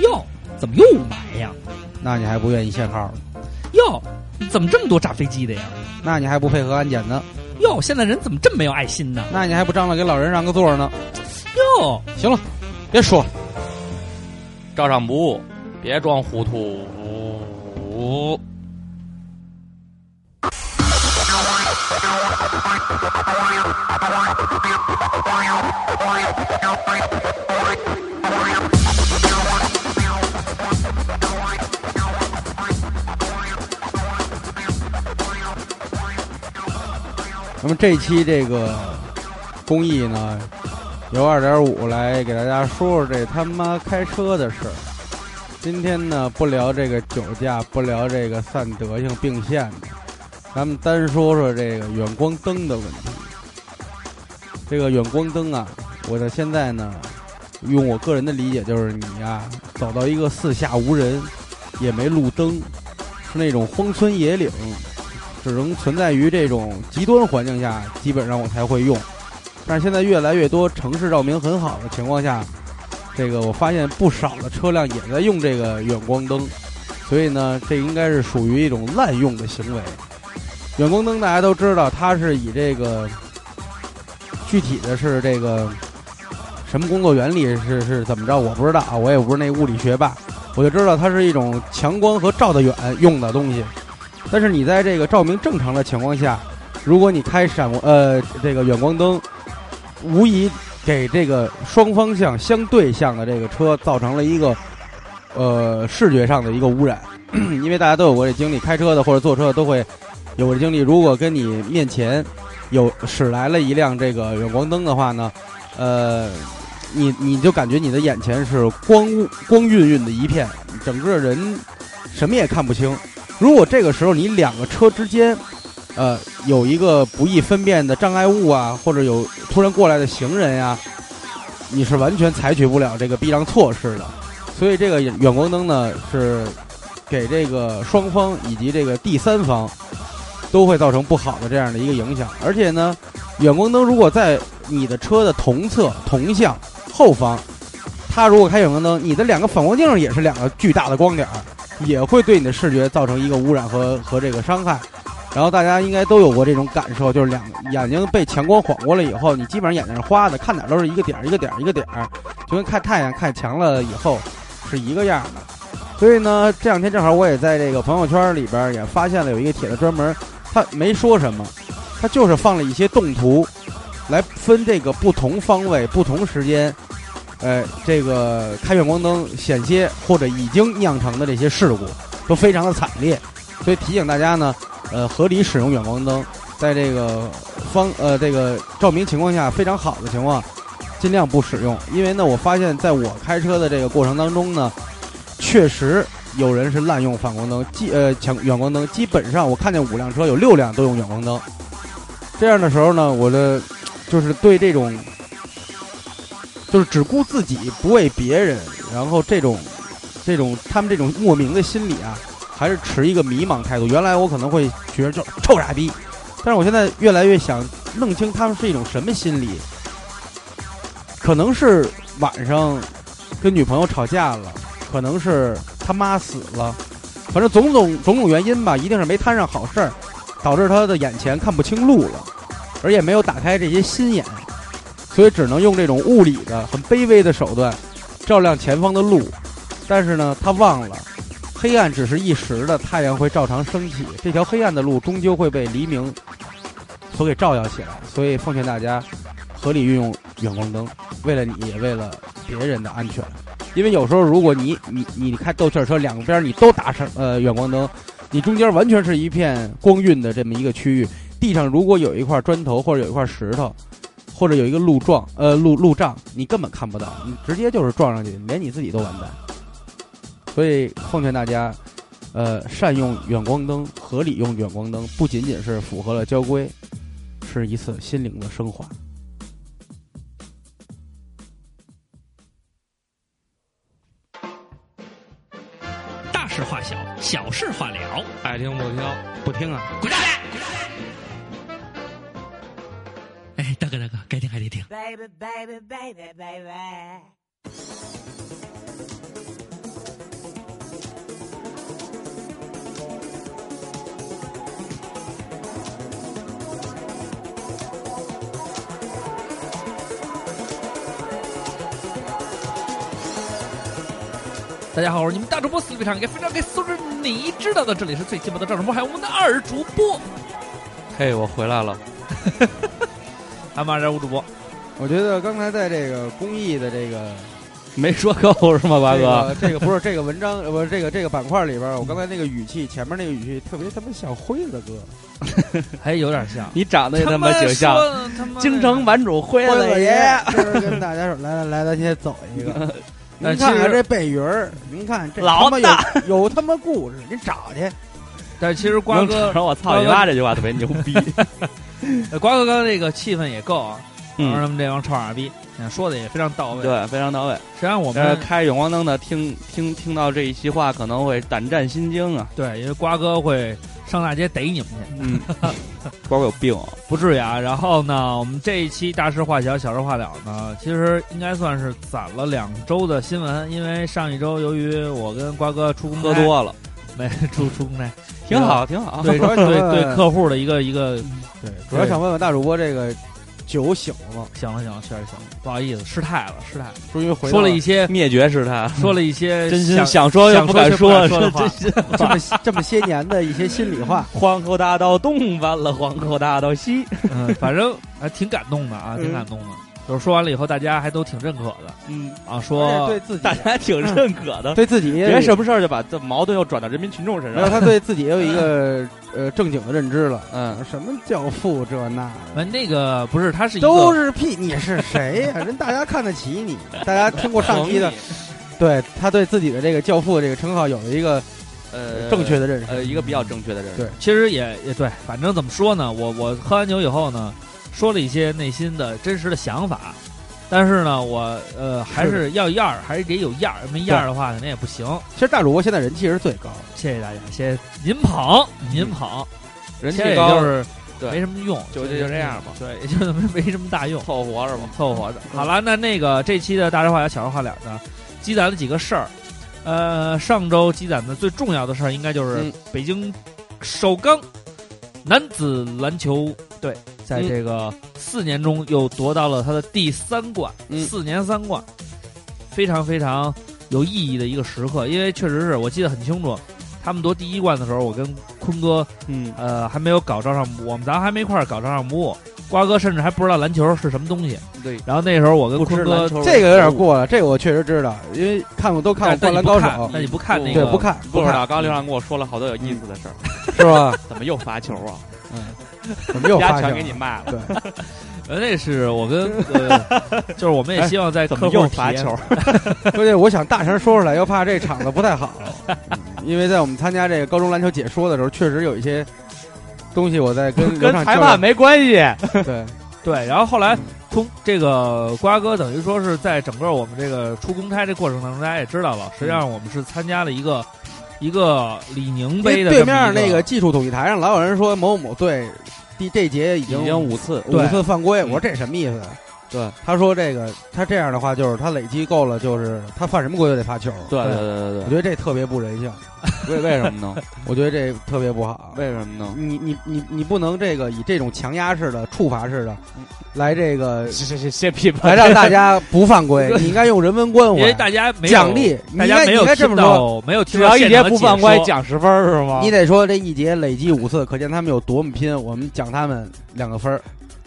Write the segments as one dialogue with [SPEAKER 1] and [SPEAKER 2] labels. [SPEAKER 1] 哟，怎么又埋呀？
[SPEAKER 2] 那你还不愿意限号？
[SPEAKER 1] 哟，怎么这么多炸飞机的呀？
[SPEAKER 2] 那你还不配合安检呢？
[SPEAKER 1] 哟，现在人怎么这么没有爱心呢？
[SPEAKER 2] 那你还不张罗给老人让个座呢？
[SPEAKER 1] 哟，
[SPEAKER 2] 行了，别说了，
[SPEAKER 3] 照上不误，别装糊涂。
[SPEAKER 2] 那么这一期这个公益呢，由二点五来给大家说说这他妈开车的事儿。今天呢，不聊这个酒驾，不聊这个散德性并线的，咱们单说说这个远光灯的问题。这个远光灯啊，我到现在呢，用我个人的理解就是，你啊，走到一个四下无人，也没路灯，是那种荒村野岭，只能存在于这种极端环境下，基本上我才会用。但是现在越来越多城市照明很好的情况下，这个我发现不少的车辆也在用这个远光灯，所以呢，这应该是属于一种滥用的行为。远光灯大家都知道，它是以这个具体的是这个什么工作原理是是怎么着，我不知道啊，我也不是那物理学霸，我就知道它是一种强光和照得远用的东西。但是你在这个照明正常的情况下，如果你开闪光呃这个远光灯，无疑给这个双方向相对向的这个车造成了一个呃视觉上的一个污染， 因为大家都有过这经历，开车的或者坐车的都会有过这经历。如果跟你面前有驶来了一辆这个远光灯的话呢，呃，你你就感觉你的眼前是光雾光晕晕的一片，整个人什么也看不清。如果这个时候你两个车之间，呃，有一个不易分辨的障碍物啊，或者有突然过来的行人呀、你是完全采取不了这个避让措施的。所以这个远光灯呢，是给这个双方以及这个第三方都会造成不好的这样的一个影响。而且呢，远光灯如果在你的车的同侧、同向、后方，它如果开远光灯，你的两个反光镜上也是两个巨大的光点儿，也会对你的视觉造成一个污染和和这个伤害。然后大家应该都有过这种感受，就是两眼睛被强光晃过了以后，你基本上眼睛是花的，看哪儿都是一个点儿一个点儿一个点儿，就跟看太阳看强了以后是一个样的。所以呢，这两天正好我也在这个朋友圈里边也发现了有一个帖子，专门他没说什么，他就是放了一些动图，来分这个不同方位、不同时间，呃，这个开远光灯险些或者已经酿成的这些事故都非常的惨烈，所以提醒大家呢。呃，合理使用远光灯，在这个方呃这个照明情况下非常好的情况，尽量不使用。因为呢，我发现在我开车的这个过程当中呢，确实有人是滥用反光灯，基呃强远光灯，基本上我看见五辆车有六辆都用远光灯。这样的时候呢，我的就是对这种就是只顾自己不为别人，然后这种这种他们这种莫名的心理啊，还是持一个迷茫态度。原来我可能会觉得就臭傻逼，但是我现在越来越想弄清他们是一种什么心理。可能是晚上跟女朋友吵架了，可能是他妈死了，反正种种种种原因吧，一定是没摊上好事儿，导致他的眼前看不清路了，而也没有打开这些心眼，所以只能用这种物理的很卑微的手段照亮前方的路。但是呢，他忘了。黑暗只是一时的，太阳会照常升起。这条黑暗的路终究会被黎明所给照耀起来。所以奉劝大家，合理运用远光灯，为了你也为了别人的安全。因为有时候如果你你你开斗气儿车，两边你都打闪呃远光灯，你中间完全是一片光晕的这么一个区域，地上如果有一块砖头或者有一块石头。或者有一个路撞，呃，路路障，你根本看不到，你直接就是撞上去，连你自己都完蛋。所以奉劝大家，呃，善用远光灯，合理用远光灯，不仅仅是符合了交规，是一次心灵的升华。
[SPEAKER 1] 大事化小，小事化了。
[SPEAKER 3] 爱听不听，
[SPEAKER 2] 不听啊，
[SPEAKER 1] 滚蛋！哎，大哥大哥，该听还得听。
[SPEAKER 4] baby, baby, baby, baby.
[SPEAKER 3] 大家好，我是你们大主播四非常给非常给苏志，你知道的，这里是最劲爆的赵主播，还有我们的二主播。嘿，我 回来了，咱们二点五主播
[SPEAKER 2] 我觉得刚才在这个公益的这个
[SPEAKER 3] 没说够是吗，瓜哥？
[SPEAKER 2] 这个、这个不是这个文章，呃不是这个这个板块里边儿，我刚才那个语气，前面那个语气特别他妈像辉子哥，
[SPEAKER 3] 还有点 像，
[SPEAKER 4] 你长得也他妈挺像，
[SPEAKER 3] 说他妈
[SPEAKER 4] 京城版主
[SPEAKER 3] 哎
[SPEAKER 4] 辉
[SPEAKER 2] 辉
[SPEAKER 4] 子
[SPEAKER 2] 子
[SPEAKER 4] 爷。
[SPEAKER 2] 就是跟大家说，来来来，咱先走 一个。
[SPEAKER 3] 但
[SPEAKER 2] 您
[SPEAKER 3] 其实
[SPEAKER 2] 看看这背鱼儿，您看这
[SPEAKER 4] 老
[SPEAKER 2] 他妈有有他妈故事，您找去。
[SPEAKER 3] 但是其实瓜
[SPEAKER 4] 能
[SPEAKER 3] 哥
[SPEAKER 4] 瞅，上我操你妈这句话特别牛逼。
[SPEAKER 3] 呃瓜哥刚才这个气氛也够啊，然后
[SPEAKER 4] 嗯，
[SPEAKER 3] 他们这帮臭傻逼嗯说的也非常到位。，
[SPEAKER 4] 对，非常到位。
[SPEAKER 3] 实际上我
[SPEAKER 4] 但
[SPEAKER 3] 们
[SPEAKER 2] 呃
[SPEAKER 4] 是开远光灯的听听听到这一期话，可能会胆战心惊啊。
[SPEAKER 3] 对，因为瓜哥会上大街逮你们去。
[SPEAKER 4] 嗯，瓜瓜有病啊。
[SPEAKER 3] 不至于啊。然后呢，我们这一期大事化小，小事化了呢，其实应该算是攒了两周的新闻，因为上一周由于我跟瓜哥出公差
[SPEAKER 4] 喝多了，
[SPEAKER 3] 没出出 公差，
[SPEAKER 4] 挺好，挺好。
[SPEAKER 3] 对
[SPEAKER 2] 主要
[SPEAKER 3] 对
[SPEAKER 2] 想
[SPEAKER 3] 对
[SPEAKER 2] 问
[SPEAKER 3] 对客户的一个一个对，
[SPEAKER 2] 主要想问问大主播这个酒醒了吗？
[SPEAKER 3] 行了行了，确实行了，不好意思，失态了失态了，
[SPEAKER 2] 终于回到
[SPEAKER 3] 说了一些
[SPEAKER 4] 灭绝是他，
[SPEAKER 3] 说了一些
[SPEAKER 4] 真心
[SPEAKER 3] 想
[SPEAKER 4] 想说又
[SPEAKER 3] 想
[SPEAKER 4] 不敢
[SPEAKER 3] 说却不敢说
[SPEAKER 4] 说
[SPEAKER 3] 的
[SPEAKER 4] 的
[SPEAKER 3] 话
[SPEAKER 4] 真心。
[SPEAKER 2] 这么这么些年的一些心里 话。
[SPEAKER 4] 黄河大道东完了，黄河大道西。
[SPEAKER 3] 嗯，反正还挺感动的啊，
[SPEAKER 2] 嗯
[SPEAKER 3] 挺感动的。就是说完了以后，大家还都挺认可的
[SPEAKER 4] 嗯，
[SPEAKER 3] 啊，
[SPEAKER 2] 而且
[SPEAKER 3] 说
[SPEAKER 2] 对自己
[SPEAKER 4] 大
[SPEAKER 2] 也，
[SPEAKER 4] 家挺认可的。
[SPEAKER 2] 对自己也
[SPEAKER 4] 别什么事儿就把这矛盾又转到人民群众身
[SPEAKER 2] 没有，
[SPEAKER 4] 上。
[SPEAKER 2] 他对自己也有一个呃正经的认知了。啊
[SPEAKER 4] 嗯，
[SPEAKER 2] 什么教父这那的，
[SPEAKER 3] 完那个不是，他是一个
[SPEAKER 2] 都是屁！你是谁呀、 人大家看得起你，大家听过上期的，对他对自己的这个教父这个称号有了一个
[SPEAKER 4] 呃
[SPEAKER 2] 正确的认识。
[SPEAKER 4] 呃一个比较正确的认识。
[SPEAKER 2] 对
[SPEAKER 3] 其实也也对，反正怎么说呢，我我喝完酒以后呢，说了一些内心的真实的想法，但是呢，我呃还是要样儿，还是得有样儿，没样儿的话肯定也不行。
[SPEAKER 2] 其实大主播现在人气是最高的，
[SPEAKER 3] 谢谢大家，谢谢您捧您捧，
[SPEAKER 4] 人
[SPEAKER 3] 其实
[SPEAKER 4] 气
[SPEAKER 3] 也
[SPEAKER 4] 高
[SPEAKER 3] 就是
[SPEAKER 4] 对
[SPEAKER 3] 没什么用，
[SPEAKER 4] 就就这样吧
[SPEAKER 3] 对，也 就是没没什么大用，
[SPEAKER 4] 凑合着吧。
[SPEAKER 3] 凑合着。好了，那那个这期的大事化小，小事化了呢，积攒了几个事儿。呃，上周积攒的最重要的事儿，应该就是
[SPEAKER 4] 嗯
[SPEAKER 3] 北京首钢男子篮球队在
[SPEAKER 4] 嗯
[SPEAKER 3] 这个四年中又夺到了他的第三冠，
[SPEAKER 4] 嗯
[SPEAKER 3] 四年三冠，非常非常有意义的一个时刻。因为确实是我记得很清楚，他们夺第一冠的时候，我跟坤哥
[SPEAKER 4] 嗯，
[SPEAKER 3] 呃还没有搞照上不误，我们咱还没一块儿搞照上不误，瓜哥甚至还不知道篮球是什么东西。
[SPEAKER 4] 对，
[SPEAKER 3] 然后那时候我跟
[SPEAKER 4] 不
[SPEAKER 3] 坤
[SPEAKER 4] 吃
[SPEAKER 3] 哥
[SPEAKER 4] 篮，
[SPEAKER 5] 嗯
[SPEAKER 4] 球，
[SPEAKER 2] 这个有点。过了，这个我确实知道，因为看过都看过《灌篮高手》
[SPEAKER 3] 但你不看那
[SPEAKER 2] 嗯对
[SPEAKER 3] 个，
[SPEAKER 2] 不看
[SPEAKER 4] 不知
[SPEAKER 2] 看
[SPEAKER 4] 道，刚刚刘亮跟我说了好多有意思的事儿，
[SPEAKER 2] 是吧？
[SPEAKER 4] 怎么又罚球啊？
[SPEAKER 2] 我们又发
[SPEAKER 4] 家
[SPEAKER 2] 现
[SPEAKER 4] 全
[SPEAKER 2] 了
[SPEAKER 4] 给你卖了，
[SPEAKER 2] 对，
[SPEAKER 3] 呃那是我跟呃，就是我们也希望在
[SPEAKER 4] 怎
[SPEAKER 3] 客
[SPEAKER 4] 么
[SPEAKER 3] 户
[SPEAKER 2] 哎
[SPEAKER 4] 又
[SPEAKER 3] 体
[SPEAKER 4] 罚
[SPEAKER 3] 验
[SPEAKER 4] 球？
[SPEAKER 2] 而且我想大声说出来，又怕这场子不太好，嗯因为在我们参加这个高中篮球解说的时候，确实有一些东西我在跟刘
[SPEAKER 4] 跟
[SPEAKER 2] 畅
[SPEAKER 4] 裁
[SPEAKER 2] 交
[SPEAKER 4] 判没关系。
[SPEAKER 2] 流对
[SPEAKER 3] 对，然后后来通这个瓜哥等于说是在整个我们这个出公差这过程当中，大家也知道了，实际上我们是参加了一个一个李宁
[SPEAKER 2] 因为
[SPEAKER 3] 杯的
[SPEAKER 2] 对
[SPEAKER 3] 这么
[SPEAKER 2] 面
[SPEAKER 3] 一
[SPEAKER 2] 那
[SPEAKER 3] 个
[SPEAKER 2] 个技术统计台上老有人说某某队第这节已
[SPEAKER 4] 已
[SPEAKER 2] 经
[SPEAKER 4] 经五次，
[SPEAKER 2] 五
[SPEAKER 3] 对
[SPEAKER 2] 次犯规，我
[SPEAKER 4] 嗯
[SPEAKER 2] 说这什么意思？啊
[SPEAKER 4] 对，
[SPEAKER 2] 他说这个他这样的话就是他累积够了，就是他犯什么规就得罚球。
[SPEAKER 4] 对对对
[SPEAKER 2] 我
[SPEAKER 4] 对
[SPEAKER 2] 觉得这特别不人性，
[SPEAKER 4] 对，为为什么呢？
[SPEAKER 2] 我觉得这特别不好。啊
[SPEAKER 4] 为什么呢？
[SPEAKER 2] 你你你你不能这个以这种强压式的处罚式的
[SPEAKER 4] 嗯
[SPEAKER 2] 来 这个
[SPEAKER 4] 谢谢谢谢屁吧
[SPEAKER 2] 来让大家不犯规，你应该用人文关
[SPEAKER 3] 因为
[SPEAKER 2] 怀
[SPEAKER 3] 大家没有
[SPEAKER 2] 奖，励，你
[SPEAKER 3] 大
[SPEAKER 2] 应
[SPEAKER 3] 家
[SPEAKER 2] 该
[SPEAKER 3] 没
[SPEAKER 2] 你
[SPEAKER 3] 有
[SPEAKER 2] 应该这
[SPEAKER 3] 听
[SPEAKER 2] 么说。
[SPEAKER 3] 到没有听
[SPEAKER 4] 只
[SPEAKER 3] 到
[SPEAKER 4] 要一
[SPEAKER 3] 现
[SPEAKER 4] 节
[SPEAKER 3] 场的
[SPEAKER 4] 不
[SPEAKER 3] 解
[SPEAKER 4] 犯规
[SPEAKER 3] 说
[SPEAKER 4] 奖十分儿是吗
[SPEAKER 2] 你？得说这一节累计五次，可见他们有多么拼。我们奖他们两个分儿，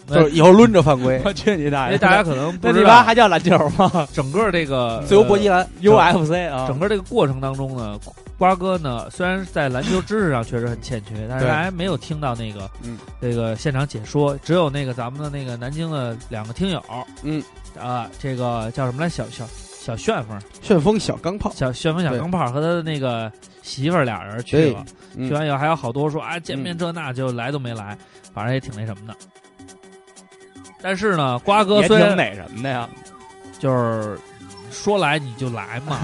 [SPEAKER 2] 就是以后抡着犯 规。
[SPEAKER 4] 我去你大
[SPEAKER 3] 因
[SPEAKER 4] 爷！
[SPEAKER 3] 为大家可能不
[SPEAKER 4] 那
[SPEAKER 3] 知
[SPEAKER 4] 你妈
[SPEAKER 3] 道
[SPEAKER 4] 还叫篮球吗呃
[SPEAKER 3] 整个这个呃
[SPEAKER 2] 自由搏击篮，
[SPEAKER 4] ？UFC 啊，
[SPEAKER 3] 整个这个过程当中呢，瓜哥呢虽然在篮球知识上确实很欠缺，但是
[SPEAKER 2] 对
[SPEAKER 3] 还没有听到那个
[SPEAKER 2] 嗯
[SPEAKER 3] 这个现场解说，只有那个咱们的那个南京的两个听友，
[SPEAKER 2] 嗯
[SPEAKER 3] 啊，这个叫什么来？小小小旋风，
[SPEAKER 2] 旋风小钢炮，
[SPEAKER 3] 小旋风小
[SPEAKER 2] 对
[SPEAKER 3] 钢炮和他的那个媳妇儿俩人去了，
[SPEAKER 2] 嗯
[SPEAKER 3] 去完以后还有好多说啊见面这那就来都没来，反正也挺那什么的。但是呢，瓜哥
[SPEAKER 4] 也
[SPEAKER 3] 虽然
[SPEAKER 4] 挺哪什么的呀？
[SPEAKER 3] 就是说来你就来 嘛，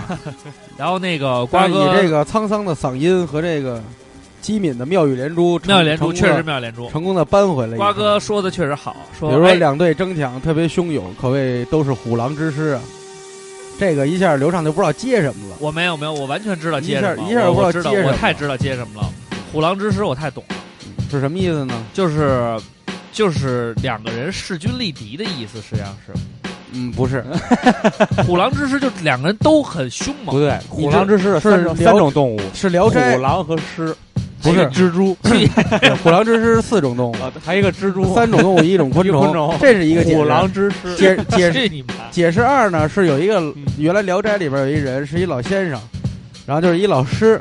[SPEAKER 3] 然后那个瓜
[SPEAKER 2] 但是
[SPEAKER 3] 哥
[SPEAKER 2] 以这个沧桑的嗓音和这个机敏的妙语连珠，成
[SPEAKER 3] 妙语连珠，
[SPEAKER 2] 成功地
[SPEAKER 3] 确实妙语连珠。
[SPEAKER 2] 成功的扳回了一
[SPEAKER 3] 瓜
[SPEAKER 2] 分。
[SPEAKER 3] 哥说的确实好，说
[SPEAKER 2] 比如说
[SPEAKER 3] 哎
[SPEAKER 2] 两队争抢特别汹涌，可谓都是虎狼之师啊。这个一下刘畅就不知道接什么了。
[SPEAKER 3] 我没有没有，我完全知道接什么，
[SPEAKER 2] 一下一下
[SPEAKER 3] 我我
[SPEAKER 2] 不
[SPEAKER 3] 知
[SPEAKER 2] 知道
[SPEAKER 3] 道，
[SPEAKER 2] 接什么
[SPEAKER 3] 我太知道接什么了。虎狼之师我太懂了，
[SPEAKER 2] 是什么意思呢？
[SPEAKER 3] 就是就是两个人势均力敌的意思，实际上是
[SPEAKER 4] 嗯，不 是，
[SPEAKER 3] 虎狼之师就两个人都很凶
[SPEAKER 5] 不
[SPEAKER 3] 猛，
[SPEAKER 5] 对，
[SPEAKER 2] 你
[SPEAKER 5] 虎狼之师
[SPEAKER 2] 是
[SPEAKER 5] 三种
[SPEAKER 2] 聊
[SPEAKER 5] 三种动物，
[SPEAKER 2] 是《聊
[SPEAKER 5] 虎
[SPEAKER 2] 斋》，
[SPEAKER 5] 狼和狮，
[SPEAKER 2] 不是
[SPEAKER 5] 蜘蛛
[SPEAKER 2] 虎狼之师四种动 物，
[SPEAKER 5] 啊，还有一个蜘蛛，
[SPEAKER 2] 三种动物一种昆
[SPEAKER 5] 一
[SPEAKER 2] 虫，
[SPEAKER 5] 昆虫
[SPEAKER 2] 这是一个解释。
[SPEAKER 5] 虎狼之师，
[SPEAKER 2] 解 解
[SPEAKER 3] 这你妈！
[SPEAKER 2] 解释二呢是有一个
[SPEAKER 3] 嗯
[SPEAKER 2] 原来《聊斋》里边有一人是一老先生，然后就是一老师，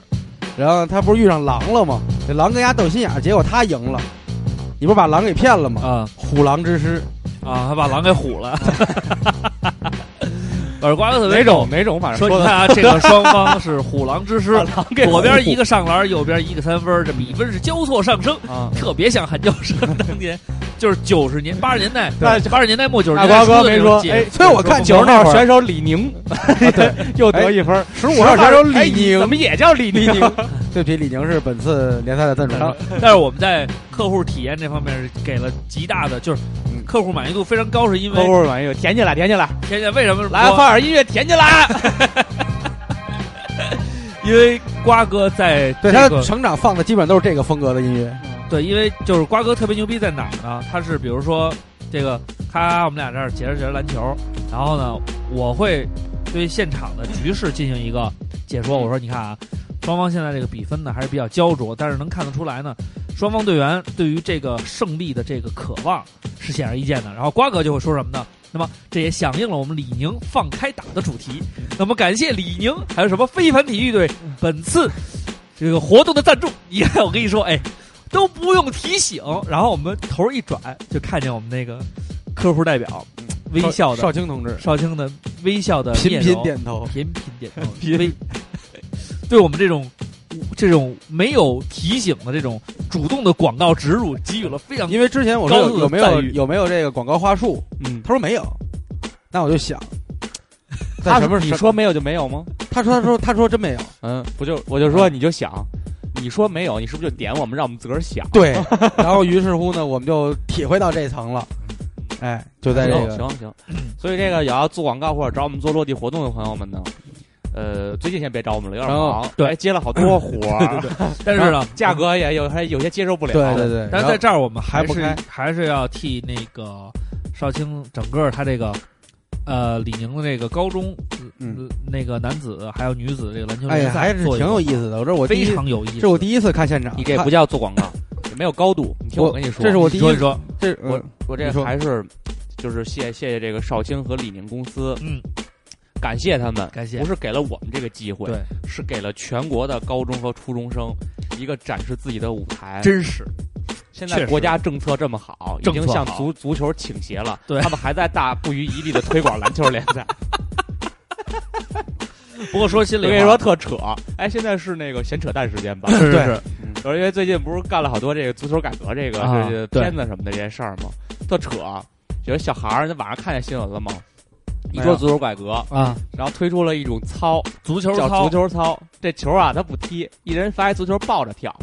[SPEAKER 2] 然后他不是遇上狼了吗？这狼跟人家斗心眼儿，结果他赢了，你不是把狼给骗了吗？
[SPEAKER 3] 啊
[SPEAKER 2] 虎狼之师，
[SPEAKER 3] 啊，还把狼给唬 了。耳瓜子特
[SPEAKER 5] 哪
[SPEAKER 3] 别
[SPEAKER 5] 种哪种反
[SPEAKER 3] 说
[SPEAKER 5] 正说
[SPEAKER 3] 你
[SPEAKER 5] 的
[SPEAKER 3] 看啊，这个双方是虎狼之
[SPEAKER 2] 啊
[SPEAKER 3] 师，
[SPEAKER 5] 狼 给
[SPEAKER 3] 左 边一
[SPEAKER 5] 个
[SPEAKER 3] 个上篮，右边一个三分，这比分是交错上升，
[SPEAKER 5] 啊，
[SPEAKER 3] 特别像韩教授当年，就是九十年八十年代
[SPEAKER 5] 那，
[SPEAKER 3] 八十年代末九十
[SPEAKER 5] 大
[SPEAKER 3] 年代
[SPEAKER 5] 瓜
[SPEAKER 3] 初
[SPEAKER 5] 哥
[SPEAKER 3] 的
[SPEAKER 5] 没
[SPEAKER 3] 那
[SPEAKER 5] 说
[SPEAKER 3] 种，解
[SPEAKER 5] 哎，
[SPEAKER 2] 所以我看
[SPEAKER 5] 九
[SPEAKER 2] 球
[SPEAKER 5] 十
[SPEAKER 2] 那
[SPEAKER 5] 号
[SPEAKER 2] 会儿
[SPEAKER 5] 选手李宁，又得一分，
[SPEAKER 2] 哎十五号选手李
[SPEAKER 5] 哎
[SPEAKER 2] 宁
[SPEAKER 5] 怎，么也叫李
[SPEAKER 2] 李
[SPEAKER 5] 宁？
[SPEAKER 2] 宁，对不起，李宁是本次联赛的赞助商。
[SPEAKER 3] 但是我们在嗯客户体验这方面是给了极大的，就是
[SPEAKER 2] 嗯
[SPEAKER 3] 客户满意度非常高，是因
[SPEAKER 5] 客
[SPEAKER 3] 为
[SPEAKER 5] 户满意，填起来，填起来，
[SPEAKER 3] 天天为什么
[SPEAKER 5] 来
[SPEAKER 3] 说
[SPEAKER 5] 放点音乐，填起来。
[SPEAKER 3] 因为瓜哥在这
[SPEAKER 2] 对他
[SPEAKER 3] 个
[SPEAKER 2] 成长放的基本都是这个风格的音乐，
[SPEAKER 3] 对，因为就是瓜哥特别牛逼在哪儿呢？他是比如说这个，咔，我们俩这儿解释解释篮球，然后呢，我会对现场的局势进行一个解说。我说，你看啊，双方现在这个比分呢还是比较焦灼，但是能看得出来呢，双方队员对于这个胜利的这个渴望是显而易见的。然后瓜哥就会说什么呢？那么这也响应了我们李宁放开打的主题。那么感谢李宁，还有什么非凡体育队本次这个活动的赞助。你看，我跟你说，哎，都不用提醒。然后我们头一转，就看见我们那个客户代表微笑的
[SPEAKER 2] 少卿同志
[SPEAKER 3] 少卿的微笑的
[SPEAKER 2] 频
[SPEAKER 3] 面
[SPEAKER 2] 频
[SPEAKER 3] 容
[SPEAKER 2] 点头，
[SPEAKER 3] 频频点头，微对我们这种这种没有提醒的这种主动的广告植入给予了非常
[SPEAKER 2] 因为之前我说
[SPEAKER 3] 高度
[SPEAKER 2] 有
[SPEAKER 3] 的
[SPEAKER 2] 有没
[SPEAKER 3] 赞
[SPEAKER 2] 有
[SPEAKER 3] 誉
[SPEAKER 2] 有没有这个广告话术，
[SPEAKER 5] 嗯，
[SPEAKER 2] 他说没有，那我就想，在
[SPEAKER 5] 他
[SPEAKER 2] 什么时
[SPEAKER 5] 你说没有就没有吗？
[SPEAKER 2] 他说他说他说真没有，
[SPEAKER 5] 嗯，不就我就说你就想，你说没有，你是不是就点我们，让我们自个儿想？
[SPEAKER 2] 对， 然后于是乎呢，我们就体会到这层了，哎，就在这
[SPEAKER 5] 行
[SPEAKER 2] 个
[SPEAKER 5] 行行，所以这个也要做广告或者找我们做落地活动的朋友们呢，呃，最近先别找我们了，有点
[SPEAKER 2] 然后
[SPEAKER 5] 忙，
[SPEAKER 3] 对
[SPEAKER 5] 哎接了好多活儿，
[SPEAKER 3] 但是呢，嗯
[SPEAKER 5] 价格也有还有些接受不了，
[SPEAKER 2] 对对对，
[SPEAKER 3] 但
[SPEAKER 2] 啊然
[SPEAKER 3] 是
[SPEAKER 2] 后
[SPEAKER 3] 在这儿我们还
[SPEAKER 2] 还不
[SPEAKER 3] 是
[SPEAKER 2] 开
[SPEAKER 3] 还是要替那个少卿整个他这个。呃，李宁的这个高中，
[SPEAKER 2] 嗯
[SPEAKER 3] 呃那个男子还有女子这个篮球
[SPEAKER 2] 哎
[SPEAKER 3] 联
[SPEAKER 2] 呀，
[SPEAKER 3] 赛，
[SPEAKER 2] 还是挺有意，思的，我这我第
[SPEAKER 3] 非
[SPEAKER 2] 一
[SPEAKER 3] 常有意思。
[SPEAKER 2] 这是我第一次看现场，
[SPEAKER 5] 你这不叫做广告，也没有高度。你听
[SPEAKER 2] 我
[SPEAKER 5] 我跟你说，
[SPEAKER 2] 这是我第
[SPEAKER 3] 你
[SPEAKER 2] 一
[SPEAKER 3] 说一说，
[SPEAKER 2] 这
[SPEAKER 5] 我
[SPEAKER 2] 我
[SPEAKER 5] 我
[SPEAKER 2] 你
[SPEAKER 5] 这
[SPEAKER 2] 说
[SPEAKER 5] 还是就是谢谢谢这个少卿和李宁公司，
[SPEAKER 3] 嗯，
[SPEAKER 5] 感谢他们，
[SPEAKER 3] 感谢
[SPEAKER 5] 不是给了我们这个机会，
[SPEAKER 3] 对，
[SPEAKER 5] 是给了全国的高中和初中生一个展示自己的舞台。
[SPEAKER 3] 真实，
[SPEAKER 5] 现
[SPEAKER 3] 确
[SPEAKER 5] 在
[SPEAKER 3] 实
[SPEAKER 5] 国家政策这么好，已
[SPEAKER 3] 政
[SPEAKER 5] 经
[SPEAKER 3] 策
[SPEAKER 5] 向
[SPEAKER 3] 好
[SPEAKER 5] 足足球倾斜了，
[SPEAKER 3] 对
[SPEAKER 5] 他们还在大不遗余力的推广篮球联 赛。
[SPEAKER 3] 不过说心
[SPEAKER 5] 我
[SPEAKER 3] 里话，
[SPEAKER 5] 跟你说特扯，哎，现在是那个闲扯淡时 间吧？
[SPEAKER 3] 是
[SPEAKER 2] 对
[SPEAKER 3] 是是，
[SPEAKER 5] 就是因为最近不是干了好多这个足球改革这个、
[SPEAKER 3] 啊
[SPEAKER 5] 这个
[SPEAKER 3] 对
[SPEAKER 5] 片子什么的这些事儿吗？特扯，有小孩儿，那晚上看见新闻了吗？一
[SPEAKER 2] 没
[SPEAKER 5] 说
[SPEAKER 2] 有
[SPEAKER 5] 足球改革，
[SPEAKER 3] 啊，
[SPEAKER 5] 然后推出了一种操，
[SPEAKER 3] 足球
[SPEAKER 5] 叫
[SPEAKER 3] 操
[SPEAKER 5] 足，球操。这球啊，他不踢，一人发一足球抱着跳。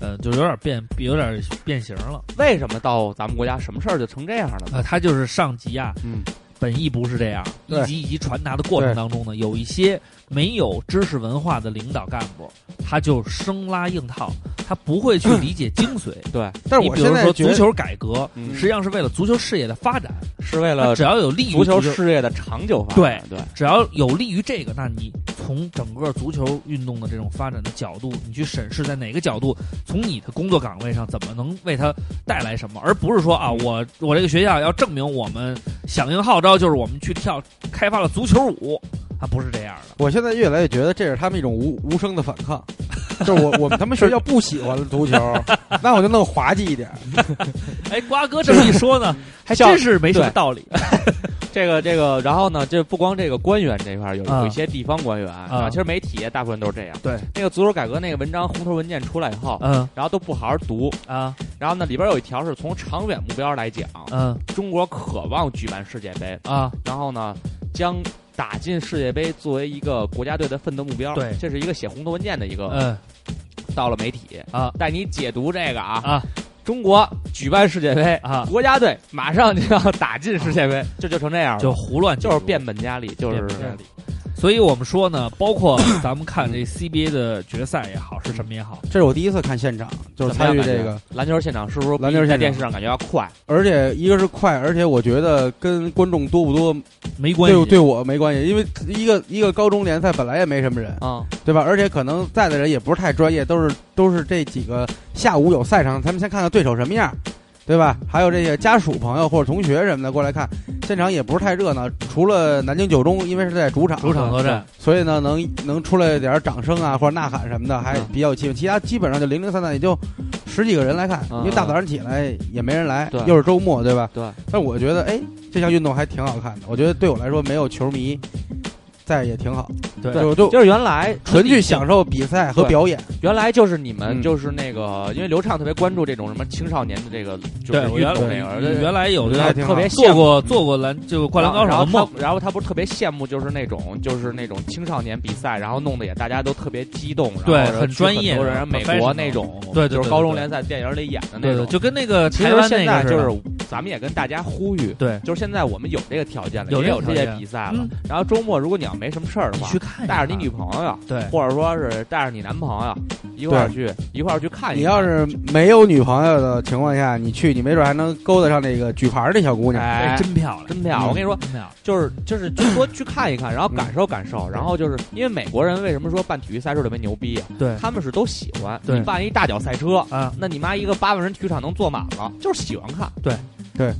[SPEAKER 3] 呃，就有点变，有点变形了。
[SPEAKER 5] 为什么到咱们国家什么事儿就成这样了呢？
[SPEAKER 3] 呃，他就是上级啊，
[SPEAKER 5] 嗯，
[SPEAKER 3] 本意不是这样，一
[SPEAKER 2] 对
[SPEAKER 3] 级一级传达的过程当中呢，有一些没有知识文化的领导干部，他就生拉硬套，他不会去理解精髓。
[SPEAKER 5] 对，
[SPEAKER 2] 嗯但是
[SPEAKER 3] 你
[SPEAKER 2] 我
[SPEAKER 3] 比
[SPEAKER 2] 现
[SPEAKER 3] 如
[SPEAKER 2] 在
[SPEAKER 3] 说
[SPEAKER 2] 觉
[SPEAKER 3] 足
[SPEAKER 2] 得
[SPEAKER 3] 球改革，
[SPEAKER 5] 嗯
[SPEAKER 3] 实际上是为了足球事业的发展，
[SPEAKER 5] 是为了
[SPEAKER 3] 只要有利于
[SPEAKER 5] 足球
[SPEAKER 3] 事，
[SPEAKER 5] 事业的长久发展。对
[SPEAKER 3] 只要有利于这个，那你从整个足球运动的这种发展的角度，你去审视在哪个角度，从你的工作岗位上怎么能为它带来什么，而不是说啊，我我这个学校要证明我们响应号召，就是我们去跳开发了足球舞，啊，不是这样的。
[SPEAKER 2] 我现在越来越觉得这是他们一种无无声的反抗， 就是我我们他们学校不喜欢足球， 那我就弄滑稽一点，
[SPEAKER 3] 哎，瓜哥这么一说呢，还
[SPEAKER 5] 笑
[SPEAKER 3] 真是没什么
[SPEAKER 5] 对
[SPEAKER 3] 道理。
[SPEAKER 5] 这个这个，然后呢，这不光这个官员这块儿有
[SPEAKER 3] 啊
[SPEAKER 5] 有一些地方官员，啊然后其实媒体大部分都是这样。
[SPEAKER 3] 对，
[SPEAKER 5] 那个足球改革那个文章红头文件出来以后，
[SPEAKER 3] 嗯
[SPEAKER 5] 然后都不好好读，
[SPEAKER 3] 啊
[SPEAKER 5] 然后呢里边有一条是从长远目标来讲，
[SPEAKER 3] 嗯
[SPEAKER 5] 中国渴望举办世界杯，
[SPEAKER 3] 啊，
[SPEAKER 5] 然后呢将打进世界杯作为一个国家队的奋斗目标。
[SPEAKER 3] 对
[SPEAKER 5] 这是一个写红头文件的一个
[SPEAKER 3] 嗯
[SPEAKER 5] 到了媒体
[SPEAKER 3] 啊，
[SPEAKER 5] 带你解读这个啊
[SPEAKER 3] 啊
[SPEAKER 5] 中国举办世界杯，
[SPEAKER 3] 啊，
[SPEAKER 5] 国家队马上就要打进世界杯，这就成这样了，
[SPEAKER 3] 就胡乱
[SPEAKER 5] 就是
[SPEAKER 3] 解读
[SPEAKER 5] 变本加厉，就
[SPEAKER 3] 变
[SPEAKER 5] 是
[SPEAKER 3] 本加厉。所以我们说呢，包括咱们看这 CBA 的决赛也好，是什么也好，
[SPEAKER 2] 这是我第一次看现场，就是参与这
[SPEAKER 5] 怎么
[SPEAKER 2] 个
[SPEAKER 5] 样，篮球现场是不是
[SPEAKER 2] 篮球现场
[SPEAKER 5] 在电视上感觉要快？
[SPEAKER 2] 而且一个是快，而且我觉得跟观众多不多
[SPEAKER 3] 没关系。
[SPEAKER 2] 对对我没关系，因为一个一个高中联赛本来也没什么人，
[SPEAKER 5] 啊，
[SPEAKER 2] 对吧？而且可能在的人也不是太专业，都是都是这几个下午有赛场，他们先看看对手什么样，对吧？还有这些家属朋友或者同学什么的过来看，现场也不是太热闹。除了南京九中，因为是在主场，
[SPEAKER 3] 主场作战，
[SPEAKER 2] 所以呢，能能出来点掌声啊，或者呐喊什么的，还比较有气氛。其他基本上就零零散散，也就十几个人来看，
[SPEAKER 5] 嗯
[SPEAKER 2] 因为大早上起来也没人来
[SPEAKER 5] 对，
[SPEAKER 2] 又是周末，对吧？
[SPEAKER 5] 对。
[SPEAKER 2] 但我觉得，哎，这项运动还挺好看的。我觉得对我来说，没有球迷在也挺好。
[SPEAKER 3] 对
[SPEAKER 2] 就就
[SPEAKER 5] 就是原来
[SPEAKER 2] 纯去享受比赛和表演。
[SPEAKER 5] 原来就是你们
[SPEAKER 2] 嗯
[SPEAKER 5] 就是那个，因为刘畅特别关注这种什么青少年的这个就是
[SPEAKER 3] 对，我
[SPEAKER 5] 运
[SPEAKER 3] 原
[SPEAKER 5] 动
[SPEAKER 3] 来
[SPEAKER 5] 那个，而且
[SPEAKER 3] 原来有
[SPEAKER 2] 还
[SPEAKER 3] 的
[SPEAKER 2] 挺
[SPEAKER 5] 特别羡
[SPEAKER 3] 做
[SPEAKER 5] 慕。
[SPEAKER 3] 过做过篮就灌篮高手
[SPEAKER 5] 然
[SPEAKER 3] 的
[SPEAKER 5] 后
[SPEAKER 3] 梦，
[SPEAKER 5] 他，然后他不是特别羡慕，就是那种就是那种青少年比赛，然后弄得也大家都特别激动，
[SPEAKER 3] 对
[SPEAKER 5] 然后
[SPEAKER 3] 很专业
[SPEAKER 5] 很多人
[SPEAKER 3] 很
[SPEAKER 5] 美
[SPEAKER 3] professional
[SPEAKER 5] 国那种，
[SPEAKER 3] 对对对
[SPEAKER 5] 就是高中联赛电影里演的那
[SPEAKER 3] 对
[SPEAKER 5] 种
[SPEAKER 3] 对，。就跟那个
[SPEAKER 5] 其
[SPEAKER 3] 台
[SPEAKER 5] 实
[SPEAKER 3] 湾那
[SPEAKER 5] 现在
[SPEAKER 3] 个
[SPEAKER 5] 就
[SPEAKER 3] 似的
[SPEAKER 5] 是咱们也跟大家呼吁，
[SPEAKER 3] 对，
[SPEAKER 5] 就是现在我们有这个条件了，
[SPEAKER 3] 有
[SPEAKER 5] 也
[SPEAKER 3] 这个
[SPEAKER 5] 有这
[SPEAKER 3] 条
[SPEAKER 5] 些
[SPEAKER 3] 件
[SPEAKER 5] 比赛了
[SPEAKER 3] 嗯。
[SPEAKER 5] 然后周末如果你要没什么事儿的
[SPEAKER 3] 你
[SPEAKER 5] 话
[SPEAKER 3] 去，看一
[SPEAKER 5] 带着
[SPEAKER 3] 看
[SPEAKER 5] 你女朋友，
[SPEAKER 3] 对
[SPEAKER 5] 或者说是带着你男朋友一块儿去一块儿去看一看。
[SPEAKER 2] 你要是没有女朋友的情况下，你去，你没准还能勾搭上那个举牌儿那小姑娘。
[SPEAKER 5] 哎
[SPEAKER 3] 哎，真漂亮，
[SPEAKER 5] 真漂亮，我跟你说，
[SPEAKER 3] 真漂亮，
[SPEAKER 5] 就是就是就多去看一看，然后感受感受，然后就是因为美国人为什么说办体育赛事特别牛逼啊？
[SPEAKER 3] 对
[SPEAKER 5] 他们是都喜欢。
[SPEAKER 3] 对
[SPEAKER 5] 你办一大脚赛车，
[SPEAKER 3] 啊，
[SPEAKER 5] 那你妈一个八万人体育场能坐满了，就是喜欢看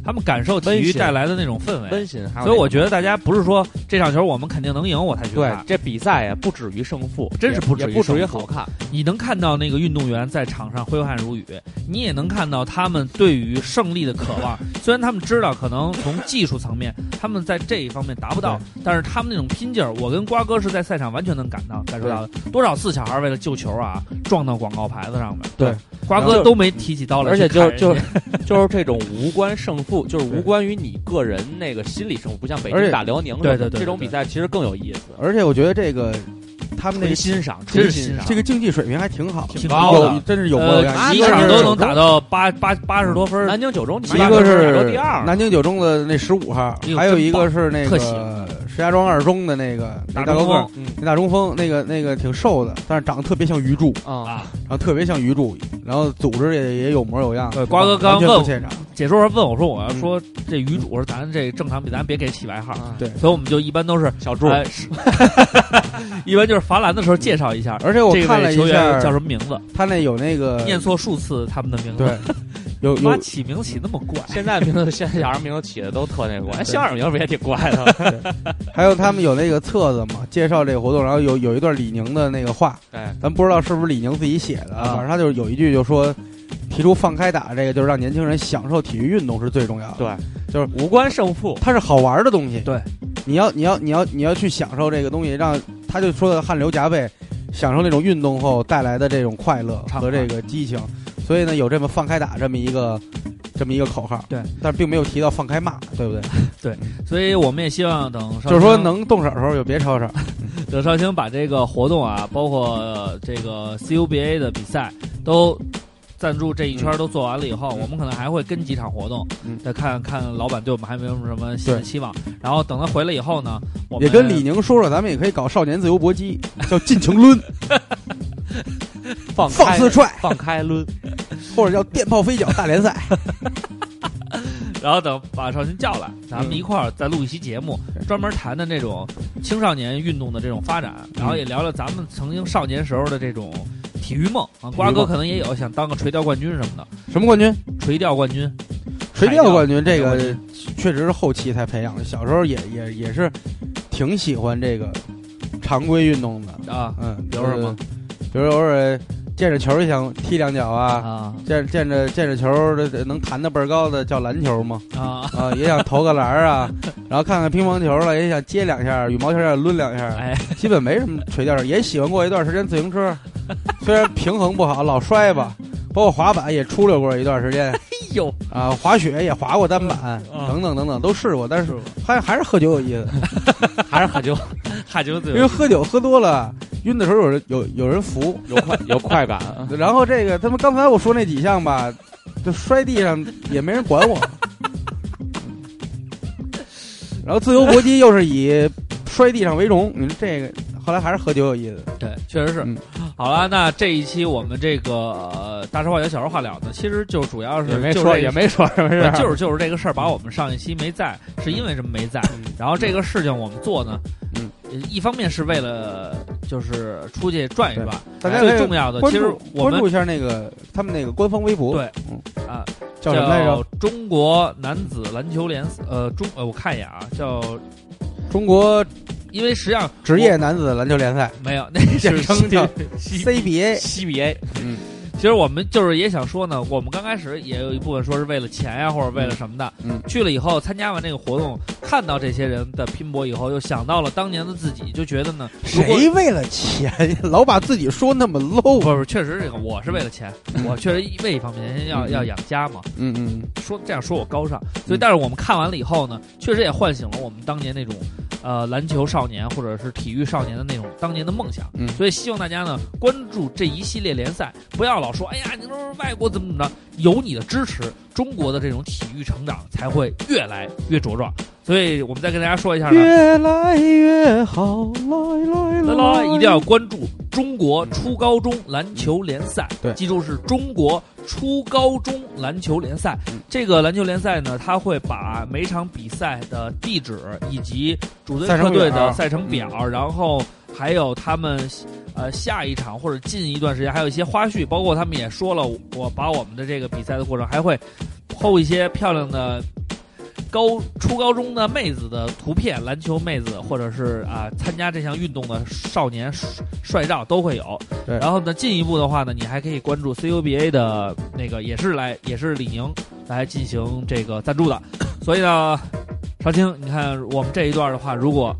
[SPEAKER 3] 他们感受体
[SPEAKER 5] 温
[SPEAKER 3] 育
[SPEAKER 5] 馨
[SPEAKER 3] 带来的那种氛围
[SPEAKER 5] 温。馨。还有
[SPEAKER 3] 所以我
[SPEAKER 5] 那
[SPEAKER 3] 觉得大家不是说这场球我们肯定能赢，我才去
[SPEAKER 5] 种
[SPEAKER 3] 看
[SPEAKER 5] 对。这比赛啊，不止于胜负，
[SPEAKER 3] 真
[SPEAKER 5] 也
[SPEAKER 3] 是不止于
[SPEAKER 5] 也不止于
[SPEAKER 3] 胜负
[SPEAKER 5] 好看。
[SPEAKER 3] 你能看到那个运动员在场上挥汗如雨，你也能看到他们对于胜利的渴望。虽然他们知道可能从技术层面他们在这一方面达不到，但是他们那种拼劲儿，我跟瓜哥是在赛场完全能感到感受到的。多少次小孩为了救球啊，撞到广告牌子上面。
[SPEAKER 2] 对，
[SPEAKER 3] 瓜
[SPEAKER 5] 然
[SPEAKER 3] 哥
[SPEAKER 5] 后
[SPEAKER 3] 都没提起刀来
[SPEAKER 5] 而且
[SPEAKER 3] 去砍
[SPEAKER 5] 就
[SPEAKER 3] 人家，
[SPEAKER 5] 就是就是这种无关胜负，就是无关于你个人那个心理胜负，不像北
[SPEAKER 2] 而
[SPEAKER 5] 京
[SPEAKER 2] 且
[SPEAKER 5] 打辽宁什么
[SPEAKER 3] 对对
[SPEAKER 5] 的，
[SPEAKER 3] 对
[SPEAKER 5] 这种
[SPEAKER 3] 对
[SPEAKER 5] 比赛其实更有意思。
[SPEAKER 2] 而且我觉得这个他们那
[SPEAKER 5] 纯
[SPEAKER 2] 个
[SPEAKER 5] 欣赏，
[SPEAKER 3] 真
[SPEAKER 5] 纯
[SPEAKER 3] 是
[SPEAKER 5] 欣
[SPEAKER 3] 欣
[SPEAKER 5] 赏
[SPEAKER 3] 赏
[SPEAKER 2] 这个竞技水平还挺好，
[SPEAKER 3] 挺
[SPEAKER 5] 高的
[SPEAKER 2] 有真是有模有样。
[SPEAKER 3] 呃，
[SPEAKER 5] 一
[SPEAKER 3] 一
[SPEAKER 5] 个
[SPEAKER 3] 场
[SPEAKER 5] 是
[SPEAKER 3] 都能打到八八八十多分儿，
[SPEAKER 5] 南京九中，你
[SPEAKER 2] 一
[SPEAKER 5] 妈
[SPEAKER 2] 个
[SPEAKER 5] 都亚洲
[SPEAKER 2] 是
[SPEAKER 5] 第二呢，
[SPEAKER 2] 南京九中的那十五号
[SPEAKER 3] 哎，呦
[SPEAKER 2] 还有一个是那
[SPEAKER 3] 真棒特喜
[SPEAKER 2] 个石家庄二中的那个那
[SPEAKER 3] 打
[SPEAKER 2] 大
[SPEAKER 3] 中
[SPEAKER 2] 高个儿
[SPEAKER 3] 锋，
[SPEAKER 5] 嗯
[SPEAKER 2] 那大中锋，那个那个挺瘦的，但是长得特别像鱼柱，
[SPEAKER 5] 啊，
[SPEAKER 3] 啊。
[SPEAKER 2] 然后特别像鱼柱，然后组织也也有模有样。
[SPEAKER 3] 对瓜哥刚
[SPEAKER 2] 完全
[SPEAKER 3] 问
[SPEAKER 2] 不
[SPEAKER 3] 我
[SPEAKER 2] 怯场，
[SPEAKER 3] 解说时候问我说：“我要
[SPEAKER 5] 嗯
[SPEAKER 3] 说这女主，我说咱这正常比咱别给起外号。”
[SPEAKER 2] 对
[SPEAKER 3] 所以我们就一般都是
[SPEAKER 5] 啊小柱，
[SPEAKER 3] 哎，是 一般就是罚篮的时候介绍一下。
[SPEAKER 2] 而且我
[SPEAKER 3] 这
[SPEAKER 2] 看了
[SPEAKER 3] 位球
[SPEAKER 2] 一
[SPEAKER 3] 员叫
[SPEAKER 2] 下，
[SPEAKER 3] 什么名字？
[SPEAKER 2] 他那有那个
[SPEAKER 3] 念错数次他们的名字，
[SPEAKER 2] 对，有
[SPEAKER 3] 妈
[SPEAKER 2] 有
[SPEAKER 3] 起名起那么怪，
[SPEAKER 5] 现在名字现在小孩名字起的都特那
[SPEAKER 3] 哎
[SPEAKER 5] 哎怪，小孩名字不也挺怪 的？
[SPEAKER 2] 还有他们有那个册子嘛，介绍这个活动，然后有有一段李宁的那个话，
[SPEAKER 5] 哎，
[SPEAKER 2] 咱不知道是不是李宁自己写的，
[SPEAKER 5] 啊
[SPEAKER 2] 反正他就是有一句就说，提出放开打这个，就是让年轻人享受体育运动是最重要的。
[SPEAKER 5] 对无关胜负，
[SPEAKER 2] 它是好玩的东西。
[SPEAKER 3] 对，
[SPEAKER 2] 你要你要你要你要去享受这个东西，让他就说的汗流浃背，享受那种运动后带来的这种快乐
[SPEAKER 3] 畅快
[SPEAKER 2] 和这个激情。所以呢，有这么放开打这么一个这么一个口号。
[SPEAKER 3] 对，
[SPEAKER 2] 但是并没有提到放开骂，对不对？
[SPEAKER 3] 所以我们也希望等
[SPEAKER 2] 就是说
[SPEAKER 3] 能。
[SPEAKER 2] 能动手的时候就别吵吵。
[SPEAKER 3] 等绍兴把这个活动啊，包括、呃这个 CUBA 的比赛都。赞助这一圈都做完了以后，我们可能还会跟几场活动，
[SPEAKER 2] 嗯
[SPEAKER 3] 再看看老板对我们还有没有什么新的
[SPEAKER 2] 对
[SPEAKER 3] 期望。然后等他回来以后呢，我们
[SPEAKER 2] 也跟李宁说说，咱们也可以搞少年自由搏击，叫尽情 抡、
[SPEAKER 5] 放
[SPEAKER 2] 放
[SPEAKER 5] 开
[SPEAKER 2] 肆踹，
[SPEAKER 5] 放开抡，
[SPEAKER 2] 或者叫电炮飞脚大联赛。
[SPEAKER 3] 然后等把绍兴叫来，咱们一块儿再录一期节目，专门谈谈这种青少年运动的这种发展，然后也聊聊咱们曾经少年时候的这种体育梦啊。瓜哥可能也有想当个垂钓冠军什么的，
[SPEAKER 2] 什么冠军？
[SPEAKER 3] 垂钓冠军
[SPEAKER 2] 垂钓冠军这
[SPEAKER 3] 海
[SPEAKER 2] 个
[SPEAKER 3] 钓
[SPEAKER 2] 确实是后期才培养的，小时候也也也是挺喜欢这个常规运动的，
[SPEAKER 3] 啊
[SPEAKER 2] 嗯，
[SPEAKER 3] 比如什么
[SPEAKER 2] 就是？比如偶尔见着球就想踢两脚啊，
[SPEAKER 3] 啊
[SPEAKER 2] 见见着见着球的能弹得倍儿高的叫篮球嘛，
[SPEAKER 3] 啊！
[SPEAKER 2] 啊，也想投个篮儿啊， 然后看看乒乓球了，也想接两下，羽毛球也想抡两下，
[SPEAKER 3] 哎，
[SPEAKER 2] 基本没什么垂钓，也喜欢过一段时间自行车，虽然平衡不好老摔吧，包括滑板也出溜过一段时间。
[SPEAKER 3] 哎呦，
[SPEAKER 2] 啊，滑雪也滑过单板，
[SPEAKER 3] 嗯
[SPEAKER 2] 等等等等都试过，但是还还是喝酒有意思，
[SPEAKER 5] 还是喝酒，
[SPEAKER 3] 哈酒嘴
[SPEAKER 2] 因为喝酒喝多了晕的时候有人有有人扶，
[SPEAKER 5] 有快有快感。啊
[SPEAKER 2] 然后这个他们刚才我说那几项吧，就摔地上也没 人管我，然后自由搏击又是以摔地上为荣。你说这个后来还是喝酒有意思。
[SPEAKER 3] 对，确实是。
[SPEAKER 2] 嗯
[SPEAKER 3] 好了，那这一期我们这个、呃、大事化小，小事化了呢，其实 就主要是
[SPEAKER 5] 也没
[SPEAKER 3] 就
[SPEAKER 5] 说
[SPEAKER 3] 这
[SPEAKER 5] 也没说什么事
[SPEAKER 3] 对
[SPEAKER 5] 儿，
[SPEAKER 2] 啊
[SPEAKER 3] 就是就是这个事儿，把我们上一期没在，是因为什么没在？然后这个事情我们做呢，
[SPEAKER 2] 嗯
[SPEAKER 3] 呃，一方面是为了就是出去转一转，
[SPEAKER 2] 大家可
[SPEAKER 3] 最
[SPEAKER 2] 以
[SPEAKER 3] 重要的
[SPEAKER 2] 关
[SPEAKER 3] 呃其
[SPEAKER 2] 注
[SPEAKER 3] 实我
[SPEAKER 2] 关
[SPEAKER 3] 们
[SPEAKER 2] 注一下那个他们那个官方微博，
[SPEAKER 3] 对
[SPEAKER 2] 嗯
[SPEAKER 3] 啊
[SPEAKER 2] 叫什么来着？
[SPEAKER 3] 中国男子篮球联赛呃中呃我看一眼啊，叫
[SPEAKER 2] 中国
[SPEAKER 3] 因为实际上
[SPEAKER 2] 职业男子篮球联赛
[SPEAKER 3] 没有那是
[SPEAKER 2] 称叫
[SPEAKER 3] 西
[SPEAKER 2] CBA。
[SPEAKER 3] 西比 A，
[SPEAKER 2] 嗯，
[SPEAKER 3] 其实我们就是也想说呢，我们刚开始也有一部分说是为了钱呀、或者为了什么的，
[SPEAKER 2] 嗯
[SPEAKER 3] 去了以后参加完这个活动，看到这些人的拼搏以后，又想到了当年的自己，就觉得呢，如果
[SPEAKER 2] 谁为了钱呀老把自己说那么
[SPEAKER 3] 不
[SPEAKER 2] low？
[SPEAKER 3] 不是，确实这个我是为了钱，我确实为一方面先要
[SPEAKER 2] 嗯
[SPEAKER 3] 要养家嘛，
[SPEAKER 2] 嗯嗯，
[SPEAKER 3] 说这样说我高尚，所以但是我们看完了以后呢，确实也唤醒了我们当年那种呃篮球少年或者是体育少年的那种当年的梦想。
[SPEAKER 2] 嗯
[SPEAKER 3] 所以希望大家呢关注这一系列联赛，不要老说哎呀你说外国怎么怎么着，有你的支持，中国的这种体育成长才会越来越茁壮。所以我们再跟大家说一下呢，
[SPEAKER 2] 越来越好，来
[SPEAKER 3] 啦
[SPEAKER 2] 来
[SPEAKER 3] 啦
[SPEAKER 2] 来，
[SPEAKER 3] 一定要关注中国初高中篮球联赛。
[SPEAKER 2] 对
[SPEAKER 3] 记住是中国初高中篮球联赛。
[SPEAKER 2] 嗯
[SPEAKER 3] 这个篮球联赛呢，它会把每场比赛的地址以及主队
[SPEAKER 2] 赛程
[SPEAKER 3] 客队
[SPEAKER 2] 表啊
[SPEAKER 3] 的赛程表，然后还有他们呃下一场或者近一段时间还有一些花絮，包括他们也说了，我把我们的这个比赛的过程还会抛一些漂亮的。高初高中的妹子的图片，篮球妹子或者是啊、参加这项运动的少年帅帅照都会有。
[SPEAKER 2] 对
[SPEAKER 3] 然后呢，进一步的话呢，你还可以关注 CUBA 的那个，也是来也是李宁来进行这个赞助的。所以呢，少卿，你看我们这一段的话，如果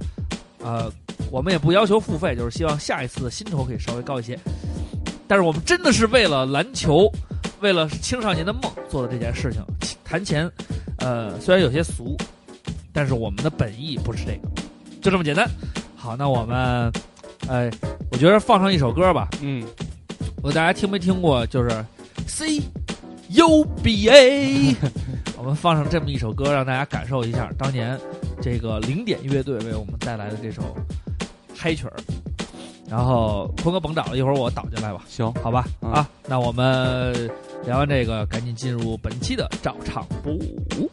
[SPEAKER 3] 呃，我们也不要求付费，就是希望下一次的薪酬可以稍微高一些。但是我们真的是为了篮球，为了青少年的梦做的这件事情。谈钱，呃，虽然有些俗，但是我们的本意不是这个，就这么简单。好，那我们，呃，我觉得放上一首歌吧。
[SPEAKER 5] 嗯，
[SPEAKER 3] 我大家听没听过？就是 C U B A，我们放上这么一首歌，让大家感受一下当年这个零点乐队为我们带来的这首嗨曲儿。然后坤哥甭找了，一会儿我倒进来吧，
[SPEAKER 4] 行，
[SPEAKER 3] 好吧？
[SPEAKER 4] 嗯
[SPEAKER 3] 啊，那我们聊完这个，赶紧进入本期的照唱不误。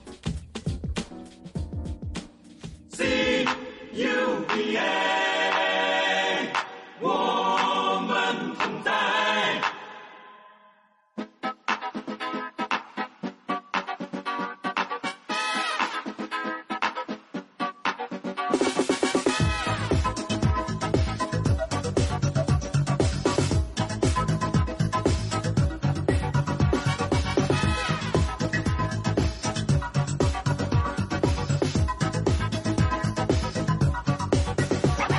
[SPEAKER 6] Thank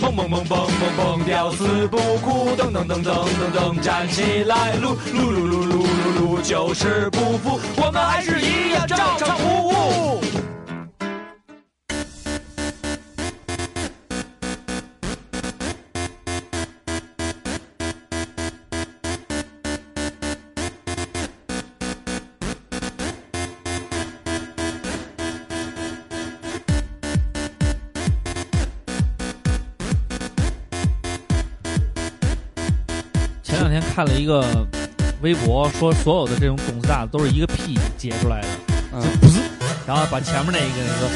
[SPEAKER 6] 蹦蹦蹦蹦蹦，吊死不哭，噔噔噔噔噔噔，站起来，撸撸撸撸撸撸撸，就是不服，我们还是一样照常服务。
[SPEAKER 3] 前两天看了一个微博，说所有的这种董事大都是一个屁结出来的，
[SPEAKER 4] 嗯
[SPEAKER 3] 就噗，然后把前面那一个那个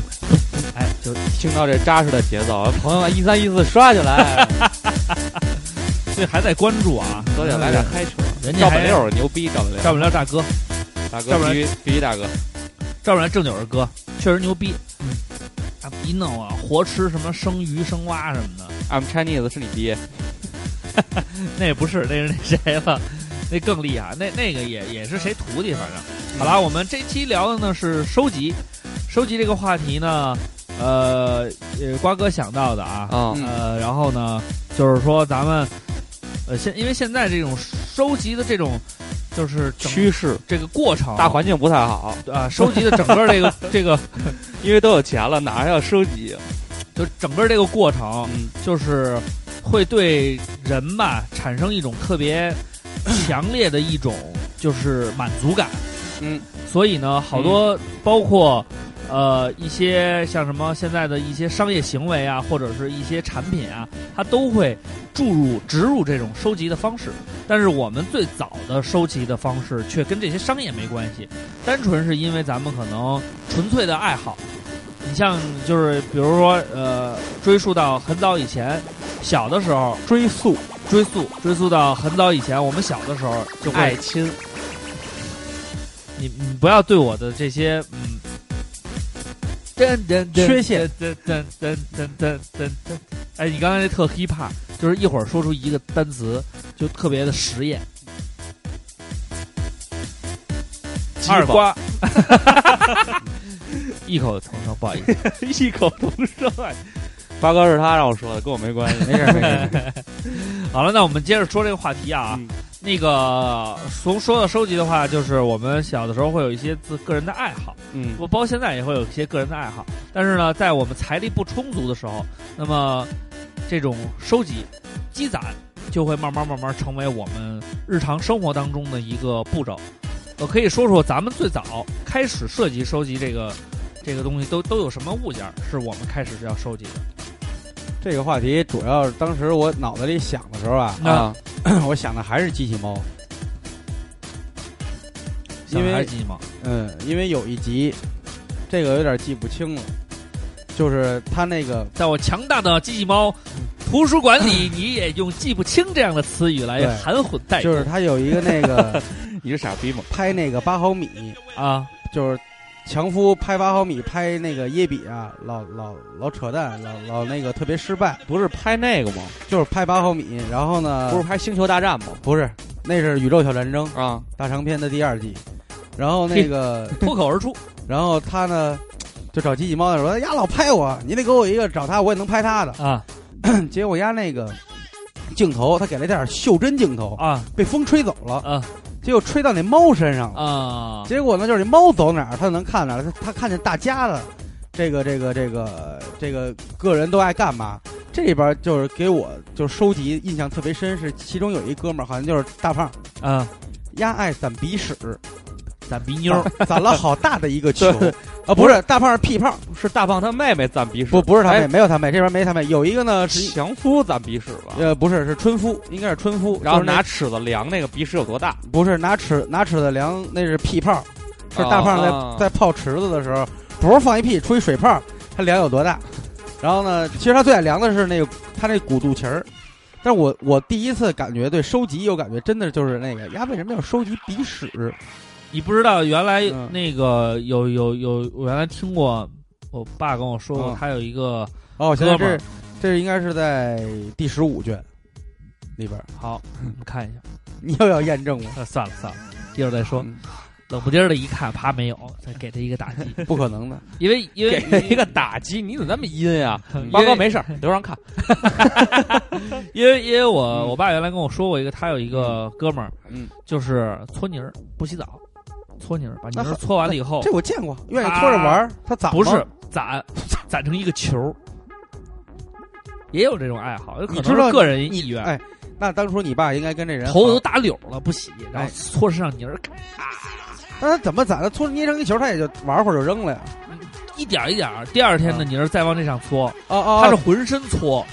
[SPEAKER 3] 噗，哎，就
[SPEAKER 5] 听到这扎实的节奏，朋友们一三一四刷起 来，
[SPEAKER 3] 所以还在关注啊，
[SPEAKER 5] 都得来点嗨车。
[SPEAKER 3] 人家
[SPEAKER 5] 赵
[SPEAKER 3] 还
[SPEAKER 5] 本，六牛逼，赵本六，
[SPEAKER 3] 赵本六大哥，
[SPEAKER 5] 大
[SPEAKER 3] 赵
[SPEAKER 5] 哥
[SPEAKER 3] 本
[SPEAKER 5] 必须必须大哥，
[SPEAKER 3] 赵本六正九儿哥，确实牛逼，嗯，啊一弄啊，活吃什么生鱼生蛙什么的，
[SPEAKER 5] ，I'm Chinese 是你爹，
[SPEAKER 3] 那也不是，那是那谁了，那更厉害，那那个也也是谁徒弟，反正。好啦，我们这期聊的呢是收集，收集这个话题呢，呃呃，瓜哥想到的啊，
[SPEAKER 5] 啊
[SPEAKER 4] 嗯
[SPEAKER 3] 呃，然后呢，就是说咱们，呃，现因为现在这种收集的这种，就是整
[SPEAKER 5] 趋势
[SPEAKER 3] 这个过程，
[SPEAKER 5] 大环境不太好，
[SPEAKER 3] 啊，收集的整个这 个这个，
[SPEAKER 5] 因为都有钱了，哪还要收集？
[SPEAKER 3] 就整个这个过程，
[SPEAKER 5] 嗯，
[SPEAKER 3] 就是会对人吧产生一种特别强烈的一种就是满足感。
[SPEAKER 4] 嗯，
[SPEAKER 3] 所以呢，好多包括、呃一些像什么现在的一些商业行为啊，或者是一些产品啊，它都会注入植入这种收集的方式。但是我们最早的收集的方式却跟这些商业没关系，单纯是因为咱们可能纯粹的爱好。你像就是比如说呃，追溯到很早以前，小的时候
[SPEAKER 5] 追溯
[SPEAKER 3] 追溯追溯到很早以前，我们小的时候就会
[SPEAKER 5] 爱亲，
[SPEAKER 3] 你你不要对我的这些嗯，噔噔噔
[SPEAKER 2] 缺陷，
[SPEAKER 3] 噔噔噔噔噔噔噔，哎，你刚才那特 hiphop，就是一会儿说出一个单词就特别的实验，二 瓜，异口同声，不好意思，
[SPEAKER 5] 异口同声。啊八哥是他让我说的，跟我没关系。
[SPEAKER 2] 没事没事，
[SPEAKER 3] 好了，那我们接着说这个话题啊。
[SPEAKER 5] 嗯
[SPEAKER 3] 那个从说到收集的话，就是我们小的时候会有一些自个人的爱好，
[SPEAKER 5] 嗯，
[SPEAKER 3] 我包括现在也会有一些个人的爱好。但是呢，在我们财力不充足的时候，那么这种收集、积攒就会慢慢慢慢成为我们日常生活当中的一个步骤。我可以说说咱们最早开始涉及收集这个这个东西都都有什么物件儿是我们开始是要收集的？
[SPEAKER 2] 这个话题主要是当时我脑子里想的时候啊，
[SPEAKER 3] 那
[SPEAKER 5] 啊，
[SPEAKER 2] 我想的还是机器猫，
[SPEAKER 3] 小
[SPEAKER 2] 因为
[SPEAKER 3] 孩机吗？
[SPEAKER 2] 嗯，因为有一集，这个有点记不清了，就是他那个
[SPEAKER 3] 在我强大的机器猫图书馆里，你也用“记不清”这样的词语来
[SPEAKER 2] 对
[SPEAKER 3] 含混
[SPEAKER 5] 哎
[SPEAKER 3] 带
[SPEAKER 2] 就
[SPEAKER 3] 过
[SPEAKER 2] 是他有一个那个
[SPEAKER 5] 你是傻逼吗？
[SPEAKER 2] 拍那个八毫米，
[SPEAKER 3] 啊，
[SPEAKER 2] 就是强夫拍八毫米拍那个耶比啊，老老老扯淡，老老那个特别失败，
[SPEAKER 5] 不是拍那个吗？
[SPEAKER 2] 就是拍八毫米，然后呢，
[SPEAKER 3] 嗯
[SPEAKER 5] 不是拍《星球大战》吗？
[SPEAKER 2] 不是，那是宇宙小战争
[SPEAKER 5] 啊，
[SPEAKER 2] 大长篇的第二季，然后那 个，
[SPEAKER 3] 脱口而出。
[SPEAKER 2] 然后他呢。就找机器猫的时候，丫哎老拍我，你得给我一个找他，我也能拍他的。
[SPEAKER 3] 啊
[SPEAKER 2] 结果丫那个镜头，他给了点袖珍镜头，
[SPEAKER 3] 啊
[SPEAKER 2] 被风吹走了，
[SPEAKER 3] 啊
[SPEAKER 2] 结果吹到那猫身上了。
[SPEAKER 3] 啊！
[SPEAKER 2] 结果呢，就是那猫走哪儿，它就能看哪儿。它它看见大家的这个这个这个这个个人都爱干嘛。这里边就是给我就收集印象特别深，是其中有一哥们儿好像就是大胖，
[SPEAKER 3] 啊，
[SPEAKER 2] 丫爱攒鼻屎，
[SPEAKER 3] 攒鼻妞儿
[SPEAKER 2] 攒攒了好大的一个球
[SPEAKER 5] 对
[SPEAKER 2] 啊！不是大胖是屁胖，
[SPEAKER 5] 是大胖他妹妹攒鼻屎，
[SPEAKER 2] 不不是他妹，
[SPEAKER 5] 哎
[SPEAKER 2] 没有他妹，这边没他妹，有一个呢是一
[SPEAKER 5] 强夫攒鼻屎吧？
[SPEAKER 2] 呃不是是春夫，应该是春夫，
[SPEAKER 5] 然后
[SPEAKER 2] 就是那
[SPEAKER 5] 拿尺子量那个鼻屎有多大，
[SPEAKER 2] 不是拿尺拿尺子量，那是屁泡，
[SPEAKER 3] 哦
[SPEAKER 2] 是大胖在、
[SPEAKER 5] 啊
[SPEAKER 2] 在泡池子的时候，不是放一屁出一水泡，他量有多大？然后呢，其实他最爱量的是那个他那鼓肚脐儿。但是我我第一次感觉对收集有感觉，真的就是那个呀，为什么要收集鼻屎？
[SPEAKER 3] 你不知道原来
[SPEAKER 2] 嗯
[SPEAKER 3] 那个有有有，我原来听过，我爸跟我说过，
[SPEAKER 2] 嗯
[SPEAKER 3] 他有一个
[SPEAKER 2] 哦，现在
[SPEAKER 3] 哥们儿
[SPEAKER 2] 这这应该是在第十五卷里边儿，
[SPEAKER 3] 好，我们看一下，
[SPEAKER 2] 你又要验证我。
[SPEAKER 3] 呃，算了算了，一会儿再说。冷不丁儿的一看，啪没有，再给他一个打击，
[SPEAKER 2] 不可能的。
[SPEAKER 3] 因为因为
[SPEAKER 5] 给了一个打击，你怎么那么阴啊？
[SPEAKER 3] 因
[SPEAKER 5] 八
[SPEAKER 3] 为
[SPEAKER 5] 哥没事儿，留让看。
[SPEAKER 3] 因为因为我我爸原来跟我说过一个，他有一个哥们儿，
[SPEAKER 2] 嗯，
[SPEAKER 3] 就是搓泥儿不洗澡，搓泥儿把泥儿搓完了以后
[SPEAKER 2] 这，我见过，愿意搓着玩儿，他咋
[SPEAKER 3] 啊不是攒攒成一个球儿，也有这种爱好，有可
[SPEAKER 2] 你
[SPEAKER 3] 能
[SPEAKER 2] 知道
[SPEAKER 3] 是个人意愿。
[SPEAKER 2] 哎那当初你爸应该跟这人
[SPEAKER 3] 头
[SPEAKER 2] 好哎
[SPEAKER 3] 都打绺了，不洗，然后搓身上泥儿，咔
[SPEAKER 2] 那他怎么攒的？搓捏成一球，他也就玩会儿就扔了呀。
[SPEAKER 3] 一点儿一点儿。第二
[SPEAKER 2] 嗯
[SPEAKER 3] 天的泥儿再往那上搓，
[SPEAKER 2] 哦哦
[SPEAKER 3] 他是浑身搓，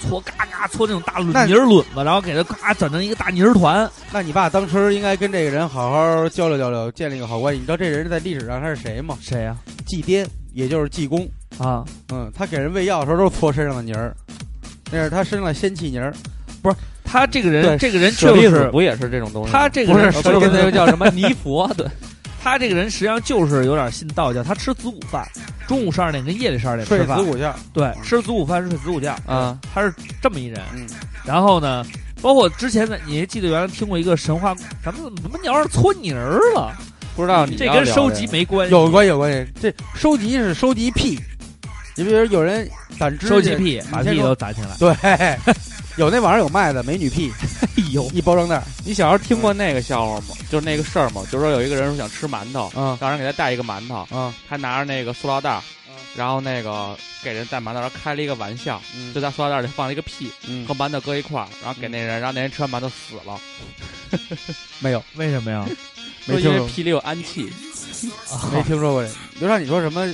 [SPEAKER 3] 搓嘎嘎搓那种大
[SPEAKER 2] 那
[SPEAKER 3] 轮泥儿轮子，然后给它嘎整成一个大泥儿团。
[SPEAKER 2] 那你爸当时应该跟这个人好好交流交流，建立一个好关系。你知道这人在历史上他是谁吗？
[SPEAKER 3] 谁呀？
[SPEAKER 2] 祭奠，也就是济公。
[SPEAKER 3] 啊，
[SPEAKER 2] 嗯，他给人喂药的时候都是搓身上的泥儿，那是他身上的仙气泥儿。
[SPEAKER 3] 他这个人，
[SPEAKER 5] 对
[SPEAKER 3] 这个人
[SPEAKER 5] 舍
[SPEAKER 3] 就
[SPEAKER 5] 利子
[SPEAKER 3] 是
[SPEAKER 5] 不也是这种东西吗？
[SPEAKER 3] 他这个人，
[SPEAKER 5] 不是那个叫什么 泥佛？对，
[SPEAKER 3] 他这个人实际上就是有点信道教，他吃子午饭，中午十二点跟夜里十二点
[SPEAKER 2] 睡
[SPEAKER 3] 吃
[SPEAKER 2] 子
[SPEAKER 3] 饭，
[SPEAKER 2] 午觉，
[SPEAKER 3] 对，吃子午饭睡子午觉，
[SPEAKER 5] 啊，
[SPEAKER 3] 他是这么一人。
[SPEAKER 2] 嗯
[SPEAKER 3] 然后呢，包括之前的，你还记得原来听过一个神话，咱们怎么聊上搓泥儿了？
[SPEAKER 5] 不知道你
[SPEAKER 3] 这
[SPEAKER 5] 要
[SPEAKER 3] 跟
[SPEAKER 5] 聊
[SPEAKER 3] 收
[SPEAKER 5] 个
[SPEAKER 3] 集没关系，
[SPEAKER 2] 有关有关系。这收集是收集屁，你比如有人攒指甲
[SPEAKER 3] 收集，癖，把
[SPEAKER 2] 先
[SPEAKER 3] 屁
[SPEAKER 2] 说
[SPEAKER 3] 都攒起 来。
[SPEAKER 2] 对， 有那网上有卖的美女屁，哎呦， 一包装袋儿，
[SPEAKER 5] 你小时候听过那个笑话吗？就是那个事儿吗？就是说有一个人说想吃馒头，
[SPEAKER 2] 嗯
[SPEAKER 5] 让人给他带一个馒头，
[SPEAKER 2] 嗯
[SPEAKER 5] 他拿着那个塑料袋儿
[SPEAKER 2] 嗯，
[SPEAKER 5] 然后那个给人带馒头，然后开了一个玩笑，
[SPEAKER 2] 嗯
[SPEAKER 5] 就在塑料袋儿里放了一个屁，
[SPEAKER 2] 嗯
[SPEAKER 5] 和，馒头搁一块儿，然后给那人，让那人吃完馒头死了，
[SPEAKER 2] 没有，
[SPEAKER 3] 为什么呀？
[SPEAKER 2] 没
[SPEAKER 5] 说
[SPEAKER 2] 听
[SPEAKER 5] 因为
[SPEAKER 2] 说
[SPEAKER 5] 屁里有氨气。
[SPEAKER 2] 没听说过这。刘畅，你说什么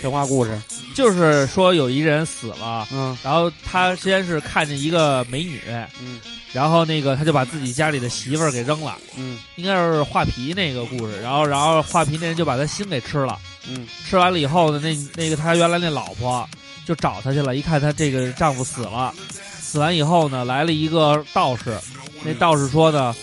[SPEAKER 2] 神话故事？
[SPEAKER 3] 就是说有一人死了，
[SPEAKER 2] 嗯
[SPEAKER 3] 然后他先是看见一个美女，
[SPEAKER 2] 嗯
[SPEAKER 3] 然后那个他就把自己家里的媳妇儿给扔了，
[SPEAKER 2] 嗯
[SPEAKER 3] 应该是画皮那个故事。然后，然后画皮那人就把他心给吃了，
[SPEAKER 2] 嗯
[SPEAKER 3] 吃完了以后呢，那那个他原来那老婆就找他去了，一看他这个丈夫死了，死完以后呢，来了一个道士，那道士说呢，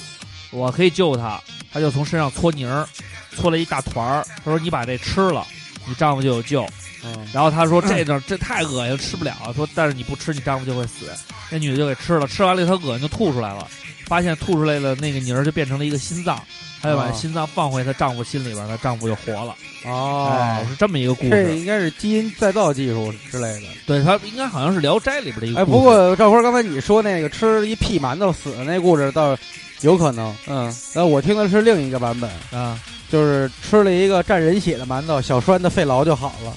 [SPEAKER 3] 我可以救他，他就从身上搓泥儿，搓了一大团儿，他说你把这吃了，你丈夫就有救。
[SPEAKER 2] 嗯，
[SPEAKER 3] 然后他说这种这太恶心了，吃不了。说但是你不吃，你丈夫就会死。那女的就给吃了，吃完了她恶心就吐出来了，发现吐出来了那个泥儿就变成了一个心脏，她就把
[SPEAKER 2] 哦
[SPEAKER 3] 心脏放回她丈夫心里边儿，她丈夫就活了。哎，
[SPEAKER 2] 哦，
[SPEAKER 3] 是这么一个故
[SPEAKER 2] 这
[SPEAKER 3] 事。
[SPEAKER 2] 应该是基因再造技术之类的。
[SPEAKER 3] 对，他应该好像是《聊斋》里边的一个
[SPEAKER 2] 哎，
[SPEAKER 3] 故事。
[SPEAKER 2] 不过赵辉刚才你说那个吃一屁馒头死的那故事倒有可能，
[SPEAKER 5] 嗯，
[SPEAKER 2] 呃，我听的是另一个版本，
[SPEAKER 3] 啊，
[SPEAKER 2] 就是吃了一个蘸人血的馒头，小栓的肺痨就好了。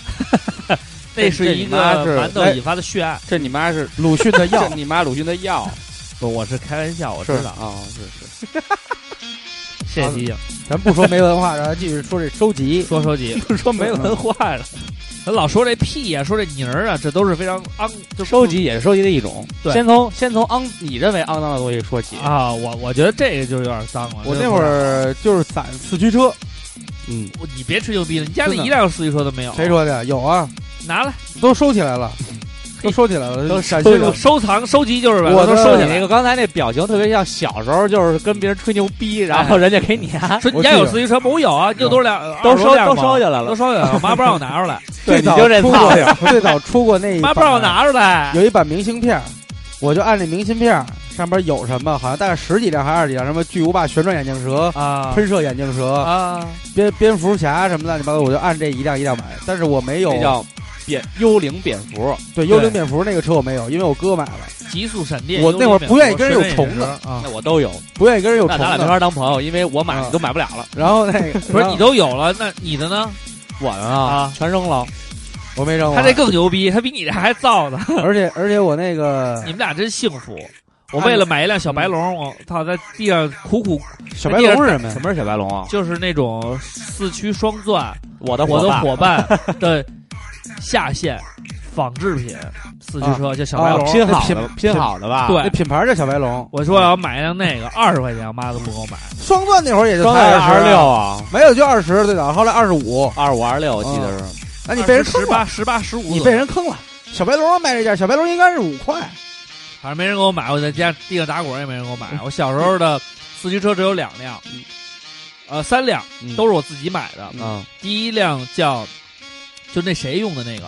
[SPEAKER 3] 那是一个
[SPEAKER 5] 这
[SPEAKER 3] 馒头
[SPEAKER 5] 哎
[SPEAKER 3] 引发的血案。
[SPEAKER 5] 这你妈是
[SPEAKER 2] 鲁迅的药
[SPEAKER 5] 这，你妈鲁迅的药，
[SPEAKER 3] 不，我是开玩笑，我知
[SPEAKER 5] 是
[SPEAKER 3] 道。
[SPEAKER 5] 啊，是是。
[SPEAKER 3] 谢谢提醒。
[SPEAKER 2] 咱不说没文化，然后继续说这收 集。
[SPEAKER 3] 说收 集，
[SPEAKER 5] 就说
[SPEAKER 2] 没文
[SPEAKER 5] 化了，
[SPEAKER 3] 他老说这屁呀、说这泥儿啊，这都是非常肮，就
[SPEAKER 5] 收集也是收集的一种。
[SPEAKER 3] 对
[SPEAKER 5] 先从先从肮你认为肮脏的东西说起。
[SPEAKER 3] 啊。我我觉得这个就有点脏了。
[SPEAKER 2] 我
[SPEAKER 3] 这
[SPEAKER 2] 那会儿就是攒四驱车，
[SPEAKER 5] 嗯，
[SPEAKER 3] 我你别吹牛逼了，你家里
[SPEAKER 2] 真的
[SPEAKER 3] 一辆四驱车都没有。
[SPEAKER 2] 谁？说的？有啊，
[SPEAKER 3] 拿来，
[SPEAKER 2] 都收起来了，都收起来了，
[SPEAKER 5] 都
[SPEAKER 2] 陕西
[SPEAKER 5] 收
[SPEAKER 2] 了。
[SPEAKER 3] 收藏收集就是吧？
[SPEAKER 2] 我
[SPEAKER 3] 都
[SPEAKER 2] 的
[SPEAKER 3] 收起
[SPEAKER 5] 你
[SPEAKER 3] 来
[SPEAKER 5] 那。个刚才那表情特别像小时候，就是跟别人吹牛逼，然后人家给你啊，
[SPEAKER 3] 说你家有四驱车吗？我有啊，就都是两
[SPEAKER 5] 都
[SPEAKER 3] 二
[SPEAKER 5] 收
[SPEAKER 3] 十多辆
[SPEAKER 5] 都
[SPEAKER 3] 吧
[SPEAKER 5] 收起来
[SPEAKER 3] 都收
[SPEAKER 5] 了。
[SPEAKER 3] 起来了。我妈不让我拿出来，
[SPEAKER 2] 最
[SPEAKER 5] 对，你
[SPEAKER 2] 早
[SPEAKER 5] 就这
[SPEAKER 2] 出
[SPEAKER 5] 操
[SPEAKER 2] 过
[SPEAKER 5] 性，，
[SPEAKER 2] 最早出过 那一
[SPEAKER 3] 妈不
[SPEAKER 2] 版
[SPEAKER 3] 让我拿出来。
[SPEAKER 2] 有一版明信片儿，我就按那明信片儿上边有什么，好像大概十几辆还是二十几辆，什么巨无霸旋转眼镜蛇、
[SPEAKER 3] 啊
[SPEAKER 2] 喷射眼镜蛇、
[SPEAKER 3] 啊，
[SPEAKER 2] 蝙蝙蝠侠什么乱七八糟，我就按这一辆一辆买。但是我没有
[SPEAKER 5] 这叫蝙幽灵蝙蝠，
[SPEAKER 2] 对幽灵蝙蝠那个车我没有，因为我哥买了，
[SPEAKER 3] 极速闪电。
[SPEAKER 2] 我那会儿不愿意跟人有
[SPEAKER 3] 幽灵蝙蝠
[SPEAKER 2] 虫子嗯
[SPEAKER 3] 啊
[SPEAKER 5] 那。我都有。
[SPEAKER 2] 不愿意跟人有
[SPEAKER 5] 那
[SPEAKER 2] 虫
[SPEAKER 5] 咱俩没
[SPEAKER 2] 子。
[SPEAKER 5] 法当朋友，因为我买
[SPEAKER 2] 啊
[SPEAKER 5] 你都买不了了。
[SPEAKER 2] 然后那个
[SPEAKER 3] 不是你都有了，那你的呢？
[SPEAKER 5] 我们啊
[SPEAKER 3] 啊，
[SPEAKER 5] 全扔了。
[SPEAKER 2] 我没扔过，
[SPEAKER 3] 他这更牛逼，他比你这还造呢。
[SPEAKER 2] 而且而且我那个
[SPEAKER 3] 你们俩真幸福。我为了买一辆小白龙，我操，在地上苦苦
[SPEAKER 2] 小白龙是什么呀
[SPEAKER 5] 什？么是小白龙啊？
[SPEAKER 3] 就是那种四驱双钻，
[SPEAKER 5] 我的
[SPEAKER 3] 我的
[SPEAKER 5] 伴
[SPEAKER 3] 伙伴的下线仿制品四驱车，叫小白
[SPEAKER 5] 哦
[SPEAKER 3] 龙。
[SPEAKER 5] 拼好
[SPEAKER 2] 啊拼
[SPEAKER 5] 的拼好的吧？
[SPEAKER 3] 对
[SPEAKER 2] 那品牌叫小白龙，嗯
[SPEAKER 3] 我说我要买一辆那个，二十块钱，我妈都不给我买。
[SPEAKER 2] 双钻那会儿也就
[SPEAKER 5] 双
[SPEAKER 2] 才
[SPEAKER 5] 倍二
[SPEAKER 2] 二
[SPEAKER 5] 十六，啊，嗯
[SPEAKER 2] 没有就二十最早，后来二十五，
[SPEAKER 5] 二五二六，我记得是。
[SPEAKER 2] 那啊你被人坑
[SPEAKER 3] 十
[SPEAKER 2] 了，
[SPEAKER 3] 八、十八、十五，
[SPEAKER 2] 你被人坑了。小白龙卖这价，小白龙应该是五块，
[SPEAKER 3] 反正没人给我买，我在家地上打滚也没人给我买。我小时候的四驱车只有两辆，
[SPEAKER 2] 嗯
[SPEAKER 3] 呃，三辆
[SPEAKER 5] 嗯
[SPEAKER 3] 都是我自己买的。
[SPEAKER 5] 嗯，
[SPEAKER 3] 第一辆叫就那谁用的那个，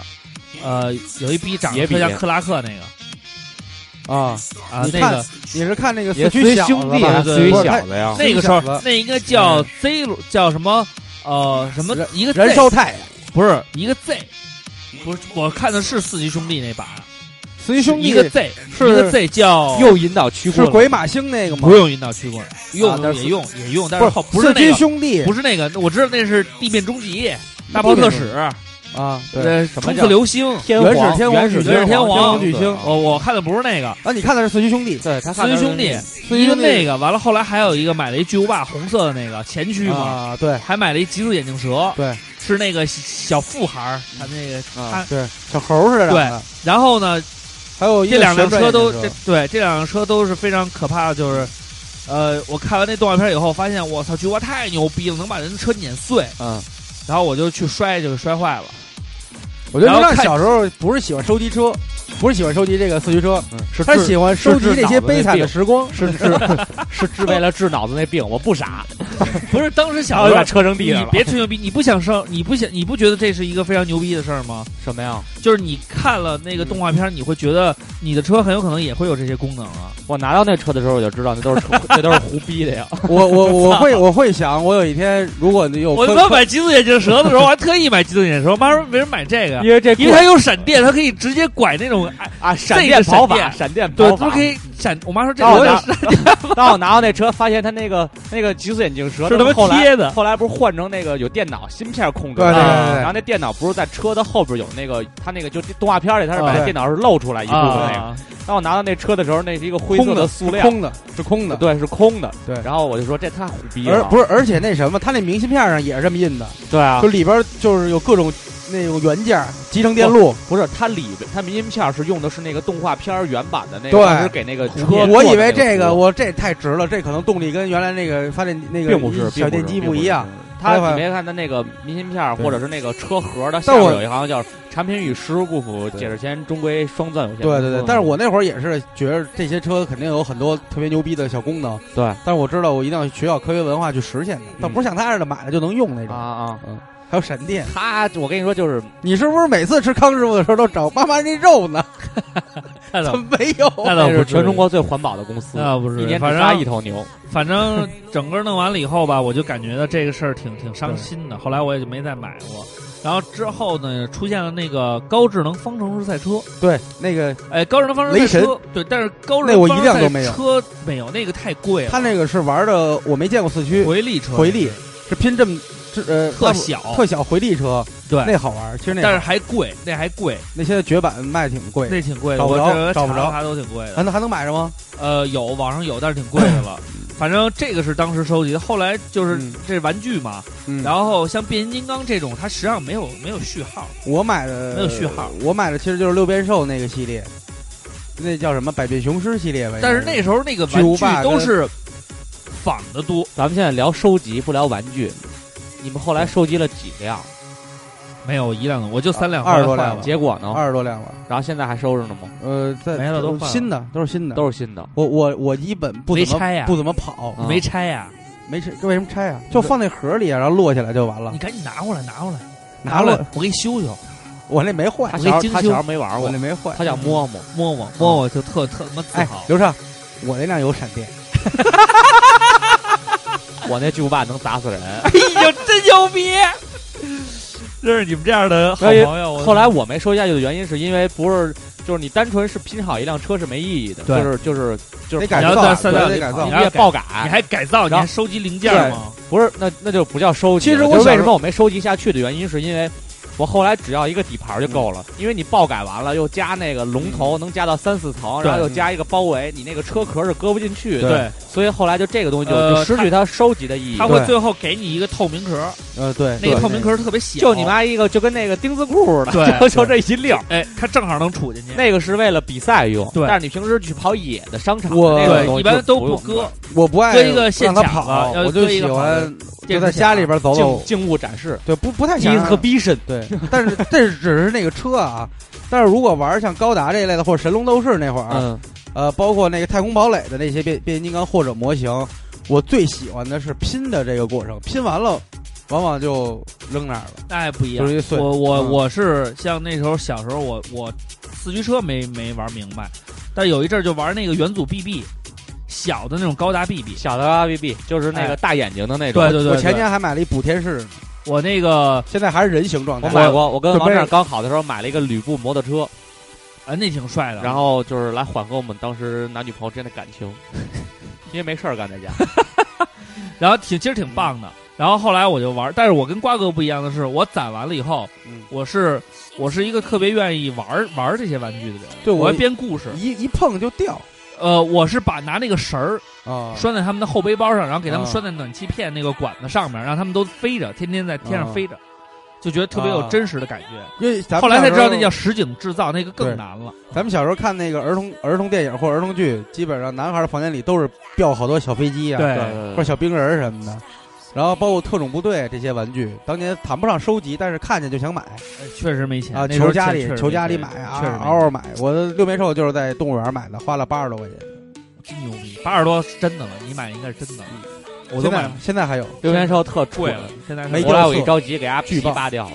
[SPEAKER 3] 呃，有一逼长得
[SPEAKER 5] 野比
[SPEAKER 3] 特像克拉克那个，
[SPEAKER 2] 啊，
[SPEAKER 3] 啊，
[SPEAKER 2] 你
[SPEAKER 3] 那
[SPEAKER 2] 看
[SPEAKER 3] 个
[SPEAKER 2] 你是看那 个
[SPEAKER 5] 也
[SPEAKER 2] 四驱
[SPEAKER 5] 随
[SPEAKER 2] 小
[SPEAKER 5] 兄
[SPEAKER 2] 子
[SPEAKER 5] 弟
[SPEAKER 3] 啊
[SPEAKER 5] 啊
[SPEAKER 2] 吧？
[SPEAKER 5] 随
[SPEAKER 2] 不是
[SPEAKER 5] 小子呀，
[SPEAKER 3] 那个时候
[SPEAKER 2] 小子嗯
[SPEAKER 3] 那应该叫 Z 路叫什么？呃，什么
[SPEAKER 2] 燃
[SPEAKER 3] 一个 Z,
[SPEAKER 2] 燃烧太阳，
[SPEAKER 3] 不是一个 Z，不是我看的是四驱兄弟那版，
[SPEAKER 2] 四驱兄弟
[SPEAKER 3] 一个 Z
[SPEAKER 2] 是
[SPEAKER 3] 一个 Z 叫
[SPEAKER 5] 又引导曲过
[SPEAKER 2] 是
[SPEAKER 5] 了
[SPEAKER 2] 鬼马星那个吗
[SPEAKER 3] 不？用引导去过，用
[SPEAKER 2] 那
[SPEAKER 3] 也
[SPEAKER 2] 是
[SPEAKER 3] 用也用，但是后不是
[SPEAKER 2] 四
[SPEAKER 3] 那
[SPEAKER 2] 驱
[SPEAKER 3] 个
[SPEAKER 2] 兄弟
[SPEAKER 3] 不是那个，我知道那是地面终极、大炮特使、
[SPEAKER 2] 啊，对，
[SPEAKER 3] 呃，
[SPEAKER 5] 么
[SPEAKER 3] 冲
[SPEAKER 5] 叫
[SPEAKER 3] 刺流星。
[SPEAKER 5] 天
[SPEAKER 2] 原
[SPEAKER 5] 皇
[SPEAKER 2] 始天皇
[SPEAKER 5] 原
[SPEAKER 2] 巨
[SPEAKER 5] 始
[SPEAKER 3] 原始
[SPEAKER 2] 星，
[SPEAKER 3] 天
[SPEAKER 5] 皇，
[SPEAKER 3] 皇啊
[SPEAKER 2] 巨星
[SPEAKER 3] 我我看的不是那个，
[SPEAKER 2] 啊，你看的是四驱兄弟，
[SPEAKER 5] 对他
[SPEAKER 3] 四
[SPEAKER 5] 看
[SPEAKER 3] 驱
[SPEAKER 5] 的是
[SPEAKER 3] 兄弟，
[SPEAKER 2] 四驱
[SPEAKER 3] 一个
[SPEAKER 2] 兄弟
[SPEAKER 3] 那个，完了后来还有一个买了一巨无霸红色的那个前驱嘛，
[SPEAKER 2] 啊，对
[SPEAKER 3] 还买了一极速眼镜蛇，
[SPEAKER 2] 对，啊
[SPEAKER 3] 是那个小富孩儿，他那个他。
[SPEAKER 2] 对，小猴似的，
[SPEAKER 3] 对，然后呢，
[SPEAKER 2] 还有一个
[SPEAKER 3] 这两辆车都
[SPEAKER 2] 旋转
[SPEAKER 3] 这
[SPEAKER 2] 眼镜
[SPEAKER 3] 对这两辆车都是非常可怕的，就是，呃，我看完那动画片以后，发现我操，巨无霸太牛逼了，能把人车碾碎，
[SPEAKER 5] 嗯，
[SPEAKER 3] 然后我就去摔，就给摔坏了。
[SPEAKER 2] 我觉得
[SPEAKER 3] 然后
[SPEAKER 2] 让
[SPEAKER 3] 看
[SPEAKER 2] 小时候不是喜欢收集车，不是喜欢收集这个四驱车，
[SPEAKER 5] 嗯是
[SPEAKER 2] 他
[SPEAKER 5] 治
[SPEAKER 2] 喜欢收集那些悲惨的时光。
[SPEAKER 5] 是是 是治为了治脑子那病，我不 傻，
[SPEAKER 3] 不是当时
[SPEAKER 5] 然
[SPEAKER 3] 小
[SPEAKER 5] 后
[SPEAKER 3] 时
[SPEAKER 5] 就
[SPEAKER 3] 候
[SPEAKER 5] 把，车扔地
[SPEAKER 3] 你
[SPEAKER 5] 上了。
[SPEAKER 3] 别吹牛逼，你不想上，你不想，你不觉得这是一个非常牛逼的事儿吗？
[SPEAKER 5] 什么呀？
[SPEAKER 3] 就是你看了那个动画片，你会觉得你的车很有可能也会有这些功能啊。
[SPEAKER 5] 我拿到那车的时候，我就知道那都是 扯那都是胡逼的呀。
[SPEAKER 2] 我我我会我会想，我有一天如果有
[SPEAKER 3] 我他
[SPEAKER 2] 科
[SPEAKER 3] 妈买极速眼镜蛇的时候，我还特意买极速眼镜蛇，妈说没人买这个，啊
[SPEAKER 5] 因为这
[SPEAKER 3] 因为它有闪电，它可以直接拐那种，哎
[SPEAKER 5] 啊， 闪电跑法，闪电
[SPEAKER 3] 对，
[SPEAKER 5] 跑
[SPEAKER 3] 它
[SPEAKER 5] 法。
[SPEAKER 3] 可以闪。我妈说这
[SPEAKER 5] 当我
[SPEAKER 3] 个
[SPEAKER 5] 拿
[SPEAKER 3] 是
[SPEAKER 5] 当我拿到那车，发现他那个那个极速眼镜蛇
[SPEAKER 3] 是他
[SPEAKER 5] 后
[SPEAKER 3] 妈
[SPEAKER 5] 来
[SPEAKER 3] 贴 的，
[SPEAKER 5] 后来不是换成那个有电脑芯片控制
[SPEAKER 2] 对对对
[SPEAKER 5] 的吗，
[SPEAKER 2] 对
[SPEAKER 5] 然后那电脑不是在车的后边有那个，他那个就动画片里他是把
[SPEAKER 2] 啊
[SPEAKER 5] 那电脑是露出来一部分那个。
[SPEAKER 3] 啊，
[SPEAKER 5] 当我拿到那车的时候，那是一个灰
[SPEAKER 2] 空
[SPEAKER 5] 色
[SPEAKER 2] 的
[SPEAKER 5] 塑料，
[SPEAKER 2] 空的，是空的。
[SPEAKER 5] 对，是空的。
[SPEAKER 2] 对
[SPEAKER 5] 然后我就说这太胡逼
[SPEAKER 2] 而
[SPEAKER 5] 了，
[SPEAKER 2] 不是，而且那什么，它那明信片上也是这么印的，
[SPEAKER 5] 对啊
[SPEAKER 2] 就，里边就是有各种那种元件，集成电路。
[SPEAKER 5] 不是，它里边它明信片是用的是那个动画片儿原版的那个，
[SPEAKER 2] 对
[SPEAKER 5] 当时给那个车做的那个图。
[SPEAKER 2] 我以为这个我这太值了，这可能动力跟原来那个发电那个
[SPEAKER 5] 并不是
[SPEAKER 2] 小电机不一。样
[SPEAKER 5] 并不。
[SPEAKER 2] 哎
[SPEAKER 5] 是它
[SPEAKER 2] 呀
[SPEAKER 5] 你没看它那个明信片儿
[SPEAKER 2] 对
[SPEAKER 5] 或者是那个车盒的下
[SPEAKER 2] 但我
[SPEAKER 5] 面有一行叫“产品与实物不符，解释前终归双钻有限公
[SPEAKER 2] 对
[SPEAKER 5] 司”
[SPEAKER 2] 对对
[SPEAKER 5] 嘛，
[SPEAKER 2] 但是嗯我那会儿也是觉得这些车肯定有很多特别牛逼的小功能，
[SPEAKER 5] 对
[SPEAKER 2] 但是我知道我一定要学校科学文化去实现它，但不是像他似的买了就能用那种。
[SPEAKER 5] 啊啊，
[SPEAKER 2] 还有闪电，
[SPEAKER 5] 他我跟你说就是
[SPEAKER 2] 你是不是每次吃康师傅的时候都找妈妈那肉呢？
[SPEAKER 3] 那
[SPEAKER 2] 怎
[SPEAKER 3] 倒
[SPEAKER 2] 么没有？
[SPEAKER 3] 那
[SPEAKER 5] 那
[SPEAKER 3] 倒不
[SPEAKER 5] 是
[SPEAKER 3] 是
[SPEAKER 5] 全中，国最环保的公司，
[SPEAKER 3] 那不
[SPEAKER 5] 一
[SPEAKER 3] 是，
[SPEAKER 5] 年
[SPEAKER 3] 反
[SPEAKER 5] 只杀一
[SPEAKER 3] 正
[SPEAKER 5] 头牛。
[SPEAKER 3] 反正整个弄完了以后吧，我就感觉到这个事儿挺挺伤心的。后来我也就没再买过。然后之后呢，出现了那个高智能方程式赛车，
[SPEAKER 2] 对，那个
[SPEAKER 3] 哎，高智能方程式赛车，对，但是高智
[SPEAKER 2] 那
[SPEAKER 3] 能
[SPEAKER 2] 我一
[SPEAKER 3] 方
[SPEAKER 2] 辆
[SPEAKER 3] 程
[SPEAKER 2] 都
[SPEAKER 3] 式
[SPEAKER 2] 没
[SPEAKER 3] 赛
[SPEAKER 2] 有
[SPEAKER 3] 车没有，那个太贵了。
[SPEAKER 2] 他那个是玩的，我没见过四驱
[SPEAKER 3] 回力车，
[SPEAKER 2] 回力，是拼这么这呃
[SPEAKER 3] 特小，
[SPEAKER 2] 特小回力车，
[SPEAKER 3] 对
[SPEAKER 2] 那好玩。其实那
[SPEAKER 3] 但是还贵，那还贵，
[SPEAKER 2] 那些绝版卖挺贵的，
[SPEAKER 3] 那挺贵的，
[SPEAKER 2] 找不
[SPEAKER 3] 我
[SPEAKER 2] 着
[SPEAKER 3] 这个
[SPEAKER 2] 找不
[SPEAKER 3] 查了
[SPEAKER 2] 着啊
[SPEAKER 3] 查都挺贵的。
[SPEAKER 2] 还能还能买着吗？
[SPEAKER 3] 呃，有网上有，但是挺贵的 了。反正这个是当时收集的，后来就是
[SPEAKER 2] 嗯
[SPEAKER 3] 这是玩具嘛，
[SPEAKER 2] 嗯
[SPEAKER 3] 然后像变形金刚这种，它实际上没有没有序号，
[SPEAKER 2] 我买的
[SPEAKER 3] 没有序号，
[SPEAKER 2] 我买的其实就是六边兽那个系列，那叫什么百变雄狮系列吧。
[SPEAKER 3] 但是那时候那个
[SPEAKER 2] 巨
[SPEAKER 3] 玩
[SPEAKER 2] 无
[SPEAKER 3] 具
[SPEAKER 2] 霸
[SPEAKER 3] 都
[SPEAKER 2] 跟
[SPEAKER 3] 是仿的多，
[SPEAKER 5] 咱们现在聊收集，不聊玩具。你们后来收集了几辆？
[SPEAKER 3] 没有一辆的，我就三辆，
[SPEAKER 2] 二十
[SPEAKER 3] 后
[SPEAKER 2] 多
[SPEAKER 3] 来换
[SPEAKER 2] 辆吧
[SPEAKER 3] 了
[SPEAKER 5] 结果呢？
[SPEAKER 2] 二十多辆吧，
[SPEAKER 5] 然后现在还收着呢吗？
[SPEAKER 2] 呃，在
[SPEAKER 3] 没了都换了
[SPEAKER 2] 新的，都是新的。
[SPEAKER 5] 都是新的。
[SPEAKER 2] 我我我一本不
[SPEAKER 3] 没
[SPEAKER 2] 怎么
[SPEAKER 3] 拆呀
[SPEAKER 2] 不怎么跑，
[SPEAKER 5] 啊
[SPEAKER 3] 没拆呀、
[SPEAKER 2] 没拆，为什么拆啊？就放那盒里啊，然后摞起来就完了
[SPEAKER 3] 你。赶紧拿过来，拿过来，
[SPEAKER 2] 拿
[SPEAKER 3] 过
[SPEAKER 2] 过来
[SPEAKER 3] 来，我给你修修，
[SPEAKER 2] 我那没坏
[SPEAKER 5] 他，
[SPEAKER 3] 我
[SPEAKER 5] 小
[SPEAKER 3] 给
[SPEAKER 5] 时
[SPEAKER 3] 精
[SPEAKER 5] 候他
[SPEAKER 3] 修
[SPEAKER 5] 小时候没玩
[SPEAKER 2] 我
[SPEAKER 5] 过
[SPEAKER 2] 那，没坏。
[SPEAKER 5] 他想摸摸。
[SPEAKER 3] 摸摸摸摸，就特特他妈自
[SPEAKER 2] 啊哎
[SPEAKER 3] 豪，。
[SPEAKER 2] 刘畅，我那辆有闪电，
[SPEAKER 5] 我那巨无霸能砸死人。
[SPEAKER 3] 哎呦，真牛逼！认识你们这样的好朋友，我
[SPEAKER 5] 后来我没收下去的原因是因为不是，就是你单纯是拼好一辆车是没意义的，
[SPEAKER 3] 对
[SPEAKER 5] 就是就是就
[SPEAKER 2] 得
[SPEAKER 5] 是
[SPEAKER 2] 改
[SPEAKER 3] 你要
[SPEAKER 2] 造
[SPEAKER 3] 在
[SPEAKER 2] 啊，
[SPEAKER 3] 赛
[SPEAKER 2] 对
[SPEAKER 3] 道
[SPEAKER 2] 得
[SPEAKER 3] 里
[SPEAKER 2] 改
[SPEAKER 3] 跑
[SPEAKER 2] 造
[SPEAKER 3] 你。
[SPEAKER 5] 你也爆改，
[SPEAKER 3] 你还改造，你
[SPEAKER 5] 然
[SPEAKER 3] 还
[SPEAKER 5] 后
[SPEAKER 3] 收集零件吗？
[SPEAKER 5] 不是那那就不叫收集了。
[SPEAKER 2] 其实我
[SPEAKER 5] 就是
[SPEAKER 2] 小
[SPEAKER 5] 为
[SPEAKER 2] 时
[SPEAKER 5] 什
[SPEAKER 2] 候
[SPEAKER 5] 么我没收集下去的原因是因为。我后来只要一个底盘就够了，因为你爆改完了，又加那个龙头，能加到三四层，
[SPEAKER 3] 对
[SPEAKER 5] 然后又加一个包围，你那个车壳是搁不进去的，
[SPEAKER 3] 对，
[SPEAKER 5] 所以后来就这个东西就
[SPEAKER 3] 呃
[SPEAKER 5] 就失去它收集的意义
[SPEAKER 3] 他。会
[SPEAKER 2] 对
[SPEAKER 3] 最后给你一个透明壳，
[SPEAKER 2] 呃，对，
[SPEAKER 3] 那个
[SPEAKER 2] 对
[SPEAKER 3] 透明壳特别小，
[SPEAKER 5] 就你妈一个，就跟那个钉子裤似的，
[SPEAKER 3] 对
[SPEAKER 5] 就就这一溜儿。
[SPEAKER 3] 哎，它正好能杵进去。
[SPEAKER 5] 那个是为了比赛用，
[SPEAKER 3] 对
[SPEAKER 5] 但是你平时去跑野的商场，
[SPEAKER 2] 我
[SPEAKER 5] 那个
[SPEAKER 3] 对，
[SPEAKER 5] 东西
[SPEAKER 3] 一般都
[SPEAKER 5] 就不
[SPEAKER 3] 不
[SPEAKER 5] 用
[SPEAKER 3] 搁，
[SPEAKER 2] 我不爱
[SPEAKER 3] 搁一个线
[SPEAKER 2] 让他
[SPEAKER 3] 卡
[SPEAKER 2] 跑，
[SPEAKER 3] 吧要
[SPEAKER 2] 我就
[SPEAKER 3] 搁一
[SPEAKER 2] 喜
[SPEAKER 3] 个跑的
[SPEAKER 2] 欢就
[SPEAKER 3] 电
[SPEAKER 2] 在
[SPEAKER 3] 视
[SPEAKER 2] 家
[SPEAKER 3] 卡
[SPEAKER 2] 里边走
[SPEAKER 5] 静
[SPEAKER 2] 走。
[SPEAKER 5] 静物展示
[SPEAKER 2] 对，不不太想让
[SPEAKER 5] Exhibition，
[SPEAKER 2] 对，但是这只是那个车啊，但是如果玩像高达这一类的，或者神龙斗士那会儿，
[SPEAKER 5] 嗯，
[SPEAKER 2] 呃，包括那个太空堡垒的那些变变形金刚或者模型，我最喜欢的是拼的这个过程，拼完了往往就扔那儿了，
[SPEAKER 3] 那也不一样
[SPEAKER 2] 就。是一碎。
[SPEAKER 3] 我我
[SPEAKER 2] 嗯
[SPEAKER 3] 我是像那时候小时候，我我四驱车没没玩明白，但是有一阵儿就玩那个元祖 BB，小的那种高达 BB。
[SPEAKER 5] 小的 R B B 就是那
[SPEAKER 3] 哎
[SPEAKER 5] 个大眼睛的那种。
[SPEAKER 3] 对对对，
[SPEAKER 2] 我前
[SPEAKER 3] 对
[SPEAKER 2] 年还买了一补天式，
[SPEAKER 3] 我那个
[SPEAKER 2] 现在还是人形状态。
[SPEAKER 5] 我买过，我跟
[SPEAKER 2] 准备
[SPEAKER 5] 王战刚好的时候买了一个吕布摩托车，
[SPEAKER 3] 啊，那挺帅的。
[SPEAKER 5] 然后就是来缓和我们当时男女朋友之间的感情， 因为没事儿干在家。
[SPEAKER 3] 然后挺其实挺棒的。然后后来我就玩，但是我跟瓜哥不一样的是，我攒完了以后，
[SPEAKER 2] 嗯
[SPEAKER 3] 我是我是一个特别愿意玩玩这些玩具的人，
[SPEAKER 2] 对
[SPEAKER 3] 我
[SPEAKER 2] 我
[SPEAKER 3] 会编故事。
[SPEAKER 2] 一一碰就掉
[SPEAKER 3] 呃，我是把拿那个绳儿
[SPEAKER 2] 啊，
[SPEAKER 3] 拴在他们的后背包上，然后给他们
[SPEAKER 2] 啊
[SPEAKER 3] 拴在暖气片那个管子上面，让他们都飞着，天天在天上
[SPEAKER 2] 啊
[SPEAKER 3] 飞着，就觉得特别有真实的感觉。
[SPEAKER 2] 因为咱们
[SPEAKER 3] 后来才
[SPEAKER 2] 小时
[SPEAKER 3] 知
[SPEAKER 2] 候
[SPEAKER 3] 道那叫实景制造，那个更
[SPEAKER 2] 对
[SPEAKER 3] 难了。
[SPEAKER 2] 咱们小时候看那个儿童儿童电影或儿童剧，基本上男孩的房间里都是吊好多小飞机啊，
[SPEAKER 5] 哎
[SPEAKER 3] 对
[SPEAKER 2] 或者小冰人儿什么的。然后包括特种部队这些玩具，当年谈不上收集，但是看见就想买
[SPEAKER 3] 哎确实没钱
[SPEAKER 2] 啊，
[SPEAKER 3] 那时候
[SPEAKER 2] 求家
[SPEAKER 3] 确
[SPEAKER 2] 里
[SPEAKER 3] 确实
[SPEAKER 2] 求
[SPEAKER 3] 没
[SPEAKER 2] 家里
[SPEAKER 3] 钱
[SPEAKER 2] 买
[SPEAKER 3] 确
[SPEAKER 2] 啊，嗷
[SPEAKER 3] 实
[SPEAKER 2] 嗷买。我的六面兽就是在动物园买的，花了八十多块钱。
[SPEAKER 3] 真牛逼，八十多是真的了，你买应该是真的了，我都
[SPEAKER 2] 现
[SPEAKER 3] 买
[SPEAKER 2] 在现在还有
[SPEAKER 5] 六边兽特
[SPEAKER 3] 贵
[SPEAKER 5] 蠢，
[SPEAKER 3] 了，现在是
[SPEAKER 2] 没
[SPEAKER 5] 后来我
[SPEAKER 2] 掉
[SPEAKER 5] 一
[SPEAKER 2] 色
[SPEAKER 5] 着急给它
[SPEAKER 2] 巨
[SPEAKER 5] 皮
[SPEAKER 2] 棒
[SPEAKER 5] 扒掉了。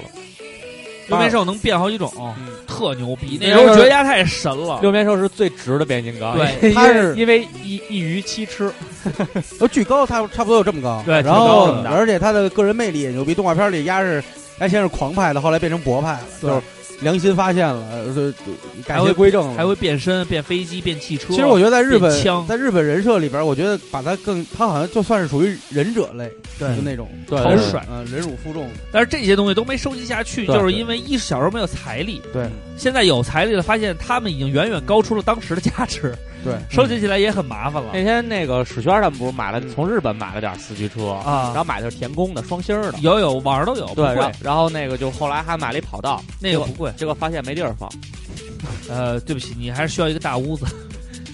[SPEAKER 3] 六面兽能变好几种，特牛逼。那
[SPEAKER 5] 那
[SPEAKER 3] 时候
[SPEAKER 5] 就是
[SPEAKER 3] 觉得他太神了，
[SPEAKER 5] 六边兽是最直的变形金刚，
[SPEAKER 3] 对
[SPEAKER 2] 它是
[SPEAKER 5] 因为一一鱼七吃，
[SPEAKER 2] 都巨高，差不差不多有这么高。
[SPEAKER 3] 对
[SPEAKER 2] 然
[SPEAKER 3] 挺
[SPEAKER 2] 后
[SPEAKER 3] 高的
[SPEAKER 2] 而且他的个人魅力也牛逼，动画片里丫是，哎先是狂派的，后来变成博派了，
[SPEAKER 3] 对
[SPEAKER 2] 就是良心发现了，就改
[SPEAKER 3] 还会
[SPEAKER 2] 邪归正了
[SPEAKER 3] 还。会变身、变飞机、变汽车。
[SPEAKER 2] 其实我觉得在日
[SPEAKER 3] 变枪
[SPEAKER 2] 本，在日本人设里边，我觉得把他更，他好像就算是属于忍者类，
[SPEAKER 3] 对
[SPEAKER 2] 就那种
[SPEAKER 5] 对
[SPEAKER 3] 好
[SPEAKER 5] 对
[SPEAKER 3] 帅
[SPEAKER 2] 嗯，忍辱负重。
[SPEAKER 3] 但是这些东西都没收集下去，
[SPEAKER 5] 对
[SPEAKER 3] 就是因为一小时候没有财力，
[SPEAKER 2] 对，
[SPEAKER 3] 现在有财力了，发现他们已经远远高出了当时的价值，
[SPEAKER 5] 嗯
[SPEAKER 2] 对，
[SPEAKER 3] 收集起来也很麻烦了
[SPEAKER 5] 那天那个史轩他们不是买了从日本买了点四驱车，然
[SPEAKER 3] 啊。
[SPEAKER 5] 后买的是田宫的双星儿的，
[SPEAKER 3] 有有网上都有，不
[SPEAKER 5] 对，然后
[SPEAKER 3] 贵，
[SPEAKER 5] 然后那个就后来还买了一跑道，
[SPEAKER 3] 那个不贵。
[SPEAKER 5] 结果发现没地儿放，
[SPEAKER 3] 呃，对不起，你还是需要一个大屋子，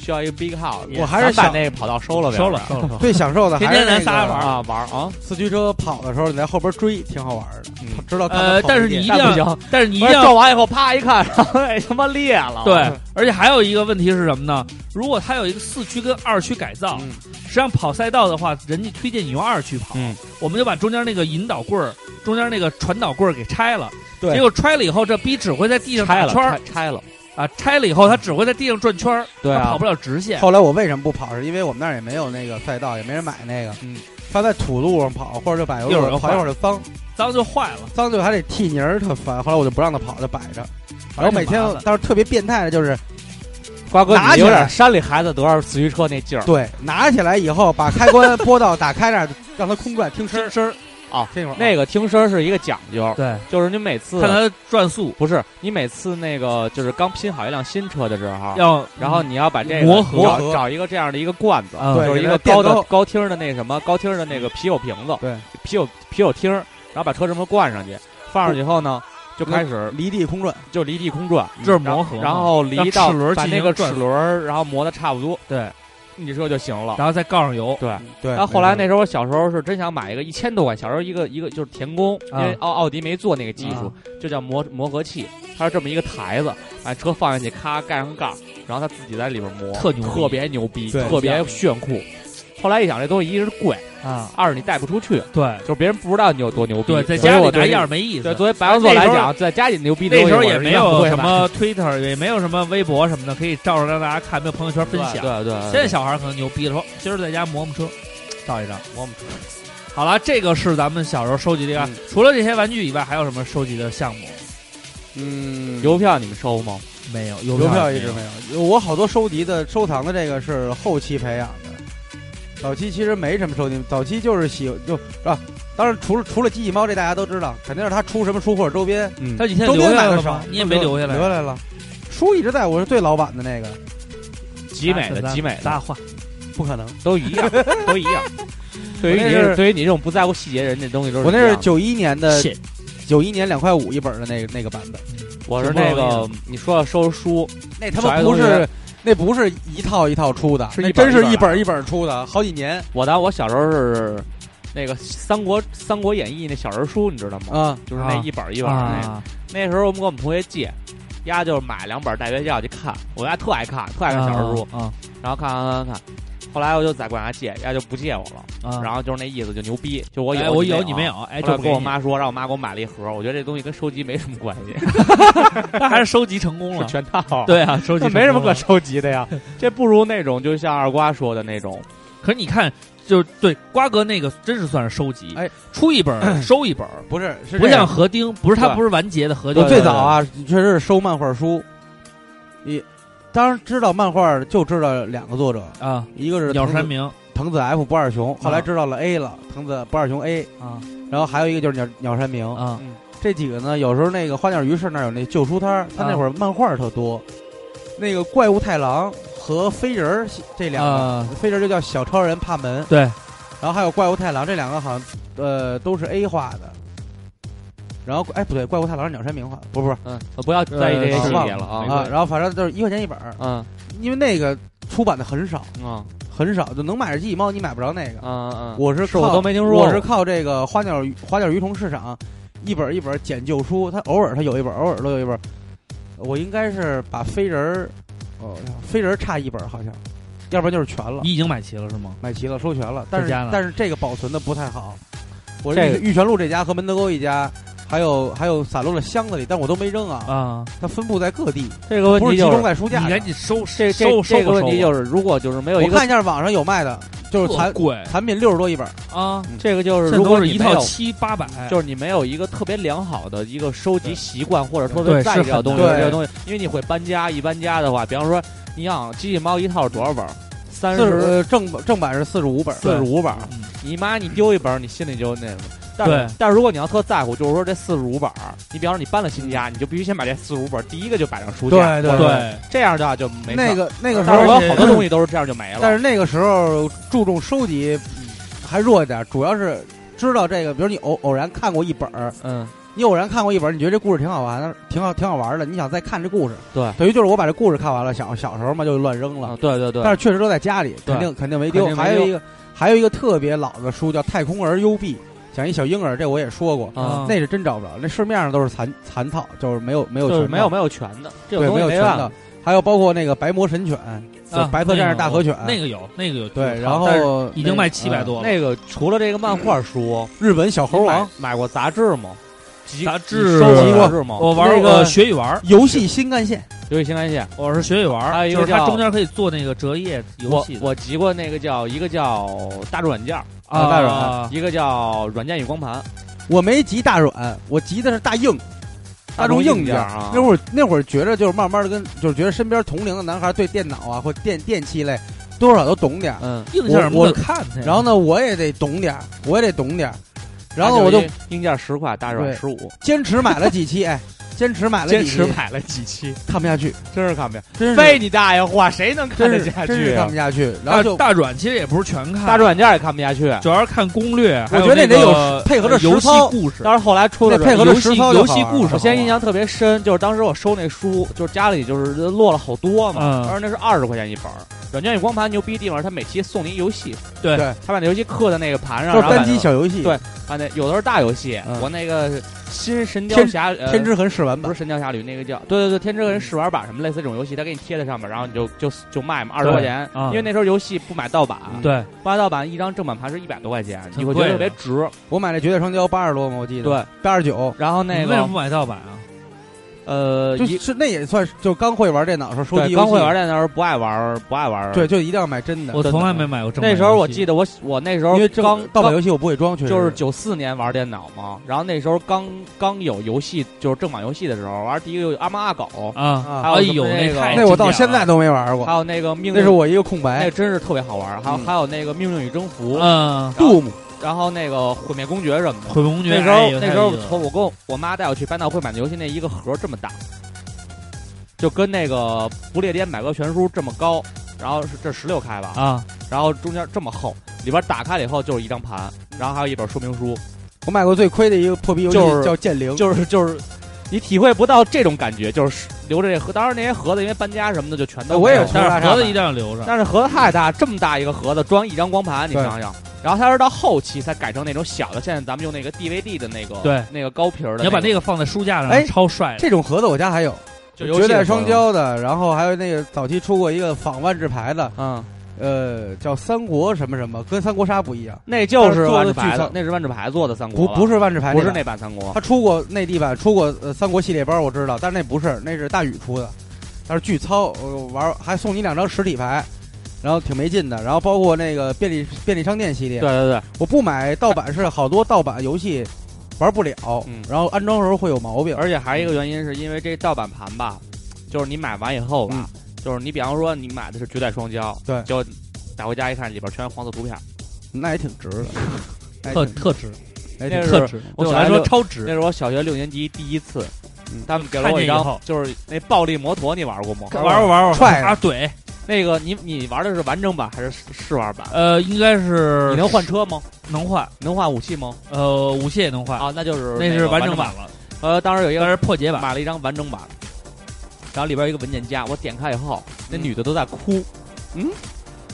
[SPEAKER 5] 需要一个 big house，
[SPEAKER 2] 我还是
[SPEAKER 5] 咱把
[SPEAKER 2] 想
[SPEAKER 5] 那个跑道收了呗，
[SPEAKER 3] 收了收了收了。
[SPEAKER 2] 最享受的
[SPEAKER 3] 天
[SPEAKER 2] 还是
[SPEAKER 3] 天咱
[SPEAKER 2] 那
[SPEAKER 3] 仨
[SPEAKER 2] 个
[SPEAKER 3] 玩
[SPEAKER 5] 啊玩儿啊，
[SPEAKER 2] 四驱车跑的时候，你在后边追，挺好玩的
[SPEAKER 5] 嗯，
[SPEAKER 2] 知道看
[SPEAKER 3] 呃，
[SPEAKER 2] 他跑
[SPEAKER 3] 但是
[SPEAKER 2] 得
[SPEAKER 3] 你一
[SPEAKER 2] 近
[SPEAKER 3] 定
[SPEAKER 5] 那不
[SPEAKER 3] 要，但是你一定
[SPEAKER 5] 不是
[SPEAKER 3] 要
[SPEAKER 5] 照完嗯以后啪一看，然后哎他妈裂了，
[SPEAKER 3] 对，而且还有一个问题是什么呢？如果它有一个四驱跟二区改造，
[SPEAKER 2] 嗯
[SPEAKER 3] 实际上跑赛道的话，人家推荐你用二区跑，
[SPEAKER 5] 嗯
[SPEAKER 3] 我们就把中间那个引导棍儿、中间那个传导棍儿给拆了。
[SPEAKER 2] 对
[SPEAKER 3] 结果拆了以后，这逼只会在地上
[SPEAKER 5] 拆
[SPEAKER 3] 打
[SPEAKER 5] 了
[SPEAKER 3] 圈儿
[SPEAKER 5] 拆拆了，
[SPEAKER 3] 啊！拆了以后，它只会在地上转圈儿，
[SPEAKER 5] 对
[SPEAKER 3] 它
[SPEAKER 5] 啊
[SPEAKER 3] 跑不了直线。
[SPEAKER 2] 后来我为什么不跑？是因为我们那儿也没有那个赛道，也没人买那个。
[SPEAKER 5] 嗯，
[SPEAKER 2] 他在土路上跑，或者就柏油
[SPEAKER 3] 一会儿就
[SPEAKER 2] 路上跑，
[SPEAKER 3] 坏
[SPEAKER 2] 一会儿就脏，
[SPEAKER 3] 脏就坏了，
[SPEAKER 2] 脏就还得剃泥儿，特烦。后来我就不让他跑，就摆着。然后每天
[SPEAKER 3] 反正挺麻烦，
[SPEAKER 2] 但是特别变态的就是，
[SPEAKER 5] 瓜哥
[SPEAKER 2] 拿
[SPEAKER 5] 你
[SPEAKER 2] 起
[SPEAKER 5] 有
[SPEAKER 2] 来
[SPEAKER 5] 点山里孩子得着四驱车那劲儿，
[SPEAKER 2] 对，拿起来以后把开关拨到打开那儿，让它空转，听声儿
[SPEAKER 3] 声儿
[SPEAKER 2] 听一会儿。
[SPEAKER 5] 那个听声儿啊是一个讲究，
[SPEAKER 3] 对，
[SPEAKER 5] 就是你每次
[SPEAKER 3] 看它转速
[SPEAKER 5] 不是你每次那个就是刚拼好一辆新车的时候，
[SPEAKER 3] 要，
[SPEAKER 5] 然后你要把这个
[SPEAKER 3] 磨合
[SPEAKER 5] 找找一个这样的一个罐子，
[SPEAKER 3] 啊
[SPEAKER 2] 对
[SPEAKER 5] 就是一
[SPEAKER 2] 给
[SPEAKER 5] 个
[SPEAKER 2] 它垫
[SPEAKER 5] 高的
[SPEAKER 2] 高
[SPEAKER 5] 高厅的那什么高厅的那个啤酒瓶子，
[SPEAKER 2] 对，
[SPEAKER 5] 啤酒啤酒厅，然后把车这么灌上去，放上去以后呢，就开始
[SPEAKER 2] 离地空转，
[SPEAKER 5] 就离地空转，嗯
[SPEAKER 3] 这是磨合嘛，
[SPEAKER 5] 然后离
[SPEAKER 3] 让
[SPEAKER 5] 到
[SPEAKER 3] 齿轮
[SPEAKER 5] 把
[SPEAKER 3] 进行
[SPEAKER 5] 那个齿
[SPEAKER 3] 转
[SPEAKER 5] 轮儿然后磨的差不多，
[SPEAKER 3] 对，
[SPEAKER 5] 你这车就行了。
[SPEAKER 3] 嗯然后再告上油，
[SPEAKER 2] 对。
[SPEAKER 5] 然后后来
[SPEAKER 2] 没
[SPEAKER 5] 那时候小时候是真想买一个一千多块，小时候一个一个就是田宫，因
[SPEAKER 3] 啊
[SPEAKER 5] 为奥奥迪没做那个技术
[SPEAKER 3] 啊，
[SPEAKER 5] 就叫磨磨合器，它是这么一个台子，把车放下去，咔盖上盖儿，然后它自己在里边磨，
[SPEAKER 3] 特牛逼
[SPEAKER 5] 特别牛逼，
[SPEAKER 2] 对
[SPEAKER 5] 特别炫酷。后来一想，这东西一是贵，
[SPEAKER 3] 啊，
[SPEAKER 5] 二是你带不出去，
[SPEAKER 3] 对
[SPEAKER 5] 就是别人不知道你有多牛逼。
[SPEAKER 3] 对，在
[SPEAKER 5] 所以
[SPEAKER 3] 家里
[SPEAKER 5] 我对
[SPEAKER 3] 拿
[SPEAKER 5] 于
[SPEAKER 3] 样儿没意思
[SPEAKER 5] 对，。作为白羊座来讲，在家里牛逼的
[SPEAKER 3] 那时候
[SPEAKER 5] 东西
[SPEAKER 3] 也
[SPEAKER 5] 我是
[SPEAKER 3] 没
[SPEAKER 5] 一般不
[SPEAKER 3] 有
[SPEAKER 5] 会
[SPEAKER 3] 什
[SPEAKER 5] 买
[SPEAKER 3] 么 Twitter，也没有什么微博什么的，可以照着让大家看，没有朋友圈分享。
[SPEAKER 5] 对对啊对，
[SPEAKER 3] 现在小孩儿可能牛逼了，说今儿在家磨磨车，照一张磨磨车。好了，这个是咱们小时候收集的、
[SPEAKER 2] 嗯
[SPEAKER 3] 除了这些玩具以外，还有什么收集的项目？
[SPEAKER 2] 嗯，
[SPEAKER 5] 邮票你们收吗？
[SPEAKER 3] 没有，邮
[SPEAKER 2] 邮
[SPEAKER 3] 票
[SPEAKER 2] 票一直没有。我好多收集的、收藏的这个是后期培养的，早期其实没什么收集，早期就是喜就啊。当然，除了除了机器猫这大家都知道，肯定是他出什么书或者周边，
[SPEAKER 5] 嗯
[SPEAKER 3] 但你现在
[SPEAKER 2] 周
[SPEAKER 3] 留下
[SPEAKER 2] 边
[SPEAKER 3] 来
[SPEAKER 2] 买
[SPEAKER 3] 了
[SPEAKER 2] 的少
[SPEAKER 3] 吗，？你也没留下来。
[SPEAKER 2] 留下来了。书一直在，我是最老版的那个，
[SPEAKER 5] 集美的集美的
[SPEAKER 3] 咱俩换。
[SPEAKER 2] 不可能。
[SPEAKER 5] 都一 样，都一样。对于
[SPEAKER 2] 我那
[SPEAKER 5] 你
[SPEAKER 2] 是
[SPEAKER 5] 这，对于你这种不在乎细节的人，这东西都是
[SPEAKER 2] 我那
[SPEAKER 5] 一
[SPEAKER 2] 是
[SPEAKER 5] 样的
[SPEAKER 2] 九一年的，
[SPEAKER 3] Shit
[SPEAKER 2] 九一年两块五一本的那个那个版本，
[SPEAKER 5] 我是
[SPEAKER 3] 挺
[SPEAKER 5] 那
[SPEAKER 3] 不容易
[SPEAKER 5] 个你说要收拾书，
[SPEAKER 2] 那他
[SPEAKER 5] 小
[SPEAKER 2] 妈
[SPEAKER 5] 爱
[SPEAKER 2] 不
[SPEAKER 5] 同学
[SPEAKER 2] 是，那不是一套一套出的，
[SPEAKER 5] 是
[SPEAKER 2] 那
[SPEAKER 5] 一本
[SPEAKER 2] 真是
[SPEAKER 5] 一
[SPEAKER 2] 一
[SPEAKER 5] 本
[SPEAKER 2] 本一本出的，好几年
[SPEAKER 5] 我当我小时候是那个《三国三国演义》那小人书，你知道吗？
[SPEAKER 2] 啊。
[SPEAKER 5] 就是那一本一本的那个。
[SPEAKER 3] 啊，
[SPEAKER 5] 那时候我们跟我们同学借，丫就是买两本带学校去看，我丫特爱看，特爱看小人书，
[SPEAKER 3] 啊，
[SPEAKER 5] 然后看看看看看，后来我就再管他借，人家就不借我了。
[SPEAKER 3] 啊，
[SPEAKER 5] 然后就是那意思，就牛逼，就我有、
[SPEAKER 3] 哎我有
[SPEAKER 5] 你
[SPEAKER 3] 你没。有，哎，
[SPEAKER 5] 后来
[SPEAKER 3] 就
[SPEAKER 5] 我
[SPEAKER 3] 给
[SPEAKER 5] 跟我
[SPEAKER 3] 你，
[SPEAKER 5] 妈说，让我妈给我买了一盒，我觉得这东西跟收集没什么关系，
[SPEAKER 3] 但 还是收集成功
[SPEAKER 5] 是
[SPEAKER 3] 了。
[SPEAKER 5] 全套。，
[SPEAKER 3] 对啊，收集
[SPEAKER 5] 那没什
[SPEAKER 3] 成
[SPEAKER 5] 么
[SPEAKER 3] 功
[SPEAKER 5] 可
[SPEAKER 3] 了。
[SPEAKER 5] 收集的 呀，这不如那种就像二瓜说的那种，
[SPEAKER 3] 可是你看，就是对瓜哥那个真是算是收集，
[SPEAKER 2] 哎，
[SPEAKER 3] 出一本 儿收一本儿，
[SPEAKER 2] 不是是
[SPEAKER 3] 不
[SPEAKER 2] 这样
[SPEAKER 3] 像河丁，不是他
[SPEAKER 5] 对
[SPEAKER 3] 不是完结的河丁
[SPEAKER 2] 我，最早啊，确实是收漫画书，你当然知道漫画就知道两个作者，
[SPEAKER 3] 啊，
[SPEAKER 2] 一个是
[SPEAKER 3] 鸟
[SPEAKER 2] 藤
[SPEAKER 3] 山
[SPEAKER 2] 子
[SPEAKER 3] 明
[SPEAKER 2] 藤子 F 不二雄，后
[SPEAKER 3] 啊
[SPEAKER 2] 来知道了 A 了，藤子不二雄 A，
[SPEAKER 3] 啊
[SPEAKER 2] 然后还有一个就是鸟鸟山明，
[SPEAKER 3] 啊
[SPEAKER 2] 这几个呢，有时候那个花鸟鱼市那儿有那旧书摊儿，
[SPEAKER 3] 啊
[SPEAKER 2] 他那会儿漫画儿特多，那个怪物太郎和飞人儿这两个，
[SPEAKER 3] 啊，
[SPEAKER 2] 飞人儿就叫小超人帕门，
[SPEAKER 3] 对，
[SPEAKER 2] 然后还有怪物太郎这两个好像呃都是 A 画的，然后哎不对，怪物太郎是鸟山明画，不是不是。
[SPEAKER 5] 嗯，不要在意这些
[SPEAKER 2] 呃
[SPEAKER 5] 细
[SPEAKER 2] 忘
[SPEAKER 5] 节
[SPEAKER 2] 了
[SPEAKER 5] 了啊。
[SPEAKER 2] 啊，然后反正就是一块钱一本儿，
[SPEAKER 5] 嗯
[SPEAKER 2] 因为那个出版的很少，
[SPEAKER 5] 嗯
[SPEAKER 2] 很少，就能买着鸡尾猫，你买不着那个。
[SPEAKER 5] 嗯嗯，
[SPEAKER 2] 我是
[SPEAKER 5] 是我
[SPEAKER 2] 靠
[SPEAKER 5] 都没听说
[SPEAKER 2] 我
[SPEAKER 5] 过
[SPEAKER 2] 是靠这个花鸟鱼花鸟鱼虫市场，一本一本捡旧书，他偶尔他有一本，偶尔都有一本。我应该是把飞人儿，哦，飞人儿差一本好像，要不然就是全了，
[SPEAKER 3] 你已经买齐了是吗？
[SPEAKER 2] 买齐了收全了。但是
[SPEAKER 3] 在家呢
[SPEAKER 2] 但是这个保存的不太好，我
[SPEAKER 5] 这个
[SPEAKER 2] 是玉泉路这家和门头沟一家，还有还有散落在箱子里，但我都没扔啊，
[SPEAKER 3] 啊，
[SPEAKER 2] 它分布在各地，
[SPEAKER 5] 这个问
[SPEAKER 2] 不是
[SPEAKER 5] 题
[SPEAKER 2] 集
[SPEAKER 5] 就
[SPEAKER 2] 中
[SPEAKER 5] 是
[SPEAKER 2] 在书
[SPEAKER 3] 你
[SPEAKER 2] 架上。
[SPEAKER 3] 赶紧收
[SPEAKER 5] 这
[SPEAKER 3] 收收
[SPEAKER 5] 这
[SPEAKER 3] 啊
[SPEAKER 5] 这个问题就是是，如果就是没有一
[SPEAKER 2] 我
[SPEAKER 5] 个
[SPEAKER 2] 看一下网上有卖的，就是
[SPEAKER 3] 特
[SPEAKER 2] 残
[SPEAKER 3] 贵
[SPEAKER 2] 残品六十多一本儿，
[SPEAKER 3] 啊，
[SPEAKER 5] 嗯这个就是
[SPEAKER 3] 这
[SPEAKER 5] 如
[SPEAKER 3] 都
[SPEAKER 5] 果
[SPEAKER 3] 是
[SPEAKER 5] 你
[SPEAKER 3] 一
[SPEAKER 5] 没
[SPEAKER 3] 套
[SPEAKER 5] 有
[SPEAKER 3] 七八百，
[SPEAKER 5] 就是你没有一个特别良好的一个收集
[SPEAKER 3] 对
[SPEAKER 5] 习惯，或者特
[SPEAKER 3] 对
[SPEAKER 5] 别在意
[SPEAKER 3] 是
[SPEAKER 5] 这个
[SPEAKER 3] 很
[SPEAKER 5] 东西，
[SPEAKER 2] 难
[SPEAKER 5] 这个东西，因为你会搬家，一搬家的话，比方说，你想机器猫一套是多少本儿？三
[SPEAKER 2] 四十
[SPEAKER 5] 十、
[SPEAKER 2] 呃正正版是四十五本儿，
[SPEAKER 5] 四十五本儿
[SPEAKER 3] 嗯，
[SPEAKER 5] 你妈你丢一本儿，你心里就那个。但
[SPEAKER 3] 对
[SPEAKER 5] 但是如果你要特在乎，就是说这四十五本儿，你比方说你搬了新家，你就必须先把这四十五本儿第一个就摆上书架，
[SPEAKER 2] 对
[SPEAKER 3] 对，
[SPEAKER 5] 这样的话就没事儿
[SPEAKER 2] 那。个那个时
[SPEAKER 5] 但是
[SPEAKER 2] 候
[SPEAKER 5] 我有好多东西都是这样就没了。
[SPEAKER 2] 但是那个时候注重收集还弱一点，主要是知道这个，比如你偶偶然看过一本儿，
[SPEAKER 5] 嗯，
[SPEAKER 2] 你偶然看过一本儿，你觉得这故事挺好玩的，挺好挺好玩的，你想再看这故事，
[SPEAKER 5] 对
[SPEAKER 2] 等于就是我把这故事看完了，小小时候嘛就乱扔
[SPEAKER 5] 啊
[SPEAKER 2] 了，
[SPEAKER 5] 对对对，
[SPEAKER 2] 但是确实都在家里，
[SPEAKER 5] 对
[SPEAKER 2] 肯定肯定没丢。
[SPEAKER 5] 肯定没
[SPEAKER 2] 还有
[SPEAKER 5] 丢
[SPEAKER 2] 一个还有一个特别老的书叫《太空儿幽闭》，讲一小婴儿，这我也说过，
[SPEAKER 5] 啊，
[SPEAKER 2] 那是真找不着，那市面上都是残残套，就是没有没有
[SPEAKER 5] 就是
[SPEAKER 2] 全
[SPEAKER 5] 没有
[SPEAKER 2] 套
[SPEAKER 5] 没有全的，这
[SPEAKER 2] 对
[SPEAKER 5] 种东
[SPEAKER 2] 没
[SPEAKER 5] 西
[SPEAKER 2] 有
[SPEAKER 5] 没
[SPEAKER 2] 全
[SPEAKER 5] 办
[SPEAKER 2] 的嗯
[SPEAKER 5] 法。，
[SPEAKER 2] 还有包括那个白魔神犬，
[SPEAKER 3] 啊
[SPEAKER 2] 就白色战士大河犬，
[SPEAKER 3] 那个有那个有
[SPEAKER 2] 对，
[SPEAKER 3] 有
[SPEAKER 2] 然
[SPEAKER 3] 但是
[SPEAKER 2] 后呃
[SPEAKER 3] 已经卖七
[SPEAKER 2] 那
[SPEAKER 3] 百
[SPEAKER 2] 个
[SPEAKER 3] 多了，
[SPEAKER 5] 那个除了这个漫画书，
[SPEAKER 2] 呃日本小猴王
[SPEAKER 5] 你买买过杂志吗？集
[SPEAKER 3] 杂志哦
[SPEAKER 5] 你收
[SPEAKER 2] 集
[SPEAKER 5] 集
[SPEAKER 2] 过
[SPEAKER 5] 杂志吗？
[SPEAKER 3] 我玩
[SPEAKER 2] 那
[SPEAKER 3] 过
[SPEAKER 2] 个
[SPEAKER 3] 学语玩儿，
[SPEAKER 2] 游戏新干线，
[SPEAKER 5] 游戏新干线，
[SPEAKER 3] 我是学语玩儿，
[SPEAKER 5] 还有一个
[SPEAKER 3] 就是它
[SPEAKER 5] 叫
[SPEAKER 3] 中间可以做那个折页游
[SPEAKER 5] 我
[SPEAKER 3] 戏的
[SPEAKER 5] 我集过那个叫一个叫大众软件儿，
[SPEAKER 2] 啊大软
[SPEAKER 3] 啊
[SPEAKER 5] 一个叫软件与光盘，
[SPEAKER 2] 我没集大软，我集的是大硬。大众硬
[SPEAKER 5] 件
[SPEAKER 2] 件
[SPEAKER 5] 儿啊。
[SPEAKER 2] 那会儿那会儿觉着就是慢慢的跟就是觉得身边同龄的男孩对电脑啊或电电器类多少都懂点儿，
[SPEAKER 5] 嗯，
[SPEAKER 3] 硬件儿
[SPEAKER 2] 我
[SPEAKER 3] 不得看它呀，
[SPEAKER 2] 然后呢我也得懂点儿，我也得懂点儿，然后我
[SPEAKER 5] 就
[SPEAKER 2] 就
[SPEAKER 5] 硬件十块，大软
[SPEAKER 2] 对啊
[SPEAKER 5] 十五，
[SPEAKER 2] 坚持买了几 期，哎，坚持买了几期，
[SPEAKER 5] 买了几期，
[SPEAKER 2] 看不下去，
[SPEAKER 5] 真是看不下，
[SPEAKER 2] 真是
[SPEAKER 5] 费你大爷话，谁能看
[SPEAKER 2] 真
[SPEAKER 5] 得
[SPEAKER 2] 是
[SPEAKER 5] 下
[SPEAKER 2] 真是
[SPEAKER 5] 去
[SPEAKER 2] 看
[SPEAKER 5] 啊
[SPEAKER 2] 不？下去，然
[SPEAKER 3] 大
[SPEAKER 2] 后就
[SPEAKER 3] 大软其实也不是全看，
[SPEAKER 5] 大众软件也看不下去。
[SPEAKER 3] 主要是看攻略，
[SPEAKER 2] 我觉得
[SPEAKER 3] 还
[SPEAKER 2] 那得
[SPEAKER 3] 有
[SPEAKER 2] 有
[SPEAKER 3] 那个呃
[SPEAKER 2] 配合着
[SPEAKER 3] 游戏
[SPEAKER 2] 实操
[SPEAKER 3] 故事，
[SPEAKER 5] 但是后来出了
[SPEAKER 2] 那配
[SPEAKER 5] 软
[SPEAKER 2] 合着
[SPEAKER 5] 游
[SPEAKER 2] 实
[SPEAKER 5] 戏
[SPEAKER 2] 操就
[SPEAKER 5] 游
[SPEAKER 2] 好
[SPEAKER 5] 戏
[SPEAKER 2] 玩
[SPEAKER 5] 故
[SPEAKER 2] 了
[SPEAKER 5] 事，我现在印象特别深，就是当时我收那书，就是家里就是落了好多嘛，
[SPEAKER 3] 嗯
[SPEAKER 5] 而那是二十块钱一本儿。软件与光盘牛逼地方，它每期送你一游戏，
[SPEAKER 3] 对
[SPEAKER 2] 对
[SPEAKER 5] 他把那游戏刻在那个盘上，
[SPEAKER 2] 就是
[SPEAKER 5] 然后把
[SPEAKER 2] 单机小游戏，
[SPEAKER 5] 对把那有的是大游戏，
[SPEAKER 2] 嗯
[SPEAKER 5] 我那个新神雕侠呃
[SPEAKER 2] 天之痕嗯试玩
[SPEAKER 5] 不
[SPEAKER 2] 版
[SPEAKER 5] 是。神雕侠侣那个叫对对对天之痕试玩版什么类似这种游戏，它给你贴在上面，然后你就就就卖嘛，二十
[SPEAKER 3] 对
[SPEAKER 5] 块钱，
[SPEAKER 2] 嗯
[SPEAKER 3] 啊
[SPEAKER 5] 因为那时候游戏不买盗版，
[SPEAKER 3] 对
[SPEAKER 5] 不买盗版一张正版盘是一百多块钱，
[SPEAKER 3] 挺
[SPEAKER 5] 你会觉得特
[SPEAKER 3] 贵的
[SPEAKER 5] 别值。
[SPEAKER 2] 我买那绝代双骄八十多嘛，我记得，
[SPEAKER 5] 对，
[SPEAKER 2] 八十九，
[SPEAKER 5] 然后那
[SPEAKER 3] 你为什么
[SPEAKER 5] 个
[SPEAKER 3] 不买盗版啊？
[SPEAKER 5] 呃
[SPEAKER 2] 就
[SPEAKER 5] 一
[SPEAKER 2] 是那也算是就刚会玩电脑的时候收
[SPEAKER 5] 对
[SPEAKER 2] 集，
[SPEAKER 5] 刚会玩，那时候不爱玩不爱玩，
[SPEAKER 2] 对，就一定要买真的，
[SPEAKER 3] 我从来没买过正版
[SPEAKER 5] 那时候我
[SPEAKER 3] 游戏
[SPEAKER 5] 记得我我那时候
[SPEAKER 2] 因为正
[SPEAKER 5] 刚
[SPEAKER 2] 盗版
[SPEAKER 5] 刚
[SPEAKER 2] 游戏我不会装，确实
[SPEAKER 5] 就是九四年玩电脑嘛，然后那时候刚刚有游戏就是正版游戏的时候，玩第一个有阿猫阿狗，
[SPEAKER 3] 啊，
[SPEAKER 2] 啊，
[SPEAKER 5] 还有
[SPEAKER 3] 哎
[SPEAKER 5] 什
[SPEAKER 3] 呦
[SPEAKER 5] 么那
[SPEAKER 3] 那
[SPEAKER 5] 个
[SPEAKER 3] 太
[SPEAKER 2] 那我
[SPEAKER 3] 经
[SPEAKER 2] 到
[SPEAKER 3] 典
[SPEAKER 2] 现
[SPEAKER 3] 了
[SPEAKER 2] 在都没玩
[SPEAKER 5] 还
[SPEAKER 2] 过，
[SPEAKER 5] 有那个命运，
[SPEAKER 2] 那是我一个空
[SPEAKER 5] 那
[SPEAKER 2] 白
[SPEAKER 5] 个真是特别好玩，还有
[SPEAKER 2] 嗯啊
[SPEAKER 5] 还有那个命运与征服，
[SPEAKER 3] 嗯，
[SPEAKER 2] ，Doom
[SPEAKER 5] 然后那个毁灭公爵什么的。
[SPEAKER 3] 毁灭公爵
[SPEAKER 5] 那时候
[SPEAKER 3] 哎呦
[SPEAKER 5] 那时
[SPEAKER 3] 太有
[SPEAKER 5] 候
[SPEAKER 3] 意思了
[SPEAKER 5] 从我跟我妈带我去百脑汇买的游戏，那一个盒这么大，就跟那个不列颠百科全书这么高，然后是这十六开吧，
[SPEAKER 3] 啊，
[SPEAKER 5] 然后中间这么厚，里边打开了以后就是一张盘，然后还有一本说明书，
[SPEAKER 2] 我买过最亏的一个破逼游戏
[SPEAKER 5] 就是
[SPEAKER 2] 叫《剑灵》，
[SPEAKER 5] 就是就是你体会不到这种感觉，就是留着这盒，当然那些盒子因为搬家什么的就全都
[SPEAKER 2] 呃我也
[SPEAKER 5] 没
[SPEAKER 2] 有
[SPEAKER 3] 但是
[SPEAKER 2] 从大
[SPEAKER 5] 了
[SPEAKER 2] 厦
[SPEAKER 3] 盒子
[SPEAKER 2] 买
[SPEAKER 3] 一定要留着。
[SPEAKER 5] 但是盒子太大，这么大一个盒子装一张光盘，你
[SPEAKER 2] 对
[SPEAKER 5] 想想。然后它是到后期才改成那种小的，现在咱们用那个 DVD 的那个，
[SPEAKER 3] 对，
[SPEAKER 5] 那个高皮儿的、
[SPEAKER 3] 你要把
[SPEAKER 5] 那
[SPEAKER 3] 那个放在书架
[SPEAKER 2] 哎
[SPEAKER 3] 上，超帅的。
[SPEAKER 2] 这种盒子我家还有，
[SPEAKER 5] 就游戏
[SPEAKER 2] 绝代
[SPEAKER 5] 的
[SPEAKER 2] 双
[SPEAKER 5] 盒子，
[SPEAKER 2] 骄的，然后还有那个早期出过一个仿万智牌的，
[SPEAKER 5] 嗯，
[SPEAKER 2] 呃，叫三国什么什么，跟三国杀不一样，
[SPEAKER 5] 那就是
[SPEAKER 2] 做
[SPEAKER 5] 万
[SPEAKER 2] 的
[SPEAKER 5] 智牌
[SPEAKER 2] 剧
[SPEAKER 5] 的
[SPEAKER 2] 场，
[SPEAKER 5] 那是万智牌做的三国
[SPEAKER 2] 不
[SPEAKER 5] 了，
[SPEAKER 2] 不是万智牌，
[SPEAKER 5] 不是那。版三国，
[SPEAKER 2] 他出过内地版，出过呃三国系列包，我知道，但是那不是，那是大宇出的，但是巨糙，呃、玩儿还送你两张实体牌，然后挺没劲的。然后包括那个便利便利商店系列，
[SPEAKER 5] 对对对，
[SPEAKER 2] 我不买盗版是好多盗版游戏玩不了，
[SPEAKER 5] 嗯
[SPEAKER 2] 然后安装时候会有毛病。
[SPEAKER 5] 而且还有一个原因是因为这盗版盘吧，就是你买完以后吧，就是你比方说你买的是绝代双骄，
[SPEAKER 2] 对
[SPEAKER 5] 就打回家一看里边全是黄色图片，
[SPEAKER 2] 那也挺值的，那也
[SPEAKER 3] 特
[SPEAKER 2] 挺
[SPEAKER 3] 特值，
[SPEAKER 2] 那也
[SPEAKER 5] 那
[SPEAKER 2] 挺
[SPEAKER 5] 是
[SPEAKER 3] 特值。我
[SPEAKER 5] 我小
[SPEAKER 3] 小
[SPEAKER 5] 孩
[SPEAKER 3] 孩
[SPEAKER 5] 就
[SPEAKER 3] 说超
[SPEAKER 5] 那
[SPEAKER 3] 值，
[SPEAKER 5] 是我小学六年级第一次，
[SPEAKER 2] 嗯
[SPEAKER 5] 他们给了我
[SPEAKER 3] 看见
[SPEAKER 5] 一
[SPEAKER 3] 以
[SPEAKER 5] 张
[SPEAKER 3] 后
[SPEAKER 5] 就是那暴力摩托，你玩过吗？
[SPEAKER 3] 玩玩玩玩
[SPEAKER 2] 踹
[SPEAKER 3] 啊！对，
[SPEAKER 5] 那个你你玩的是完整版还是试试玩版？
[SPEAKER 3] 呃，应该是
[SPEAKER 5] 你能换车吗？
[SPEAKER 3] 能换，
[SPEAKER 5] 能换武器吗？
[SPEAKER 3] 呃，武器也能换，
[SPEAKER 5] 啊，那就是
[SPEAKER 3] 那是
[SPEAKER 5] 个
[SPEAKER 3] 完
[SPEAKER 5] 完
[SPEAKER 3] 整
[SPEAKER 5] 版
[SPEAKER 3] 版。了，
[SPEAKER 5] 呃，当时有一
[SPEAKER 3] 但
[SPEAKER 5] 个
[SPEAKER 3] 是破解版。
[SPEAKER 5] 买了一张完整版，然后里边有一个文件夹，我点开以后，那
[SPEAKER 2] 嗯
[SPEAKER 5] 女的都在哭，嗯，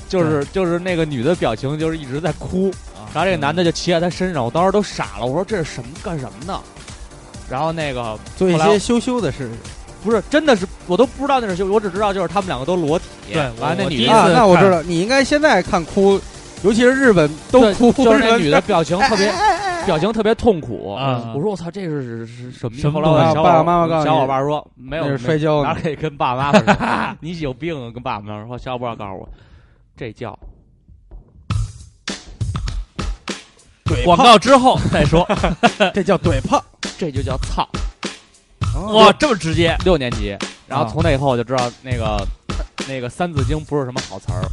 [SPEAKER 5] 就是就是那个女的表情就是一直在哭，然
[SPEAKER 3] 嗯
[SPEAKER 5] 后这个男的就骑在她身上，我当时都傻了，我说这是什么干什么呢？然后那个
[SPEAKER 2] 做一
[SPEAKER 5] 后来
[SPEAKER 2] 些羞羞的事
[SPEAKER 5] 不是真的是我都不知道那是谁，我只知道就是他们两个都裸体，
[SPEAKER 3] 对我
[SPEAKER 5] 完了那
[SPEAKER 3] 我第
[SPEAKER 5] 女
[SPEAKER 3] 一
[SPEAKER 2] 情
[SPEAKER 5] 的
[SPEAKER 2] 啊
[SPEAKER 3] 次。
[SPEAKER 2] 那我
[SPEAKER 3] 看
[SPEAKER 2] 知道，你应该现在看哭，尤其是日本都
[SPEAKER 5] 对
[SPEAKER 2] 哭，
[SPEAKER 5] 就是
[SPEAKER 2] 日
[SPEAKER 5] 那
[SPEAKER 2] 本
[SPEAKER 5] 女的表情特别，表情特别痛苦嗯
[SPEAKER 3] 啊
[SPEAKER 5] 我说我操，这是是是什么意思？
[SPEAKER 3] 什么
[SPEAKER 5] 后来我
[SPEAKER 3] 东西
[SPEAKER 5] 小
[SPEAKER 2] 爸爸妈妈
[SPEAKER 5] 我
[SPEAKER 2] 告诉你
[SPEAKER 5] 小伙伴说没
[SPEAKER 2] 那是
[SPEAKER 5] 有
[SPEAKER 2] 摔跤
[SPEAKER 5] 哪
[SPEAKER 2] 呢，
[SPEAKER 5] 可以跟爸妈妈说？你有病啊！跟爸妈说，小伙伴告诉我，这叫
[SPEAKER 3] 广告之后再 说。
[SPEAKER 2] 这叫怼炮。
[SPEAKER 5] 这就叫操。
[SPEAKER 3] 哇，这么直接，
[SPEAKER 5] 六年级，然后
[SPEAKER 2] 啊
[SPEAKER 5] 从那以后我就知道那个那个《三字经》不是什么好词儿，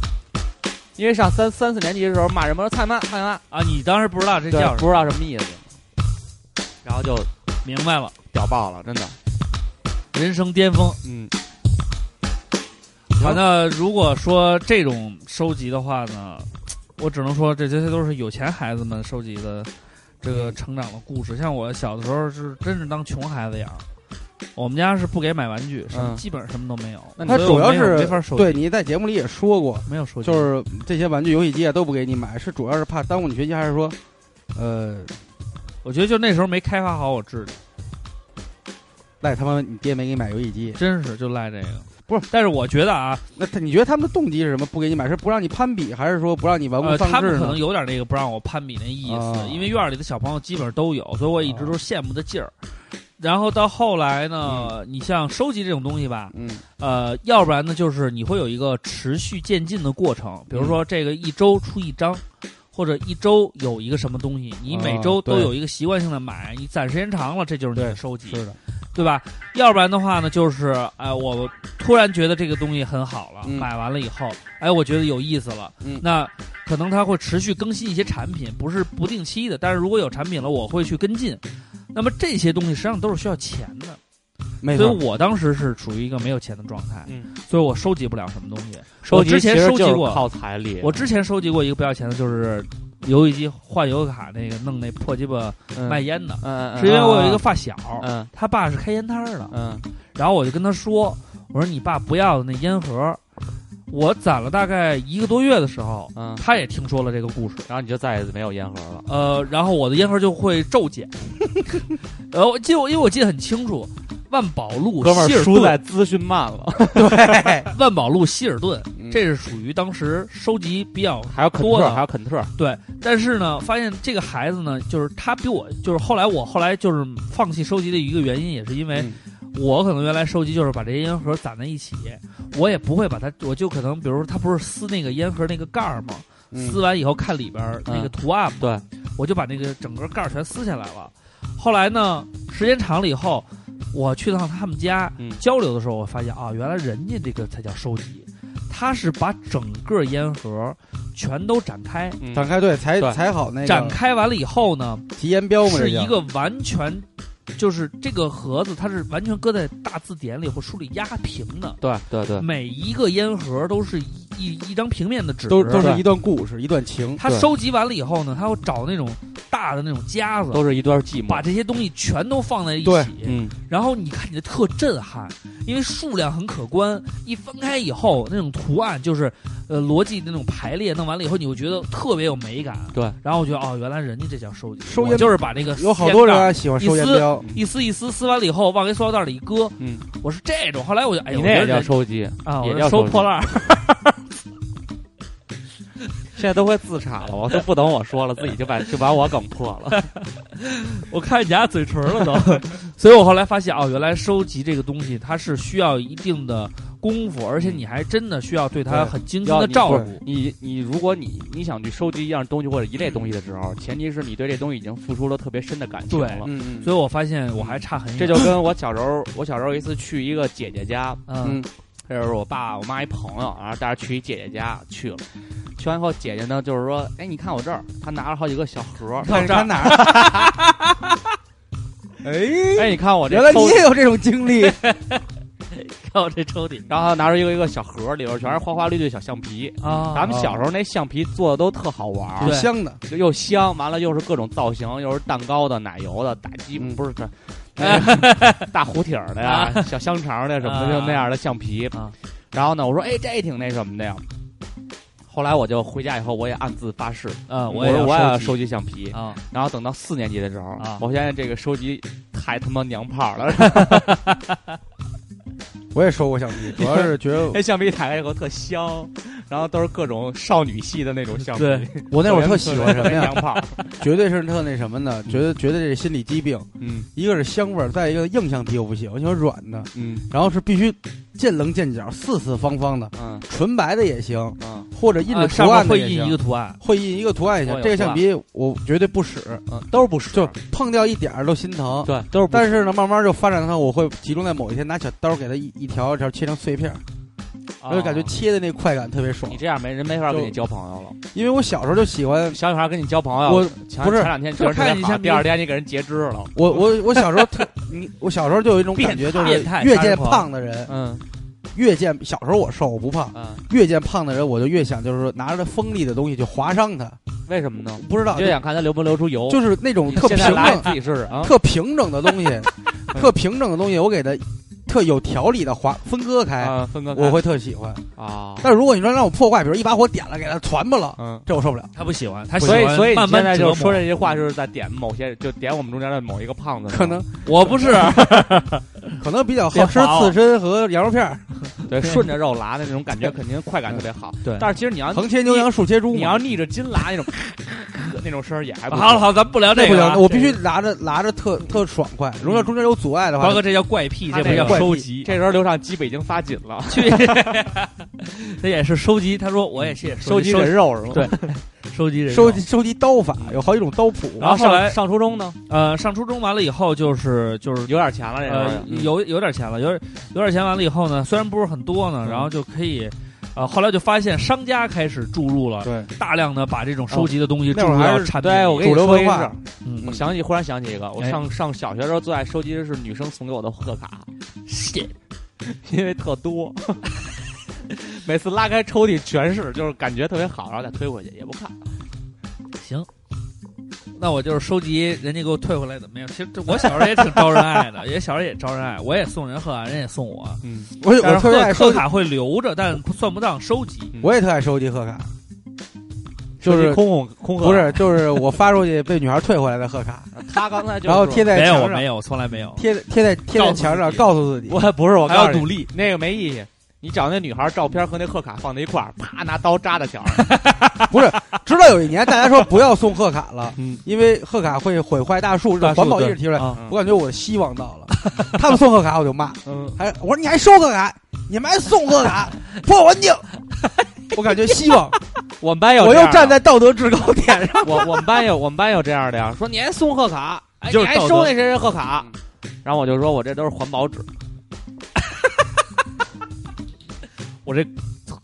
[SPEAKER 5] 因为上三三四年级的时候骂人嘛，说菜妈菜妈，
[SPEAKER 3] 啊，你当时不知道这
[SPEAKER 5] 对
[SPEAKER 3] 叫什
[SPEAKER 5] 不
[SPEAKER 3] 么，
[SPEAKER 5] 知道什么意思，然后就
[SPEAKER 3] 明白了，
[SPEAKER 5] 屌爆了，真的。
[SPEAKER 3] 人生巅峰。
[SPEAKER 5] 嗯，
[SPEAKER 3] 好，那如果说这种收集的话呢，我只能说这这些都是有钱孩子们收集的这
[SPEAKER 2] 嗯
[SPEAKER 3] 个成长的故事。像我小的时候是真是当穷孩子养，我们家是不给买玩具，什么、
[SPEAKER 5] 嗯
[SPEAKER 3] 基本上什么都没有。
[SPEAKER 5] 那你
[SPEAKER 2] 他
[SPEAKER 3] 所以
[SPEAKER 2] 主
[SPEAKER 3] 我
[SPEAKER 2] 要
[SPEAKER 3] 没有
[SPEAKER 2] 是
[SPEAKER 3] 没法收集，
[SPEAKER 2] 对你在节目里也说过，
[SPEAKER 3] 没有收集，
[SPEAKER 2] 就是这些玩具游戏机啊都不给你买，是主要是怕耽误你学习，还是说，呃，
[SPEAKER 3] 我觉得就那时候没开发好我智力，
[SPEAKER 2] 赖他妈你爹没给你买游戏机？
[SPEAKER 3] 真是就赖这个。
[SPEAKER 2] 不是，
[SPEAKER 3] 但是我觉得啊，
[SPEAKER 2] 那他你觉得他们的动机是什么？不给你买是不让你攀比，还是说不让你玩物
[SPEAKER 3] 呃，
[SPEAKER 2] 丧
[SPEAKER 3] 他
[SPEAKER 2] 志
[SPEAKER 3] 们可
[SPEAKER 2] 呢
[SPEAKER 3] 能？有点那个不让我攀比那意思，
[SPEAKER 2] 啊
[SPEAKER 3] 因为院儿里的小朋友基本上都有，所以我一直都是羡慕的劲儿。然后到后来呢，你像收集这种东西吧，
[SPEAKER 2] 嗯，
[SPEAKER 3] 呃，要不然呢，就是你会有一个持续渐进的过程，比如
[SPEAKER 2] 嗯
[SPEAKER 3] 说这个一周出一张，或者一周有一个什么东西，你每周
[SPEAKER 2] 啊对
[SPEAKER 3] 都有一个习惯性的买，你攒时间长了，这就是你的
[SPEAKER 2] 对
[SPEAKER 3] 收集，
[SPEAKER 2] 是的，
[SPEAKER 3] 对吧？要不然的话呢，就是哎、我突然觉得这个东西很好了，
[SPEAKER 2] 嗯
[SPEAKER 3] 买完了以后，哎，我觉得有意思了，
[SPEAKER 2] 嗯
[SPEAKER 3] 那可能它会持续更新一些产品，不是不定期的，但是如果有产品了，我会去跟进。那么这些东西实际上都是需要钱的，
[SPEAKER 2] 没
[SPEAKER 3] 所
[SPEAKER 2] 错
[SPEAKER 3] 以。我当时是处于一个没有钱的状态，
[SPEAKER 5] 哎嗯，哎
[SPEAKER 3] 所以我收集不了什么东西。
[SPEAKER 5] 收
[SPEAKER 3] 我
[SPEAKER 5] 集
[SPEAKER 3] 之前
[SPEAKER 5] 其实
[SPEAKER 3] 收集
[SPEAKER 5] 就是
[SPEAKER 3] 过
[SPEAKER 5] 靠财力，啊
[SPEAKER 3] 我之前收集过一个不要钱的，就是游戏机换游戏卡那个弄那破鸡巴
[SPEAKER 5] 嗯
[SPEAKER 3] 卖烟的，
[SPEAKER 5] 嗯嗯
[SPEAKER 3] 是因为我有一个发小，
[SPEAKER 5] 嗯
[SPEAKER 3] 他爸是开烟摊儿的，
[SPEAKER 5] 嗯
[SPEAKER 3] 然后我就跟他说，我说你爸不要的那烟盒，我攒了大概一个多月的时候，
[SPEAKER 5] 嗯，
[SPEAKER 3] 他也听说了这个故事。
[SPEAKER 5] 然后你就再也没有烟盒了。
[SPEAKER 3] 呃，然后我的烟盒就会骤减， 然后记我因为我记得很清楚，万宝路
[SPEAKER 5] 哥们
[SPEAKER 3] 希
[SPEAKER 5] 儿
[SPEAKER 3] 尔
[SPEAKER 5] 输
[SPEAKER 3] 顿
[SPEAKER 5] 在资讯慢了，
[SPEAKER 3] 万宝路希尔顿，
[SPEAKER 2] 嗯
[SPEAKER 3] 这是属于当时收集比较
[SPEAKER 5] 还有肯
[SPEAKER 3] 多
[SPEAKER 5] 特，
[SPEAKER 3] 的
[SPEAKER 5] 还有肯特，
[SPEAKER 3] 对，但是呢，发现这个孩子呢，就是他比我，就是后来我后来就是放弃收集的一个原因，也是因为
[SPEAKER 2] 嗯
[SPEAKER 3] 我可能原来收集就是把这些烟盒攒在一起，我也不会把它，我就可能比如说它不是撕那个烟盒那个盖儿嘛，
[SPEAKER 2] 嗯
[SPEAKER 3] 撕完以后看里边儿那个图案嘛，
[SPEAKER 5] 对，
[SPEAKER 3] 我就把那个整个盖儿全撕下来了。后来呢，时间长了以后，我去到他们家、
[SPEAKER 5] 嗯
[SPEAKER 3] 交流的时候，我发现啊，原来人家这个才叫收集，他是把整个烟盒全都展开。
[SPEAKER 5] 嗯
[SPEAKER 2] 展开对才
[SPEAKER 5] 对
[SPEAKER 2] 才好那个
[SPEAKER 3] 展开完了以后呢，
[SPEAKER 2] 集烟标嘛，
[SPEAKER 3] 是
[SPEAKER 2] 这
[SPEAKER 3] 一
[SPEAKER 2] 叫
[SPEAKER 3] 个完全，就是这个盒子它是完全搁在大字典里或书里压平的，
[SPEAKER 5] 对对对，
[SPEAKER 3] 每一个烟盒都是一一一张平面的纸，
[SPEAKER 2] 都都是一段故事，一段情。
[SPEAKER 3] 他收集完了以后呢，他会找那种大的那种夹子，
[SPEAKER 5] 都是一段寂
[SPEAKER 3] 把
[SPEAKER 5] 寞。
[SPEAKER 3] 这些东西全都放在一
[SPEAKER 2] 对
[SPEAKER 3] 起，
[SPEAKER 5] 嗯，
[SPEAKER 3] 然后你看你的特震撼，因为数量很可观。一翻开以后，那种图案就是，呃，逻辑那种排列，弄完了以后，你会觉得特别有美感。
[SPEAKER 5] 对，
[SPEAKER 3] 然后我觉得哦，原来人家这叫收集，
[SPEAKER 2] 收
[SPEAKER 3] 我
[SPEAKER 2] 烟
[SPEAKER 3] 就是把这个
[SPEAKER 2] 有好多人
[SPEAKER 3] 烟盖
[SPEAKER 2] 啊喜欢收
[SPEAKER 3] 一
[SPEAKER 2] 烟
[SPEAKER 3] 撕
[SPEAKER 2] 标，
[SPEAKER 3] 一丝一丝撕完了以后，往一塑料袋里一搁。
[SPEAKER 5] 嗯，
[SPEAKER 3] 我是这种。后来我就哎呦，
[SPEAKER 5] 你那
[SPEAKER 3] 我觉
[SPEAKER 5] 也
[SPEAKER 3] 得
[SPEAKER 5] 叫
[SPEAKER 3] 人
[SPEAKER 5] 收集，
[SPEAKER 3] 啊，
[SPEAKER 5] 也
[SPEAKER 3] 我
[SPEAKER 5] 叫
[SPEAKER 3] 收
[SPEAKER 5] 收集
[SPEAKER 3] 破烂儿。
[SPEAKER 5] 现在都会自查了，我都不等我说了，自己就 把就把我梗破了。
[SPEAKER 3] 我看你家嘴唇了都，所以我后来发现哦，原来收集这个东西它是需要一定的功夫，而且你还真的需要对它很精心
[SPEAKER 5] 要
[SPEAKER 3] 的
[SPEAKER 5] 你
[SPEAKER 3] 照
[SPEAKER 5] 不
[SPEAKER 3] 顾
[SPEAKER 5] 是。你你，如果你你想去收集一样东西或者一类东西的时候，前提是你对这东西已经付出了特别深的感情
[SPEAKER 3] 对
[SPEAKER 5] 了。
[SPEAKER 2] 嗯
[SPEAKER 3] 所以我发现我还差很远。
[SPEAKER 5] 这就跟我小时候，我小时候有一次去一个姐姐家，
[SPEAKER 3] 嗯
[SPEAKER 5] 这是我爸我妈一朋友，然后带着去一姐姐家去了。去完以后，姐姐呢就是说，哎，你看我这儿，她拿了好几个小盒儿，
[SPEAKER 2] 看他哪儿？ 哎，
[SPEAKER 5] 哎，你看我这
[SPEAKER 2] 原来
[SPEAKER 5] 抽
[SPEAKER 2] 你也有这种经 历，
[SPEAKER 3] 看我这抽屉
[SPEAKER 5] 然后拿出一个一个小盒儿，里边全是花花绿绿的小橡皮。
[SPEAKER 3] 啊，
[SPEAKER 5] 咱们小时候那橡皮做的都特好玩儿
[SPEAKER 2] 挺，香的。
[SPEAKER 5] 就又香，完了又是各种造型，又是蛋糕的、奶油的、打鸡、
[SPEAKER 2] 嗯啊
[SPEAKER 5] 不是这、大蝴蝶儿的呀、小香肠的什么的，
[SPEAKER 3] 啊
[SPEAKER 5] 就那样的橡皮。
[SPEAKER 3] 啊
[SPEAKER 5] 然后呢，我说哎，这也挺那什么的呀。后来我就回家以后，我也暗自发誓，
[SPEAKER 3] 啊，
[SPEAKER 5] 我
[SPEAKER 3] 也
[SPEAKER 5] 哦说我也
[SPEAKER 3] 要
[SPEAKER 5] 要
[SPEAKER 3] 收
[SPEAKER 5] 收集橡皮
[SPEAKER 3] 集。啊，
[SPEAKER 5] 然后等到四年级的时候，
[SPEAKER 3] 啊
[SPEAKER 5] 我现在这个收集太他妈娘炮了，
[SPEAKER 2] 我也收过橡皮，主要是觉得
[SPEAKER 3] 哎
[SPEAKER 5] 那橡皮打开以后特香，然后都是各种少女系的那种橡皮。
[SPEAKER 3] 对，
[SPEAKER 2] 我那会儿特喜欢什么呀
[SPEAKER 5] 娘？炮，
[SPEAKER 2] 绝对是特那什么的，觉得觉得这是心理疾病。
[SPEAKER 5] 嗯
[SPEAKER 2] 一个是香味儿，再一个硬橡皮我不喜欢，我喜欢软的。
[SPEAKER 5] 嗯
[SPEAKER 2] 然后是必须见棱见角、四四方方的，
[SPEAKER 5] 嗯
[SPEAKER 2] 纯白的也行，
[SPEAKER 5] 嗯
[SPEAKER 2] 或者印
[SPEAKER 3] 啊
[SPEAKER 2] 着
[SPEAKER 3] 上
[SPEAKER 2] 图
[SPEAKER 3] 面
[SPEAKER 2] 案的
[SPEAKER 3] 会
[SPEAKER 2] 也行
[SPEAKER 3] 印一个图案，
[SPEAKER 2] 会印一个图案也
[SPEAKER 3] 我
[SPEAKER 2] 行。
[SPEAKER 3] 有
[SPEAKER 2] 这个橡皮我绝对不使，
[SPEAKER 5] 嗯，都是不使，
[SPEAKER 2] 就碰掉一点儿都心疼。
[SPEAKER 5] 对，都是不
[SPEAKER 2] 但是呢，慢慢就发展到我会集中在某一天拿小刀给它一一条一条切成碎片儿，
[SPEAKER 3] 啊
[SPEAKER 2] 我就感觉切的那快感特别爽
[SPEAKER 5] 嗯你。这样没人没法跟
[SPEAKER 2] 就
[SPEAKER 5] 你交朋友了。
[SPEAKER 2] 因为我小时候就喜欢，
[SPEAKER 5] 小女孩跟你交
[SPEAKER 3] 啊
[SPEAKER 5] 朋友，
[SPEAKER 2] 我
[SPEAKER 5] 前
[SPEAKER 2] 不是
[SPEAKER 5] 前两天觉
[SPEAKER 3] 就
[SPEAKER 5] 得
[SPEAKER 3] 看你
[SPEAKER 5] 特别好
[SPEAKER 3] 像
[SPEAKER 5] 第二天你给人截肢了。
[SPEAKER 2] 我我我小时候特，你我小时候就有一种感觉，就是
[SPEAKER 3] 变态
[SPEAKER 2] 越
[SPEAKER 3] 杀人
[SPEAKER 2] 见
[SPEAKER 3] 狂
[SPEAKER 2] 胖的人，
[SPEAKER 5] 嗯
[SPEAKER 2] 越见小时候我瘦我不胖，
[SPEAKER 5] 嗯，
[SPEAKER 2] 越见胖的人我就越想就是说拿着锋利的东西去划伤他，
[SPEAKER 5] 为什么呢？
[SPEAKER 2] 不知道
[SPEAKER 5] 就想看他流不流出油。
[SPEAKER 2] 啊就是那种
[SPEAKER 5] 你
[SPEAKER 2] 特
[SPEAKER 5] 现
[SPEAKER 2] 平
[SPEAKER 5] 在来嗯
[SPEAKER 2] 整
[SPEAKER 5] 你、自己试试啊。
[SPEAKER 2] 特平整的 东西，特平整的东西，我给它特有条理的划分割开，
[SPEAKER 5] 啊，分割开
[SPEAKER 2] 我会特喜欢。
[SPEAKER 5] 啊，
[SPEAKER 2] 但是如果你说让我破坏，比如一把火点了，给它团吧了，
[SPEAKER 5] 嗯。
[SPEAKER 2] 这我受不了。
[SPEAKER 3] 他不喜欢，他喜
[SPEAKER 5] 所以，
[SPEAKER 3] 欢
[SPEAKER 5] 所以你
[SPEAKER 3] 慢慢
[SPEAKER 5] 现在
[SPEAKER 3] 折
[SPEAKER 5] 就
[SPEAKER 3] 磨
[SPEAKER 5] 说这些话，就是在点某些，就点我们中间的某一个胖子。
[SPEAKER 2] 可能
[SPEAKER 3] 我不是，
[SPEAKER 2] 可能比较
[SPEAKER 5] 别
[SPEAKER 2] 好吃
[SPEAKER 5] 划我
[SPEAKER 2] 刺身和羊肉片儿，
[SPEAKER 5] 对，顺着肉拉的那种感觉，肯定快感特别好。
[SPEAKER 3] 对
[SPEAKER 5] 但是其实你要
[SPEAKER 2] 横切牛羊，竖切猪嘛。
[SPEAKER 5] 啊你要逆着筋拉那种那种声儿也还不错
[SPEAKER 3] 好了好，咱们不聊
[SPEAKER 2] 这
[SPEAKER 3] 这
[SPEAKER 2] 不
[SPEAKER 3] 个
[SPEAKER 2] 行
[SPEAKER 3] 了，啊，
[SPEAKER 2] 我必须拿着拿着特特爽快。如
[SPEAKER 5] 嗯
[SPEAKER 2] 果中间有阻碍的话
[SPEAKER 3] 瓜，哥这叫怪癖，
[SPEAKER 5] 他
[SPEAKER 3] 这不
[SPEAKER 5] 那
[SPEAKER 3] 叫
[SPEAKER 2] 个
[SPEAKER 3] 收集，
[SPEAKER 5] 这时候刘畅基本已经发紧了，
[SPEAKER 3] 去， 这也是收集。他说我也
[SPEAKER 2] 嗯
[SPEAKER 3] 是
[SPEAKER 5] 收集
[SPEAKER 3] 收
[SPEAKER 5] 人肉是吗？
[SPEAKER 3] 对收集人啊
[SPEAKER 2] 收集收集刀法有好几种刀谱。
[SPEAKER 3] 然后后来
[SPEAKER 5] 上上初中呢，
[SPEAKER 3] 呃上初中完了以后就是就是。
[SPEAKER 5] 有点钱了，这时嗯候
[SPEAKER 3] 呃，有有点钱了，有点有点钱完了以后呢，虽然不是很多呢，
[SPEAKER 5] 嗯
[SPEAKER 3] 然后就可以，呃，后来就发现商家开始注入了
[SPEAKER 2] 对，
[SPEAKER 3] 大量的把这种收集的东西注
[SPEAKER 5] 哦那会
[SPEAKER 3] 入
[SPEAKER 5] 儿还
[SPEAKER 3] 到
[SPEAKER 5] 是
[SPEAKER 3] 产品里，
[SPEAKER 5] 对我跟
[SPEAKER 2] 主
[SPEAKER 5] 你
[SPEAKER 2] 流
[SPEAKER 5] 说
[SPEAKER 2] 文
[SPEAKER 5] 一
[SPEAKER 2] 化
[SPEAKER 5] 事儿，
[SPEAKER 3] 嗯
[SPEAKER 5] 我想起忽然想起一个，我
[SPEAKER 3] 哎
[SPEAKER 5] 上上小学时候最爱收集的是女生送给我的贺卡，
[SPEAKER 3] shit
[SPEAKER 5] 因为特多， 每次拉开抽屉全是，就是感觉特别好，然后再推回去也不看。
[SPEAKER 3] 行，那我就是收集人家给我退回来怎么样？其实这我小时候也挺招人爱的，也小时候也招人爱，我也送人贺卡，人也送我，
[SPEAKER 5] 嗯，
[SPEAKER 2] 我
[SPEAKER 3] 但
[SPEAKER 2] 我
[SPEAKER 3] 是
[SPEAKER 2] 特别爱
[SPEAKER 3] 贺
[SPEAKER 2] 收
[SPEAKER 3] 贺
[SPEAKER 2] 集，
[SPEAKER 3] 卡会留着，但不算不当收集。
[SPEAKER 2] 我也特爱收集贺卡，就
[SPEAKER 5] 收集
[SPEAKER 2] 是
[SPEAKER 5] 空空空贺，
[SPEAKER 2] 不是就是我发出去被女孩退回来的贺卡，
[SPEAKER 5] 他刚才就
[SPEAKER 2] 然后
[SPEAKER 5] 是
[SPEAKER 2] 贴在
[SPEAKER 3] 没有，
[SPEAKER 2] 墙
[SPEAKER 3] 我
[SPEAKER 2] 上
[SPEAKER 3] 没，有，我从来没有。
[SPEAKER 2] 贴贴在贴在墙上，告诉自己。
[SPEAKER 5] 我不是我
[SPEAKER 3] 还要
[SPEAKER 5] 告诉你
[SPEAKER 3] 努力，
[SPEAKER 5] 那个没意义。你找那女孩照片和那贺卡放在一块儿，啪拿刀扎在墙上。
[SPEAKER 2] 直到有一年，大家说不要送贺卡了，
[SPEAKER 5] 嗯
[SPEAKER 2] 因为贺卡会毁坏大树，这种环保意识提出来，
[SPEAKER 5] 啊
[SPEAKER 2] 我感觉我的希望到了。他们送贺卡我就骂，
[SPEAKER 5] 嗯，
[SPEAKER 2] 还我说你还收贺卡，你们还送贺卡，破环境。我感觉希望，
[SPEAKER 5] 我们班有
[SPEAKER 2] 我
[SPEAKER 5] 这
[SPEAKER 2] 又
[SPEAKER 5] 样的
[SPEAKER 2] 站在道德制高点上。
[SPEAKER 5] 我我们班有我们班有这样的呀，说你还送贺卡，哎，
[SPEAKER 3] 就是
[SPEAKER 5] 你还
[SPEAKER 3] 道德
[SPEAKER 5] 收那谁谁贺卡，然后我就说我这都是环保纸，
[SPEAKER 3] 我这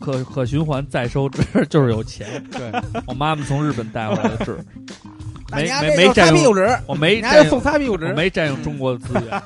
[SPEAKER 3] 可可循环再收纸就是有钱，
[SPEAKER 2] 对，
[SPEAKER 3] 我妈妈从日本带回来的纸，
[SPEAKER 2] 那你
[SPEAKER 3] 没
[SPEAKER 2] 还
[SPEAKER 3] 没
[SPEAKER 2] 那
[SPEAKER 3] 没
[SPEAKER 2] 就擦
[SPEAKER 3] 占
[SPEAKER 2] 屁
[SPEAKER 3] 用，
[SPEAKER 2] 股纸，
[SPEAKER 3] 我没
[SPEAKER 2] 你还
[SPEAKER 3] 占
[SPEAKER 2] 要送
[SPEAKER 3] 用，
[SPEAKER 2] 擦屁股
[SPEAKER 3] 我
[SPEAKER 2] 纸。
[SPEAKER 3] 没占用中国的资 源。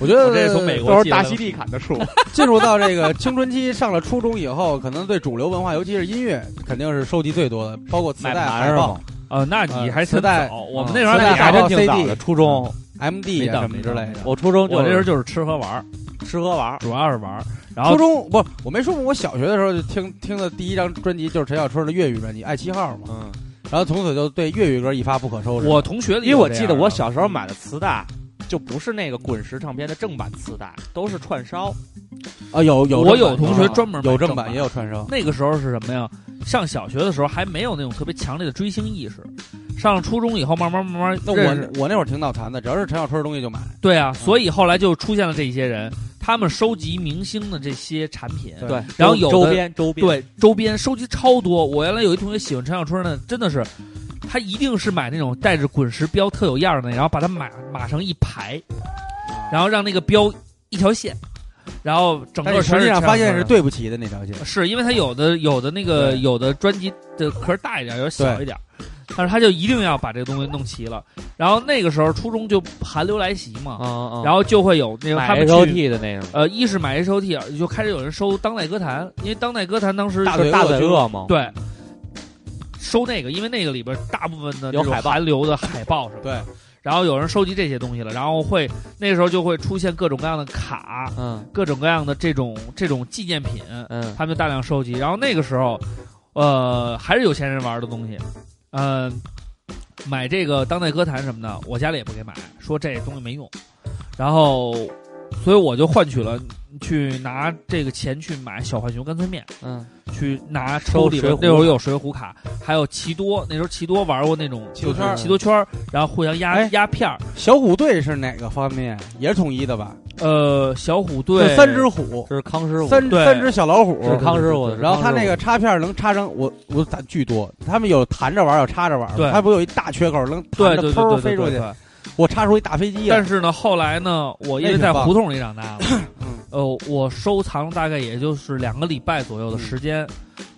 [SPEAKER 2] 我觉得
[SPEAKER 3] 我这是从 美国
[SPEAKER 5] 都是
[SPEAKER 3] 寄
[SPEAKER 5] 大
[SPEAKER 3] 来的
[SPEAKER 5] 溪地砍的树。
[SPEAKER 2] 进入到这个青春期，上了初中以后，可能对主流文化，尤其是音乐，肯定是收集最多的，包括磁
[SPEAKER 5] 买
[SPEAKER 2] 带、
[SPEAKER 5] 盘
[SPEAKER 2] 海
[SPEAKER 5] 是
[SPEAKER 2] 报
[SPEAKER 5] 吗、
[SPEAKER 3] 呃，那你还挺
[SPEAKER 2] 磁带啊
[SPEAKER 3] 早，我们那时候
[SPEAKER 2] 磁带
[SPEAKER 3] 还挺
[SPEAKER 2] 海
[SPEAKER 5] 你还
[SPEAKER 3] 早
[SPEAKER 2] 报
[SPEAKER 5] 真挺早
[SPEAKER 2] CD
[SPEAKER 5] 的，初中
[SPEAKER 2] MD
[SPEAKER 3] 没
[SPEAKER 2] 啊
[SPEAKER 3] 到
[SPEAKER 2] 什么之类的。
[SPEAKER 5] 嗯我初中
[SPEAKER 3] 我那
[SPEAKER 5] 就
[SPEAKER 3] 时候
[SPEAKER 5] 是
[SPEAKER 3] 就是吃喝玩儿，
[SPEAKER 5] 吃喝玩儿，
[SPEAKER 3] 主要是玩儿。然
[SPEAKER 2] 初
[SPEAKER 3] 后
[SPEAKER 2] 中不，我没说过，我小学的时候就听听的第一张专辑就是陈小春的粤语专辑《爱七号》嘛，
[SPEAKER 5] 嗯，
[SPEAKER 2] 然后从此就对粤语歌一发不可收拾。
[SPEAKER 3] 我同学里
[SPEAKER 5] 因为
[SPEAKER 3] 有
[SPEAKER 5] 我
[SPEAKER 3] 这
[SPEAKER 5] 记
[SPEAKER 3] 样
[SPEAKER 5] 得
[SPEAKER 3] 的
[SPEAKER 5] 我小时候买的磁带。就不是那个滚石唱片的正版磁带，都是串烧。
[SPEAKER 2] 啊，有有
[SPEAKER 3] 我
[SPEAKER 2] 正版
[SPEAKER 3] 有同
[SPEAKER 2] 的
[SPEAKER 3] 学
[SPEAKER 2] 吗
[SPEAKER 3] 专门买
[SPEAKER 2] 有
[SPEAKER 3] 正
[SPEAKER 2] 正版
[SPEAKER 3] 版
[SPEAKER 2] 也有串烧，
[SPEAKER 3] 那个时候是什么呀？上小学的时候还没有那种特别强烈的追星意识，上了初中以后慢慢慢慢
[SPEAKER 2] 那
[SPEAKER 3] 认识
[SPEAKER 2] 我我那会儿挺脑残的，只要是陈小春的东西就买。
[SPEAKER 3] 对啊，所以后来就出现了这一些人，他们收集明星的这些产品，
[SPEAKER 2] 对
[SPEAKER 5] 对，
[SPEAKER 3] 然后有的
[SPEAKER 5] 周边周边，
[SPEAKER 3] 对周边收集超多。我原来有一同学喜欢陈小春的，真的是，他一定是买那种带着滚石标特有样儿的，然后把它码码成一排，
[SPEAKER 2] 啊
[SPEAKER 3] 然后让那个标一条线，然后整
[SPEAKER 2] 但
[SPEAKER 3] 个
[SPEAKER 2] 是
[SPEAKER 3] 全
[SPEAKER 2] 实际上
[SPEAKER 3] 陈小
[SPEAKER 2] 发现
[SPEAKER 3] 春
[SPEAKER 2] 是
[SPEAKER 3] 的。
[SPEAKER 2] 对不起的那条线，
[SPEAKER 3] 是因为他有的有的那个
[SPEAKER 2] 对
[SPEAKER 3] 有的专辑的壳大一点，有的小一点，但是他就一定要把这个东西弄齐了。然后那个时候初中就韩流来袭嘛，
[SPEAKER 5] 嗯嗯，
[SPEAKER 3] 然后就会有那种他
[SPEAKER 5] 买
[SPEAKER 3] 们去
[SPEAKER 5] HOT 的那种，
[SPEAKER 3] 呃，一是买 H O T，就开始有人收当代歌坛，因为当代歌坛当时
[SPEAKER 2] 嘴
[SPEAKER 5] 大
[SPEAKER 2] 大
[SPEAKER 5] 嘴
[SPEAKER 2] 嘴
[SPEAKER 5] 鳄嘛，
[SPEAKER 3] 对收那个，因为那个里边大部分的
[SPEAKER 5] 有
[SPEAKER 3] 那种
[SPEAKER 5] 海报
[SPEAKER 3] 韩流的海报什么的。
[SPEAKER 2] 对，
[SPEAKER 3] 然后有人收集这些东西了，然后会那时候就会出现各种各样的卡，
[SPEAKER 5] 嗯
[SPEAKER 3] 各种各样的这种这种纪念品，
[SPEAKER 5] 嗯，
[SPEAKER 3] 他们就大量收集。然后那个时候，呃，还是有钱人玩的东西，嗯、买这个当代歌坛什么的，我家里也不给买，说这东西没用。然后，所以我就换取了去拿这个钱去买小浣熊干脆面，
[SPEAKER 5] 嗯，
[SPEAKER 3] 去拿
[SPEAKER 5] 收
[SPEAKER 3] 抽里边
[SPEAKER 5] 水浒
[SPEAKER 3] 那会儿有水浒卡，还有奇多，那时候奇多玩过那种
[SPEAKER 2] 奇多圈儿
[SPEAKER 3] 就是奇多圈儿，然后互相压、
[SPEAKER 2] 哎
[SPEAKER 3] 压片儿。
[SPEAKER 2] 小虎队是哪个方面？也是统一的吧？
[SPEAKER 3] 呃，小虎队
[SPEAKER 2] 是三只虎，
[SPEAKER 5] 这是康师傅，
[SPEAKER 2] 三
[SPEAKER 3] 对
[SPEAKER 2] 三只小老虎。
[SPEAKER 5] 是康师傅的，
[SPEAKER 2] 然后他那个插片能插成我我攒巨多，他们有弹着玩儿，有插着玩儿。
[SPEAKER 3] 对
[SPEAKER 2] 他不有一大缺口，能
[SPEAKER 3] 对对
[SPEAKER 2] 弹着
[SPEAKER 3] 对
[SPEAKER 2] 嗖
[SPEAKER 3] 对
[SPEAKER 2] 飞
[SPEAKER 3] 对
[SPEAKER 2] 出
[SPEAKER 3] 对
[SPEAKER 2] 去，
[SPEAKER 3] 对。
[SPEAKER 2] 我插出一大飞机来。
[SPEAKER 3] 但是呢，后来呢，我因为在胡同里长 大嘛，呃，我收藏了大概也就是两个礼拜左右的时间，
[SPEAKER 2] 嗯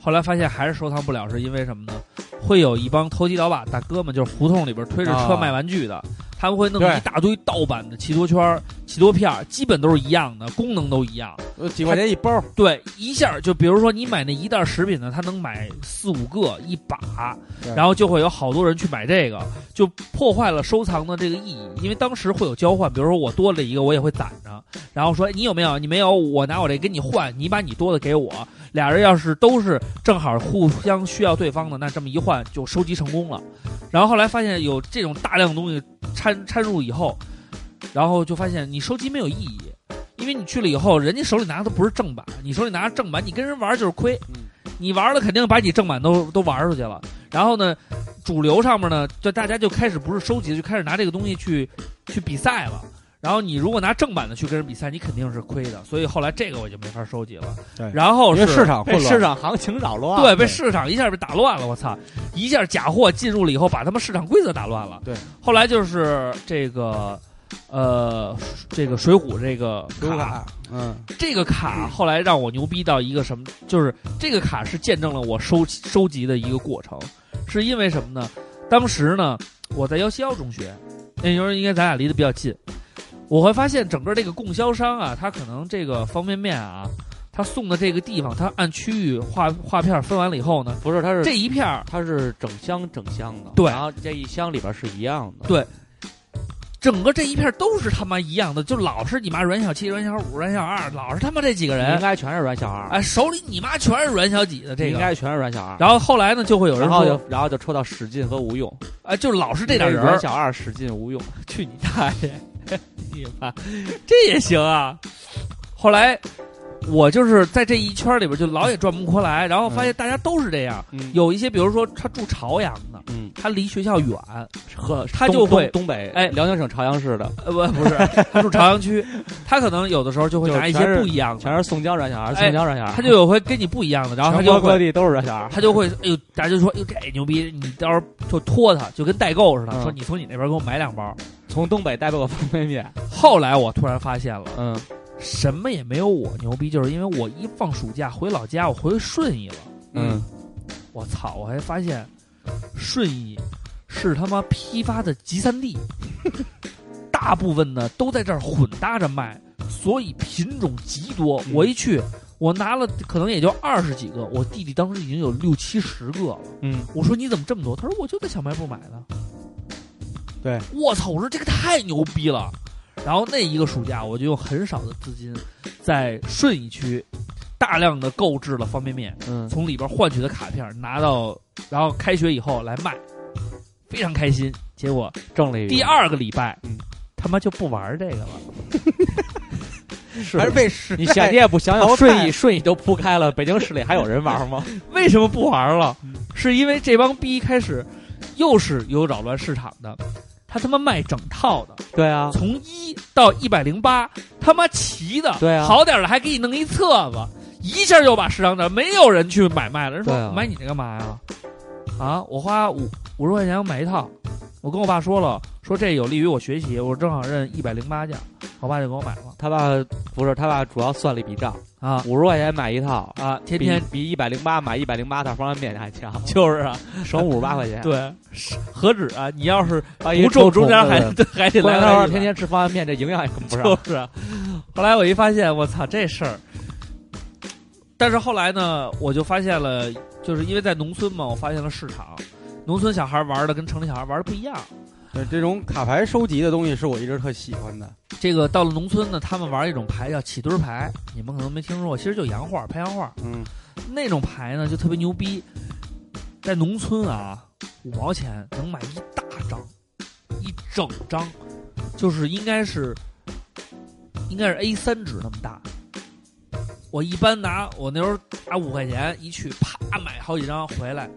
[SPEAKER 3] 后来发现还是收藏不了，是因为什么呢？会有一帮投机倒把大哥们，就是胡同里边推着车
[SPEAKER 2] 啊
[SPEAKER 3] 卖玩具的，他们会弄
[SPEAKER 2] 对
[SPEAKER 3] 一大堆盗版的奇多圈儿、奇多片儿，基本都是一样的，功能都一样。
[SPEAKER 2] 呃几块钱一包，
[SPEAKER 3] 对，一下就比如说你买那一袋食品呢，他能买四五个一把
[SPEAKER 2] 对，
[SPEAKER 3] 然后就会有好多人去买这个，就破坏了收藏的这个意义。因为当时会有交换，比如说我多了一个，我也会攒着，然后说哎你有没有？你没有，我拿我这跟你换，你把你多的给我。俩人要是都是正好互相需要对方的，那这么一换就收集成功了。然后后来发现有这种大量的东西掺掺入以后，然后就发现你收集没有意义。因为你去了以后，人家手里拿的不是正版，你手里拿着正版，你跟人玩就是亏，
[SPEAKER 2] 嗯
[SPEAKER 3] 你玩了肯定把你正版都都玩出去了。然后呢，主流上面呢，就大家就开始不是收集，就开始拿这个东西去去比赛了。然后你如果拿正版的去跟人比赛，你肯定是亏的。所以后来这个我就没法收集了。
[SPEAKER 2] 对
[SPEAKER 3] 然后
[SPEAKER 2] 因为
[SPEAKER 3] 是
[SPEAKER 2] 市场
[SPEAKER 5] 被
[SPEAKER 2] 混
[SPEAKER 5] 哎市
[SPEAKER 2] 乱。
[SPEAKER 5] 场行情扰乱，
[SPEAKER 3] 对，被市场一下被打乱了，我操！一下假货进入了以后，把他们市场规则打乱了。
[SPEAKER 2] 对，
[SPEAKER 3] 后来就是这个，呃，这个水浒这个
[SPEAKER 2] 有卡，嗯，
[SPEAKER 3] 这个卡后来让我牛逼到一个什么，就是这个卡是见证了我收收集的一个过程，是因为什么呢？当时呢，我在幺七幺中学，那时候应该咱俩离得比较近，我会发现整个这个供销商啊，他可能这个方便面啊，他送的这个地方，他按区域划划片分完了以后呢，
[SPEAKER 5] 不是，他是
[SPEAKER 3] 这一片儿
[SPEAKER 5] 他是整箱整箱的，
[SPEAKER 3] 对
[SPEAKER 5] 然后这一箱里边是一样的，
[SPEAKER 3] 对整个这一片儿都是他妈一样的，就老是你妈阮小七、阮小五、阮小二，老是他妈这几个
[SPEAKER 5] 应
[SPEAKER 3] 人，
[SPEAKER 5] 该全是阮小二，
[SPEAKER 3] 哎，手里你妈全是阮小几的这
[SPEAKER 5] 应
[SPEAKER 3] 个。
[SPEAKER 5] 该全是阮小二，
[SPEAKER 3] 然后后来呢，就会有人
[SPEAKER 5] 然后
[SPEAKER 3] 说，
[SPEAKER 5] 就然后就抽到史进和吴用，
[SPEAKER 3] 啊，就老是这点人
[SPEAKER 5] 阮
[SPEAKER 3] 儿，
[SPEAKER 5] 小二、史进、吴用，去你大爷！你妈，
[SPEAKER 3] 这也行啊。后来我就是在这一圈里边，就老也转不过来，然后发现大家都是这样。
[SPEAKER 5] 嗯
[SPEAKER 3] 有一些，比如说他住朝阳的，
[SPEAKER 5] 嗯，
[SPEAKER 3] 他离学校远，
[SPEAKER 5] 和
[SPEAKER 3] 他就会
[SPEAKER 5] 东东北，
[SPEAKER 3] 哎
[SPEAKER 5] 辽宁省朝阳市的，
[SPEAKER 3] 呃，不不是，他住朝阳区，他可能有的时候就会
[SPEAKER 5] 就是
[SPEAKER 3] 拿一
[SPEAKER 5] 全
[SPEAKER 3] 些
[SPEAKER 5] 是
[SPEAKER 3] 不一样的，
[SPEAKER 5] 全是宋江阮小二，
[SPEAKER 3] 哎
[SPEAKER 5] 宋江阮小二，
[SPEAKER 3] 他就有会跟你不一样的，然后他
[SPEAKER 5] 全
[SPEAKER 3] 就
[SPEAKER 5] 国各
[SPEAKER 3] 会。
[SPEAKER 5] 地都是阮小二，
[SPEAKER 3] 他就会，哎呦，大家就说，哎呦，这牛逼！你到时候就拖他，就跟代购似的，
[SPEAKER 5] 嗯
[SPEAKER 3] 说你从你那边给我买两包。
[SPEAKER 5] 从东北带过方便面，
[SPEAKER 3] 后来我突然发现了，
[SPEAKER 5] 嗯，
[SPEAKER 3] 什么也没有我牛逼，就是因为我一放暑假回老家，我回顺义了。
[SPEAKER 5] 嗯，
[SPEAKER 3] 我操！我还发现顺义是他妈批发的集散地， 大部分呢都在这儿混搭着卖，所以品种极多。我一去，我拿了可能也就二十几个，我弟弟当时已经有六七十个了。
[SPEAKER 5] 嗯，
[SPEAKER 3] 我说你怎么这么多？他说我就在小卖部买的。
[SPEAKER 2] 对，
[SPEAKER 3] 我操！我说这个太牛逼了。然后那一个暑假，我就用很少的资金，在顺义区大量的购置了方便面。
[SPEAKER 5] 嗯，
[SPEAKER 3] 从里边换取的卡片拿到，然后开学以后来卖，非常开心。结果
[SPEAKER 5] 挣了一笔
[SPEAKER 3] 第，二个礼拜，
[SPEAKER 5] 嗯
[SPEAKER 3] 他妈就不玩这个了。
[SPEAKER 2] 还是被时
[SPEAKER 5] 你想
[SPEAKER 2] 代
[SPEAKER 5] 你也不想
[SPEAKER 2] 淘汰
[SPEAKER 5] 想，顺义顺义都铺开了，北京市里还有人玩吗？
[SPEAKER 3] 为什么不玩了？是因为这帮逼开始又是有扰乱市场的，他他妈卖整套的，
[SPEAKER 5] 对啊，
[SPEAKER 3] 从一到一百零八，他妈齐的，
[SPEAKER 5] 对啊
[SPEAKER 3] 好点儿的还给你弄一册子，一下就把市场涨，没有人去买卖了。人说、
[SPEAKER 5] 对啊
[SPEAKER 3] 买你这干嘛呀？啊，我花五五十块钱我买一套，我跟我爸说了，说这有利于我学习，我正好认一百零八将，我爸就给我买了
[SPEAKER 5] 他爸不是他爸，主要算了一笔账，
[SPEAKER 3] 啊
[SPEAKER 5] 五十块钱买一套，
[SPEAKER 3] 啊，天
[SPEAKER 5] 比
[SPEAKER 3] 天
[SPEAKER 5] 比一百零八买一百零八套方便面还强，
[SPEAKER 3] 就是啊，
[SPEAKER 5] 省五十八块钱。
[SPEAKER 3] 对，是何止啊，你要是
[SPEAKER 5] 啊，
[SPEAKER 3] 不中中间还 还得
[SPEAKER 5] 过
[SPEAKER 3] 来
[SPEAKER 5] 两天
[SPEAKER 3] 来
[SPEAKER 5] 天天吃方便面，这营养也跟不上。
[SPEAKER 3] 就是啊。后来我一发现，我操这事儿。但是后来呢，我就发现了，就是因为在农村嘛，我发现了市场，农村小孩玩的跟城里小孩玩的不一样。
[SPEAKER 2] 对这种卡牌收集的东西是我一直特喜欢的。
[SPEAKER 3] 这个到了农村呢，他们玩一种牌叫起堆儿牌，你们可能没听说过，其实就洋画、拍洋画
[SPEAKER 2] 嗯，
[SPEAKER 3] 那种牌呢，就特别牛逼。在农村啊，五毛钱能买一大张，一整张，就是应该是应该是 A 三纸那么大。我一般拿我那时候拿五块钱一去，啪买好几张回来，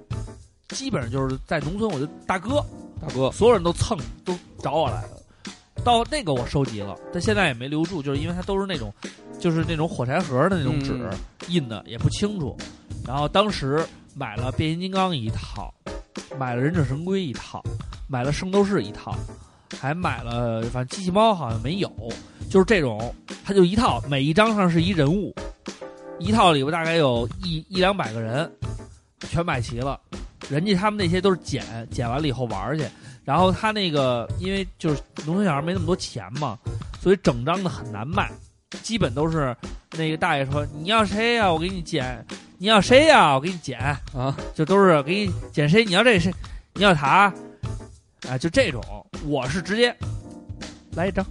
[SPEAKER 3] 基本上就是在农村我就大哥，
[SPEAKER 5] 大哥，
[SPEAKER 3] 所有人都蹭都找我来了。到那个我收集了，但现在也没留住，就是因为它都是那种，就是那种火柴盒的那种纸、
[SPEAKER 2] 嗯
[SPEAKER 3] 印的，也不清楚。然后当时买了变形金刚一套，买了忍者神龟一套，买了圣斗士一套，还买了反正机器猫好像没有，就是这种，它就一套，每一张上是一人物，一套里边大概有一一两百个人，全买齐了。人家他们那些都是捡，捡完了以后玩儿去。然后他那个，因为就是农村小孩没那么多钱嘛，所以整张的很难卖，基本都是那个大爷说：“你要谁呀、我给你捡；你要谁呀、我给你捡。”
[SPEAKER 5] 啊，
[SPEAKER 3] 就都是给你捡谁？你要这谁？你要他？啊，就这种，我是直接来一张，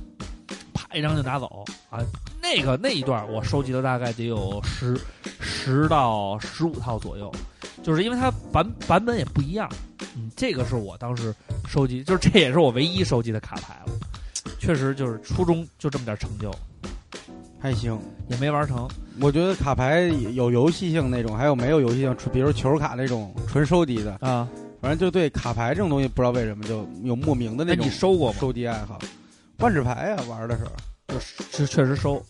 [SPEAKER 3] 啪一张就拿走啊。那个那一段我收集了大概得有十十到十五套左右，就是因为它版版本也不一样。嗯，这个是我当时收集，就是这也是我唯一收集的卡牌了。确实就是初中就这么点成就，
[SPEAKER 2] 还行。
[SPEAKER 3] 也没玩成。
[SPEAKER 2] 我觉得卡牌有游戏性那种，还有没有游戏性，比如球卡那种纯收集的
[SPEAKER 3] 啊。
[SPEAKER 2] 反正就对卡牌这种东西，不知道为什么就有莫名的
[SPEAKER 3] 那
[SPEAKER 2] 那种
[SPEAKER 3] 哎你收过吗？嗯
[SPEAKER 2] 收集爱好。万智牌啊，玩的时候
[SPEAKER 3] 是确实收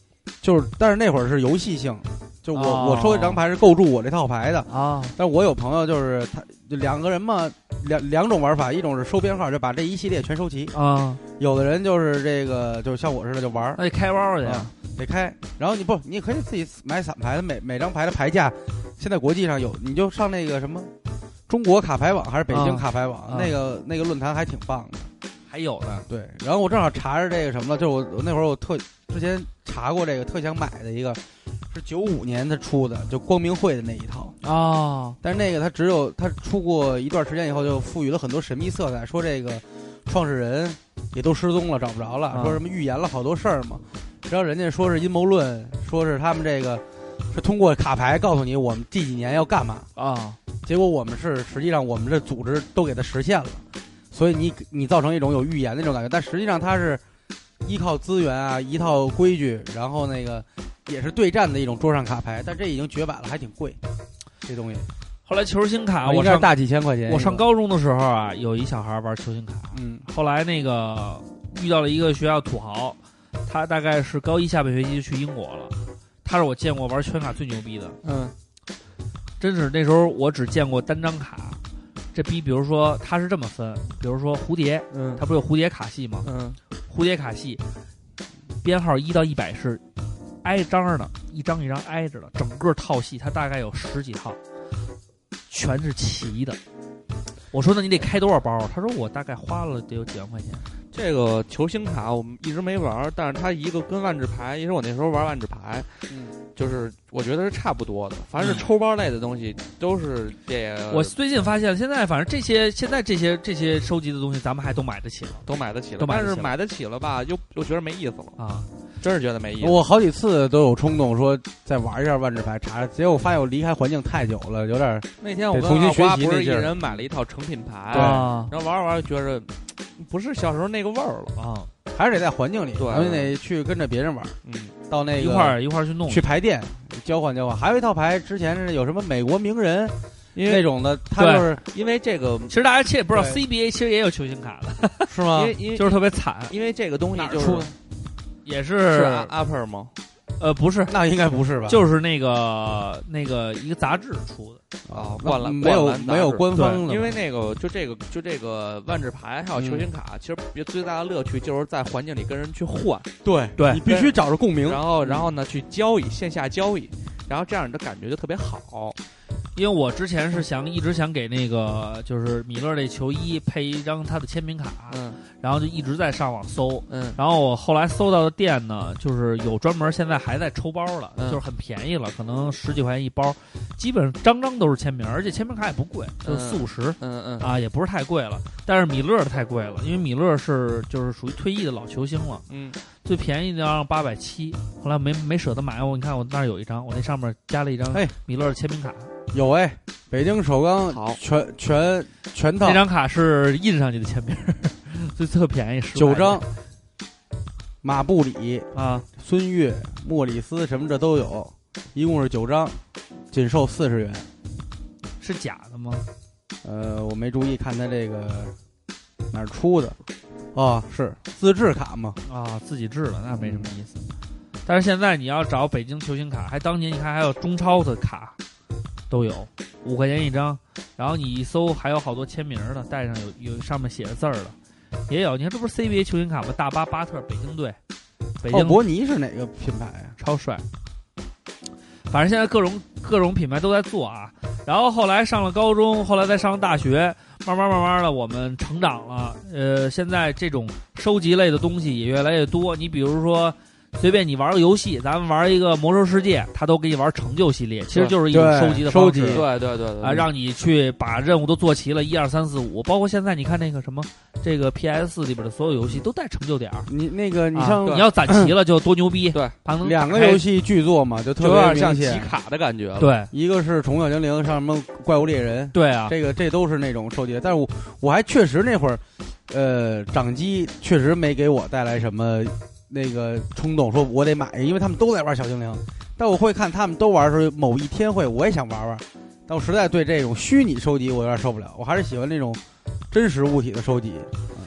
[SPEAKER 2] 就是，但是那会儿是游戏性，就我、
[SPEAKER 3] 哦
[SPEAKER 2] 我收一张牌是构筑我这套牌的。
[SPEAKER 3] 啊
[SPEAKER 2] 但是我有朋友就是他就两个人嘛，两两种玩法，一种是收编号，就把这一系列全收齐；
[SPEAKER 3] 啊，
[SPEAKER 2] 有的人就是这个，就像我似的就玩儿，
[SPEAKER 3] 那得开包去。
[SPEAKER 2] 啊得开。然后你不，你可以自己买散牌的，每每张牌的牌价，现在国际上有，你就上那个什么中国卡牌网还是北京
[SPEAKER 3] 啊
[SPEAKER 2] 卡牌网、
[SPEAKER 3] 啊
[SPEAKER 2] 那个那个论坛还挺棒的。
[SPEAKER 3] 还有呢，
[SPEAKER 2] 对，然后我正好查着这个什么了，就是我我那会儿我特之前查过这个，特想买的一个是九五年他出的，就光明会的那一套。
[SPEAKER 3] 啊
[SPEAKER 2] 但是那个它只有它出过一段时间以后，就赋予了很多神秘色彩。说这个创始人也都失踪了，找不着了，
[SPEAKER 3] 啊
[SPEAKER 2] 说什么预言了好多事儿嘛。然后人家说是阴谋论，说是他们这个是通过卡牌告诉你我们这几年要干嘛。
[SPEAKER 3] 啊
[SPEAKER 2] 结果我们是实际上我们这组织都给它实现了，所以你你造成一种有预言的那种感觉，但实际上它是依靠资源啊，一套规矩，然后那个也是对战的一种桌上卡牌，但这已经绝版了，还挺贵，这东西。
[SPEAKER 3] 后来球星卡，
[SPEAKER 2] 应
[SPEAKER 3] 我
[SPEAKER 2] 该是
[SPEAKER 3] 上
[SPEAKER 2] 大几千块钱。
[SPEAKER 3] 我上，高中的时候啊，有一小孩玩球星卡，
[SPEAKER 2] 嗯
[SPEAKER 3] 后来那个遇到了一个学校土豪，他大概是高一下半学期就去英国了，他是我见过玩球星卡最牛逼的，
[SPEAKER 2] 嗯，
[SPEAKER 3] 真是那时候我只见过单张卡。这逼，比如说他是这么分，比如说蝴蝶，
[SPEAKER 2] 嗯
[SPEAKER 3] 它不是有蝴蝶卡系吗？
[SPEAKER 2] 嗯，
[SPEAKER 3] 蝴蝶卡系编号一到一百是挨张儿的，一张一张挨着的，整个套系它大概有十几套，全是齐的。我说那你得开多少包啊？他说我大概花了得有几万块钱。
[SPEAKER 5] 这个球星卡我们一直没玩儿，但是它一个跟万智牌，因为我那时候玩万智牌，
[SPEAKER 2] 嗯
[SPEAKER 5] 就是我觉得是差不多的。凡是抽包类的东西，都是这
[SPEAKER 3] 嗯
[SPEAKER 2] 呃
[SPEAKER 3] 我最近发现，现在反正这些现在这些这些收集的东西，咱们还都买得起了
[SPEAKER 5] 都买得起了
[SPEAKER 3] 都，买得
[SPEAKER 5] 但
[SPEAKER 3] 起了
[SPEAKER 5] 是买得起了吧，又又觉得没意思了，
[SPEAKER 3] 啊！
[SPEAKER 5] 真是觉得没意思。
[SPEAKER 2] 我好几次都有冲动说再玩一下万智牌，查查，结果我发现我离开环境太久了，有点儿
[SPEAKER 5] 那天我
[SPEAKER 2] 得
[SPEAKER 5] 跟
[SPEAKER 2] 重新
[SPEAKER 5] 二瓜
[SPEAKER 2] 学习
[SPEAKER 5] 不是
[SPEAKER 2] 那
[SPEAKER 5] 一
[SPEAKER 2] 劲儿
[SPEAKER 5] 人买了一套成品牌，
[SPEAKER 2] 对
[SPEAKER 3] 啊
[SPEAKER 4] 嗯
[SPEAKER 5] 然后玩着玩着觉着不是小时候那个味儿了，
[SPEAKER 3] 啊！
[SPEAKER 2] 还是得在环境里，
[SPEAKER 5] 对
[SPEAKER 2] 咱们得去跟着别人玩，
[SPEAKER 5] 嗯，
[SPEAKER 2] 到那个
[SPEAKER 3] 一块儿一块儿去弄
[SPEAKER 2] 去牌店交换交换。还有一套牌，之前是有什么美国名人
[SPEAKER 4] 因
[SPEAKER 2] 那
[SPEAKER 4] 为
[SPEAKER 2] 种的，他
[SPEAKER 3] 对
[SPEAKER 2] 就是
[SPEAKER 4] 因为这个，
[SPEAKER 3] 其实大家其实也不知道
[SPEAKER 2] 对
[SPEAKER 3] ，CBA 其实也有球星卡的，
[SPEAKER 2] 是吗
[SPEAKER 4] 因？为因为
[SPEAKER 3] 就是特别惨，
[SPEAKER 4] 因为这个东西
[SPEAKER 2] 出
[SPEAKER 4] 就是
[SPEAKER 2] 的
[SPEAKER 3] 也
[SPEAKER 4] 是
[SPEAKER 3] 是啊
[SPEAKER 4] upper 吗？
[SPEAKER 3] 呃不是，
[SPEAKER 2] 那应该不是吧？
[SPEAKER 3] 就是那个那个一个杂志出的，
[SPEAKER 4] 啊，
[SPEAKER 2] 那
[SPEAKER 4] 灌篮
[SPEAKER 2] 没有
[SPEAKER 4] 灌篮杂
[SPEAKER 2] 没有
[SPEAKER 4] 志
[SPEAKER 2] 官方的，
[SPEAKER 4] 因为那个就这个就这个万智牌还有球星
[SPEAKER 2] 嗯
[SPEAKER 4] 卡，其实别最大的乐趣就是在环境里跟人去换，
[SPEAKER 2] 对
[SPEAKER 3] 对
[SPEAKER 2] 你必须找着共鸣。
[SPEAKER 4] 然后然后呢去交易，线下交易，然后这样你的感觉就特别好。
[SPEAKER 3] 因为我之前是想一直想给那个就是米勒这球衣配一张他的签名卡，
[SPEAKER 4] 嗯
[SPEAKER 3] 然后就一直在上网搜，
[SPEAKER 4] 嗯
[SPEAKER 3] 然后我后来搜到的店呢，就是有专门现在还在抽包的，
[SPEAKER 4] 嗯
[SPEAKER 3] 就是很便宜了，可能十几块钱一包，基本上张张都是签名，而且签名卡也不贵，就
[SPEAKER 4] 嗯
[SPEAKER 3] 四五十
[SPEAKER 4] 嗯嗯
[SPEAKER 3] 啊，也不是太贵了。但是米勒的太贵了，因为米勒是就是属于退役的老球星了，
[SPEAKER 4] 嗯，
[SPEAKER 3] 最便宜的要八百七，后来没没舍得买，我你看我那儿有一张，我那上面加了一张
[SPEAKER 2] 哎
[SPEAKER 3] 米勒的签名卡，
[SPEAKER 2] 有哎，北京首钢
[SPEAKER 4] 好
[SPEAKER 2] 全全全套
[SPEAKER 3] 那张卡是印上去的签名， 所以特便宜，10
[SPEAKER 2] 九张，马布里、
[SPEAKER 3] 啊，
[SPEAKER 2] 孙悦、莫里斯什么这都有，一共是九张，仅售四十元。
[SPEAKER 3] 是假的吗？
[SPEAKER 2] 呃，我没注意看他这个哪儿出的，哦，是自制卡嘛？
[SPEAKER 3] 啊，自己制的那没什么意思。但是现在你要找北京球星卡，还当年你看还有中超的卡都有，五块钱一张。然后你一搜，还有好多签名的，带上有有上面写着字儿的，也有。你看这不是 CBA 球星卡吗？大巴巴特北京队，北
[SPEAKER 2] 奥
[SPEAKER 3] 京、
[SPEAKER 2] 哦伯尼是哪个品牌啊？
[SPEAKER 3] 超帅。反正现在各种各种品牌都在做啊。然后后来上了高中，后来再上了大学，慢慢慢慢的我们成长了。呃，现在这种收集类的东西也越来越多。你比如说，随便你玩个游戏，咱们玩一个《魔兽世界》，他都给你玩成就系列，其实就是一种
[SPEAKER 2] 对
[SPEAKER 3] 收集的
[SPEAKER 2] 收
[SPEAKER 3] 方
[SPEAKER 2] 集
[SPEAKER 3] 式。
[SPEAKER 2] 对
[SPEAKER 4] 对对对对
[SPEAKER 3] 啊，让你去把任务都做齐了，一二三四五，包括现在你看那个什么，这个 PS 里边的所有游戏都带成就点儿，
[SPEAKER 2] 你那个你
[SPEAKER 3] 啊
[SPEAKER 2] 上
[SPEAKER 3] 你要攒齐了就多牛逼，
[SPEAKER 4] 对，
[SPEAKER 3] 能
[SPEAKER 2] 两个
[SPEAKER 3] 打开
[SPEAKER 2] 游戏巨作嘛，就
[SPEAKER 4] 就
[SPEAKER 2] 特
[SPEAKER 4] 有
[SPEAKER 2] 别
[SPEAKER 4] 点像
[SPEAKER 2] 明
[SPEAKER 4] 集
[SPEAKER 2] 显。
[SPEAKER 4] 卡的感觉了。
[SPEAKER 3] 对
[SPEAKER 2] 一个是《宠物小精灵》，上什么《怪物猎人》，
[SPEAKER 3] 对啊，
[SPEAKER 2] 这个这都是那种收集的。但是我我还确实那会儿，呃，掌机确实没给我带来什么那个冲动，说我得买，因为他们都在玩小精灵。但我会看他们都玩的时候，某一天会我也想玩玩。但我实在对这种虚拟收集我有点受不了，我还是喜欢那种真实物体的收集。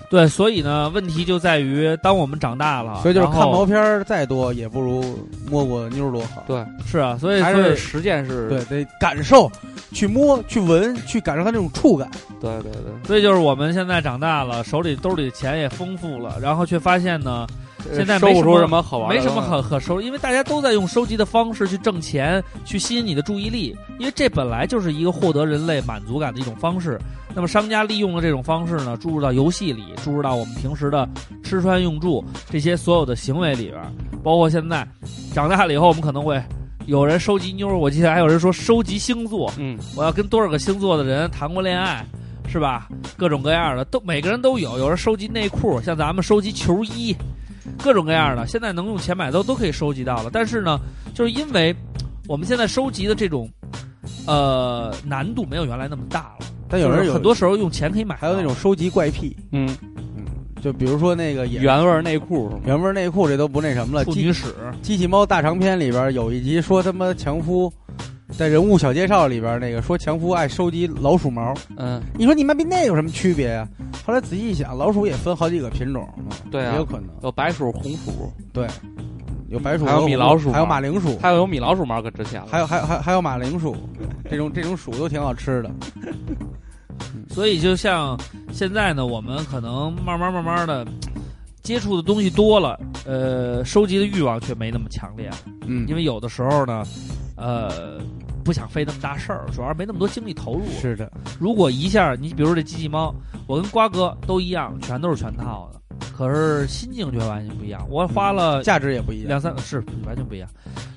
[SPEAKER 3] 对，所以呢，问题就在于，当我们长大了，
[SPEAKER 2] 所以就是看
[SPEAKER 3] 啊然后
[SPEAKER 2] 毛片儿再多，也不如摸过妞儿多好。
[SPEAKER 4] 对
[SPEAKER 3] 是啊，所以
[SPEAKER 4] 还
[SPEAKER 3] 所以
[SPEAKER 4] 是实践是，
[SPEAKER 2] 对，得感受，去摸，去闻，去感受它那种触感。
[SPEAKER 4] 对对对。
[SPEAKER 3] 所以就是我们现在长大了，手里兜里的钱也丰富了，然后却发现呢，现在
[SPEAKER 4] 收
[SPEAKER 3] 没
[SPEAKER 4] 不
[SPEAKER 3] 什
[SPEAKER 4] 出
[SPEAKER 3] 么
[SPEAKER 4] 什么好玩的
[SPEAKER 3] 没
[SPEAKER 4] 东
[SPEAKER 3] 什
[SPEAKER 4] 西，
[SPEAKER 3] 么可可收，因为大家都在用收集的方式去挣钱，去吸引你的注意力，因为这本来就是一个获得人类满足感的一种方式。那么商家利用了这种方式呢，注入到游戏里，注入到我们平时的吃穿用住这些所有的行为里边儿，包括现在长大了以后，我们可能会。有人收集妞儿，我记得还有人说收集星座，
[SPEAKER 4] 嗯，
[SPEAKER 3] 我要跟多少个星座的人谈过恋爱，是吧？各种各样的，都每个人都有。有人收集内裤，像咱们收集球衣，各种各样的。现在能用钱买都都可以收集到了。但是呢，就是因为我们现在收集的这种，呃，难度没有原来那么大了。
[SPEAKER 2] 但有人
[SPEAKER 3] 就是
[SPEAKER 2] 有
[SPEAKER 3] 很多时候用钱可以买到，
[SPEAKER 2] 还有那种收集怪癖，
[SPEAKER 4] 嗯，
[SPEAKER 2] 就比如说那个也
[SPEAKER 4] 原味儿内裤是吗？
[SPEAKER 2] 原味内裤这都不那什么了。
[SPEAKER 3] 处
[SPEAKER 2] 机
[SPEAKER 3] 女史，
[SPEAKER 2] 机器猫大长篇里边有一集说他妈强夫，在人物小介绍里边那个说强夫爱收集老鼠毛，
[SPEAKER 4] 嗯，
[SPEAKER 2] 你说你妈逼那有什么区别呀、后来仔细一想，老鼠也分好几个品种嘛，
[SPEAKER 4] 对啊
[SPEAKER 2] 也有可能
[SPEAKER 4] 有白鼠、红鼠，
[SPEAKER 2] 对，有白鼠，
[SPEAKER 4] 还有米老鼠
[SPEAKER 2] 还有马铃薯，
[SPEAKER 4] 还有有米老鼠毛可值钱了。
[SPEAKER 2] 还有还有还有还有马铃薯，这种这种薯都挺好吃的。
[SPEAKER 3] 所以就像现在呢，我们可能慢慢慢慢的接触的东西多了，呃，收集的欲望却没那么强烈了。
[SPEAKER 2] 嗯，
[SPEAKER 3] 因为有的时候呢，呃，不想费那么大事儿，主要是没那么多精力投入。
[SPEAKER 2] 是的，
[SPEAKER 3] 如果一下儿你比如说这机器猫，我跟瓜哥都一样，全都是全套的，可是心境却完全不一样。我花了
[SPEAKER 2] 价值也不一样。
[SPEAKER 3] 两三是完全不一样，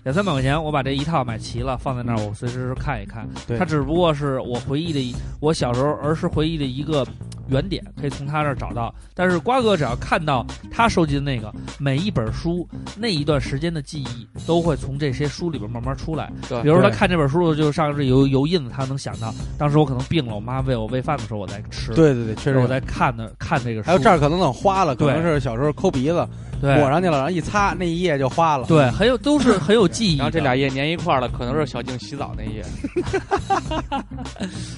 [SPEAKER 3] 两三百块钱我把这一套买齐了，放在那儿我随时看一看
[SPEAKER 2] 对。
[SPEAKER 3] 它只不过是我回忆的一，我小时候儿时回忆的一个原点，可以从他这儿找到。但是瓜哥只要看到他收集的那个每一本书那一段时间的记忆，都会从这些书里边慢慢出来。
[SPEAKER 4] 对
[SPEAKER 3] 比如说他
[SPEAKER 2] 啊对
[SPEAKER 3] 看这本书就上这油油印子，他能想到当时我可能病了，我妈喂我喂饭的时候我在吃，，
[SPEAKER 2] 对对对，确实
[SPEAKER 3] 我
[SPEAKER 2] 有。
[SPEAKER 3] 在看那看这个书。
[SPEAKER 2] 还有这儿可能等花了，可
[SPEAKER 3] 对
[SPEAKER 2] 能是小时候抠鼻子抹
[SPEAKER 3] 对
[SPEAKER 2] 上去了，然后一擦那一页就花了。
[SPEAKER 3] 对，很有都是 很有记忆的。
[SPEAKER 4] 然后这俩页粘一块儿了，可能是小静洗澡那页。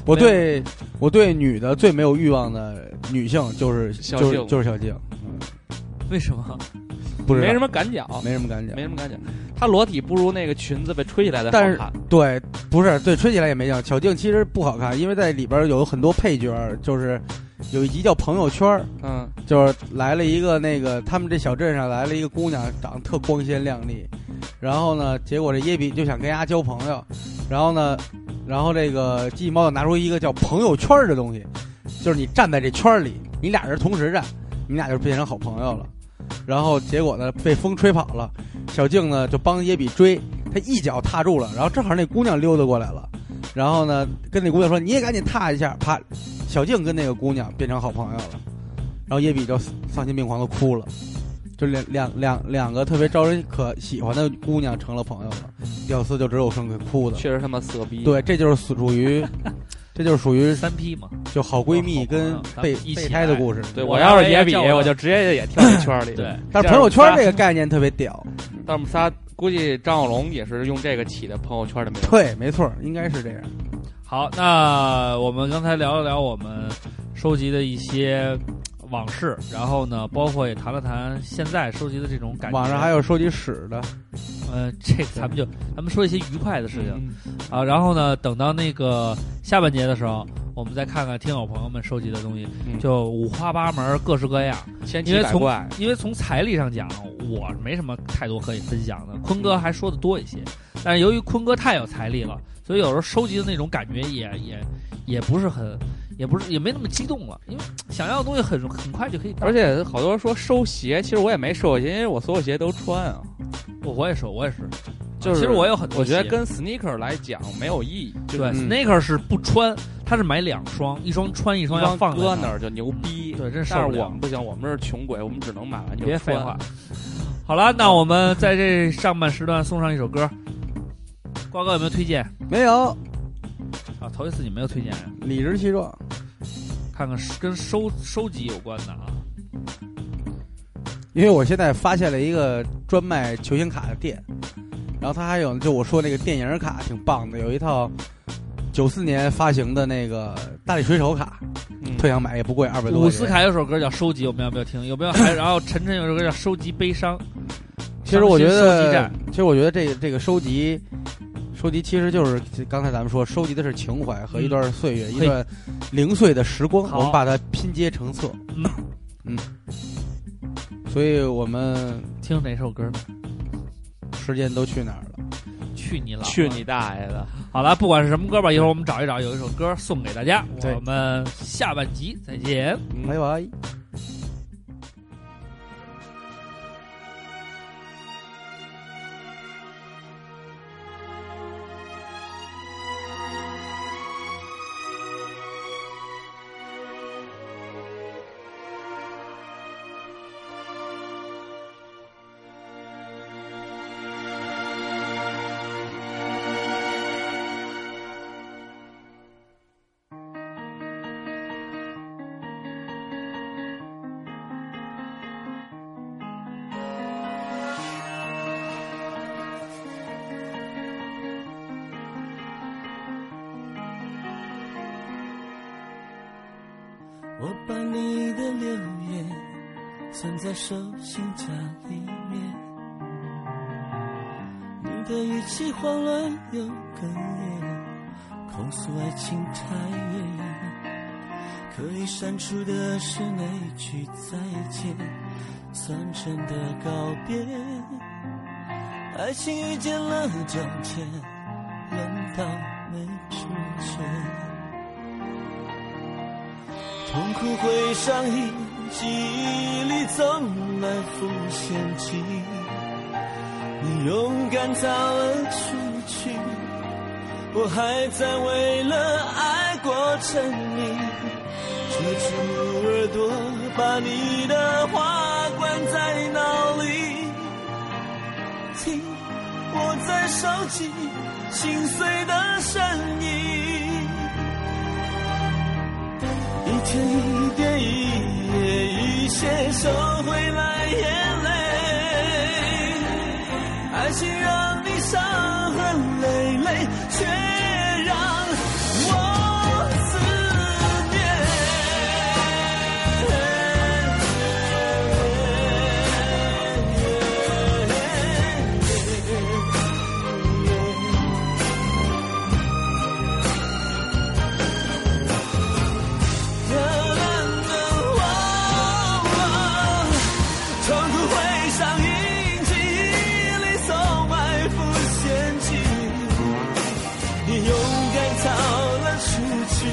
[SPEAKER 2] 我对我对女的最没有欲望的女性就是
[SPEAKER 4] 小
[SPEAKER 2] 就
[SPEAKER 4] 静
[SPEAKER 2] 是就是小静，
[SPEAKER 3] 为什么？
[SPEAKER 2] 不知道
[SPEAKER 4] 没什么赶脚，
[SPEAKER 2] 没什么感觉
[SPEAKER 4] 没。什么感觉。她裸体不如那个裙子被吹起来的好
[SPEAKER 2] 但是
[SPEAKER 4] 看。
[SPEAKER 2] 对，不是对，吹起来也没劲。小静其实不好看，因为在里边有很多配角儿，就是有一集叫《朋友圈儿》，
[SPEAKER 4] 嗯，
[SPEAKER 2] 就是来了一个那个他们这小镇上来了一个姑娘，长得特光鲜亮丽，然后呢，结果这耶比就想跟人家交朋友，然后呢，然后这个机器猫就拿出一个叫朋友圈儿的东西，就是你站在这圈儿里，你俩人同时站，你俩就变成好朋友了。然后结果呢，被风吹跑了，小静呢就帮耶比追，他一脚踏住了，然后正好那姑娘溜达过来了，然后呢跟那姑娘说你也赶紧踏一下，啪，小静跟那个姑娘变成好朋友了。然后耶比就丧心病狂的哭了，就两两两两个特别招人可喜欢的姑娘成了朋友了，屌丝就只有剩个哭的。
[SPEAKER 4] 确实他妈色逼。，
[SPEAKER 2] 对，这就是属属 于，这就是属于
[SPEAKER 3] 三 P 嘛，
[SPEAKER 2] 就好闺蜜
[SPEAKER 3] 好
[SPEAKER 2] 跟
[SPEAKER 3] 朋友啊咱们
[SPEAKER 2] 备
[SPEAKER 3] 一起
[SPEAKER 2] 备胎的故事。
[SPEAKER 4] 对
[SPEAKER 5] 我
[SPEAKER 4] 我
[SPEAKER 5] 要
[SPEAKER 4] 要
[SPEAKER 5] 是
[SPEAKER 4] 是也
[SPEAKER 5] 野比，
[SPEAKER 4] 比，
[SPEAKER 5] 我
[SPEAKER 4] 我
[SPEAKER 5] 就
[SPEAKER 4] 就
[SPEAKER 5] 直接也跳进圈里。
[SPEAKER 3] 对，
[SPEAKER 2] 但是朋友圈这个概念特别屌，
[SPEAKER 4] 但是我们仨估计张小龙也是用这个起的朋友圈的名字。
[SPEAKER 2] 对，没错，应该是这样。
[SPEAKER 3] 好，那我们刚才聊了聊我们收集的一些呃往事，然后呢，包括也谈了谈现在收集的这种感觉。
[SPEAKER 2] 网上还，有收集屎的，
[SPEAKER 3] 呃，这个咱们就咱们说一些愉快的事情、
[SPEAKER 2] 嗯
[SPEAKER 3] 啊。然后呢，等到那个下半节的时候，我们再看看听友朋友们收集的东西，
[SPEAKER 4] 嗯
[SPEAKER 3] 就五花八门，各式各样。
[SPEAKER 4] 千
[SPEAKER 3] 因
[SPEAKER 4] 奇
[SPEAKER 3] 为
[SPEAKER 4] 百
[SPEAKER 3] 从
[SPEAKER 4] 怪。
[SPEAKER 3] 因为从财力上讲，我没什么太多可以分享的。坤哥还说的多一些，但是由于坤哥太有财力了，所以有时候收集的那种感觉也也也不是很，也不是也没那么激动了，因为想要的东西很很快就可以到。
[SPEAKER 4] 而且好多人说收鞋，其实我也没收过鞋，因为我所有鞋都穿啊。
[SPEAKER 3] 我我也是，我也是，
[SPEAKER 4] 就是
[SPEAKER 3] 其实我有很多嗯
[SPEAKER 4] 我
[SPEAKER 3] 鞋，
[SPEAKER 4] 觉得跟 sneaker 来讲没有意义，就
[SPEAKER 3] 对、
[SPEAKER 4] 是嗯
[SPEAKER 3] sneaker 是不穿，他是买两双，一双穿一双要
[SPEAKER 4] 光
[SPEAKER 3] 放在
[SPEAKER 4] 搁那儿就牛逼。
[SPEAKER 3] 对，真受
[SPEAKER 4] 但
[SPEAKER 3] 不
[SPEAKER 4] 是
[SPEAKER 3] 了
[SPEAKER 4] 我们不行，我们是穷鬼，我们只能买完就
[SPEAKER 3] 别废
[SPEAKER 4] 穿
[SPEAKER 3] 话。。好了，那我们在这上半时段送上一首歌，瓜哥有没有推荐？
[SPEAKER 2] 没有，
[SPEAKER 3] 啊，头一次你没有推荐呀、
[SPEAKER 2] 理直气壮。
[SPEAKER 3] 看看跟收收集有关的啊。
[SPEAKER 2] 因为我现在发现了一个专卖球星卡的店，然后他还有就我说那个电影卡挺棒的，有一套九四年发行的那个大力水手卡，
[SPEAKER 4] 嗯
[SPEAKER 3] 啊
[SPEAKER 2] 特想买，也不贵，二百多。
[SPEAKER 3] 伍思，凯有首歌叫《收集》，我们要不要听？有没有？还 然后晨晨有首歌叫《收集悲伤》。
[SPEAKER 2] 其实我觉
[SPEAKER 3] 收集
[SPEAKER 2] 得
[SPEAKER 3] 站，
[SPEAKER 2] 其实我觉得这个这个收集，收集其实就是刚才咱们说，收集的是情怀和一段岁月，一
[SPEAKER 3] 嗯嘿
[SPEAKER 2] 段零碎的时光，
[SPEAKER 3] 好
[SPEAKER 2] 我们把它拼接成册
[SPEAKER 3] 嗯。
[SPEAKER 2] 嗯，所以我们
[SPEAKER 3] 听哪首歌呢？
[SPEAKER 2] 时间都去哪儿了？
[SPEAKER 3] 去你了！
[SPEAKER 4] 去你！大爷的！
[SPEAKER 3] 好了，不管是什么歌吧，一会儿我们找一找，有一首歌送给大家。
[SPEAKER 2] 对
[SPEAKER 3] 我们下半集再见。
[SPEAKER 2] 拜拜。
[SPEAKER 7] 我把你的留言存在手心夹里面，你的语气慌乱又哽咽，控诉爱情太远。可以删除的是那句再见，酸成的告别。爱情遇见了纠结，冷到没知觉。痛苦会上瘾，记忆里总来浮现起。你勇敢逃了出去，我还在为了爱过沉迷。终遮住耳朵，把你的话关在脑里。听，我在收集心碎的声音，一天一点一夜一切收回来眼泪。爱情让你伤痕累累，却让我思念。痛苦会上瘾，记忆里总埋伏陷阱。你勇敢逃了出去，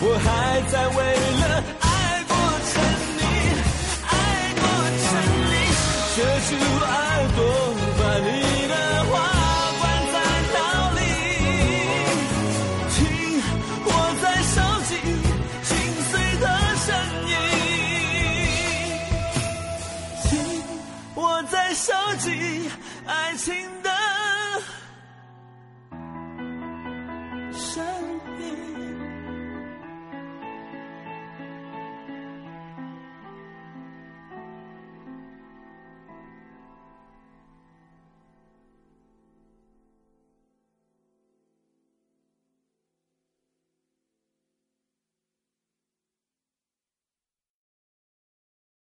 [SPEAKER 7] 我还在为了爱过沉溺，爱过沉溺。遮住耳朵，把你的话关在脑里。听，我在收集心碎的声音。听我在收集爱情的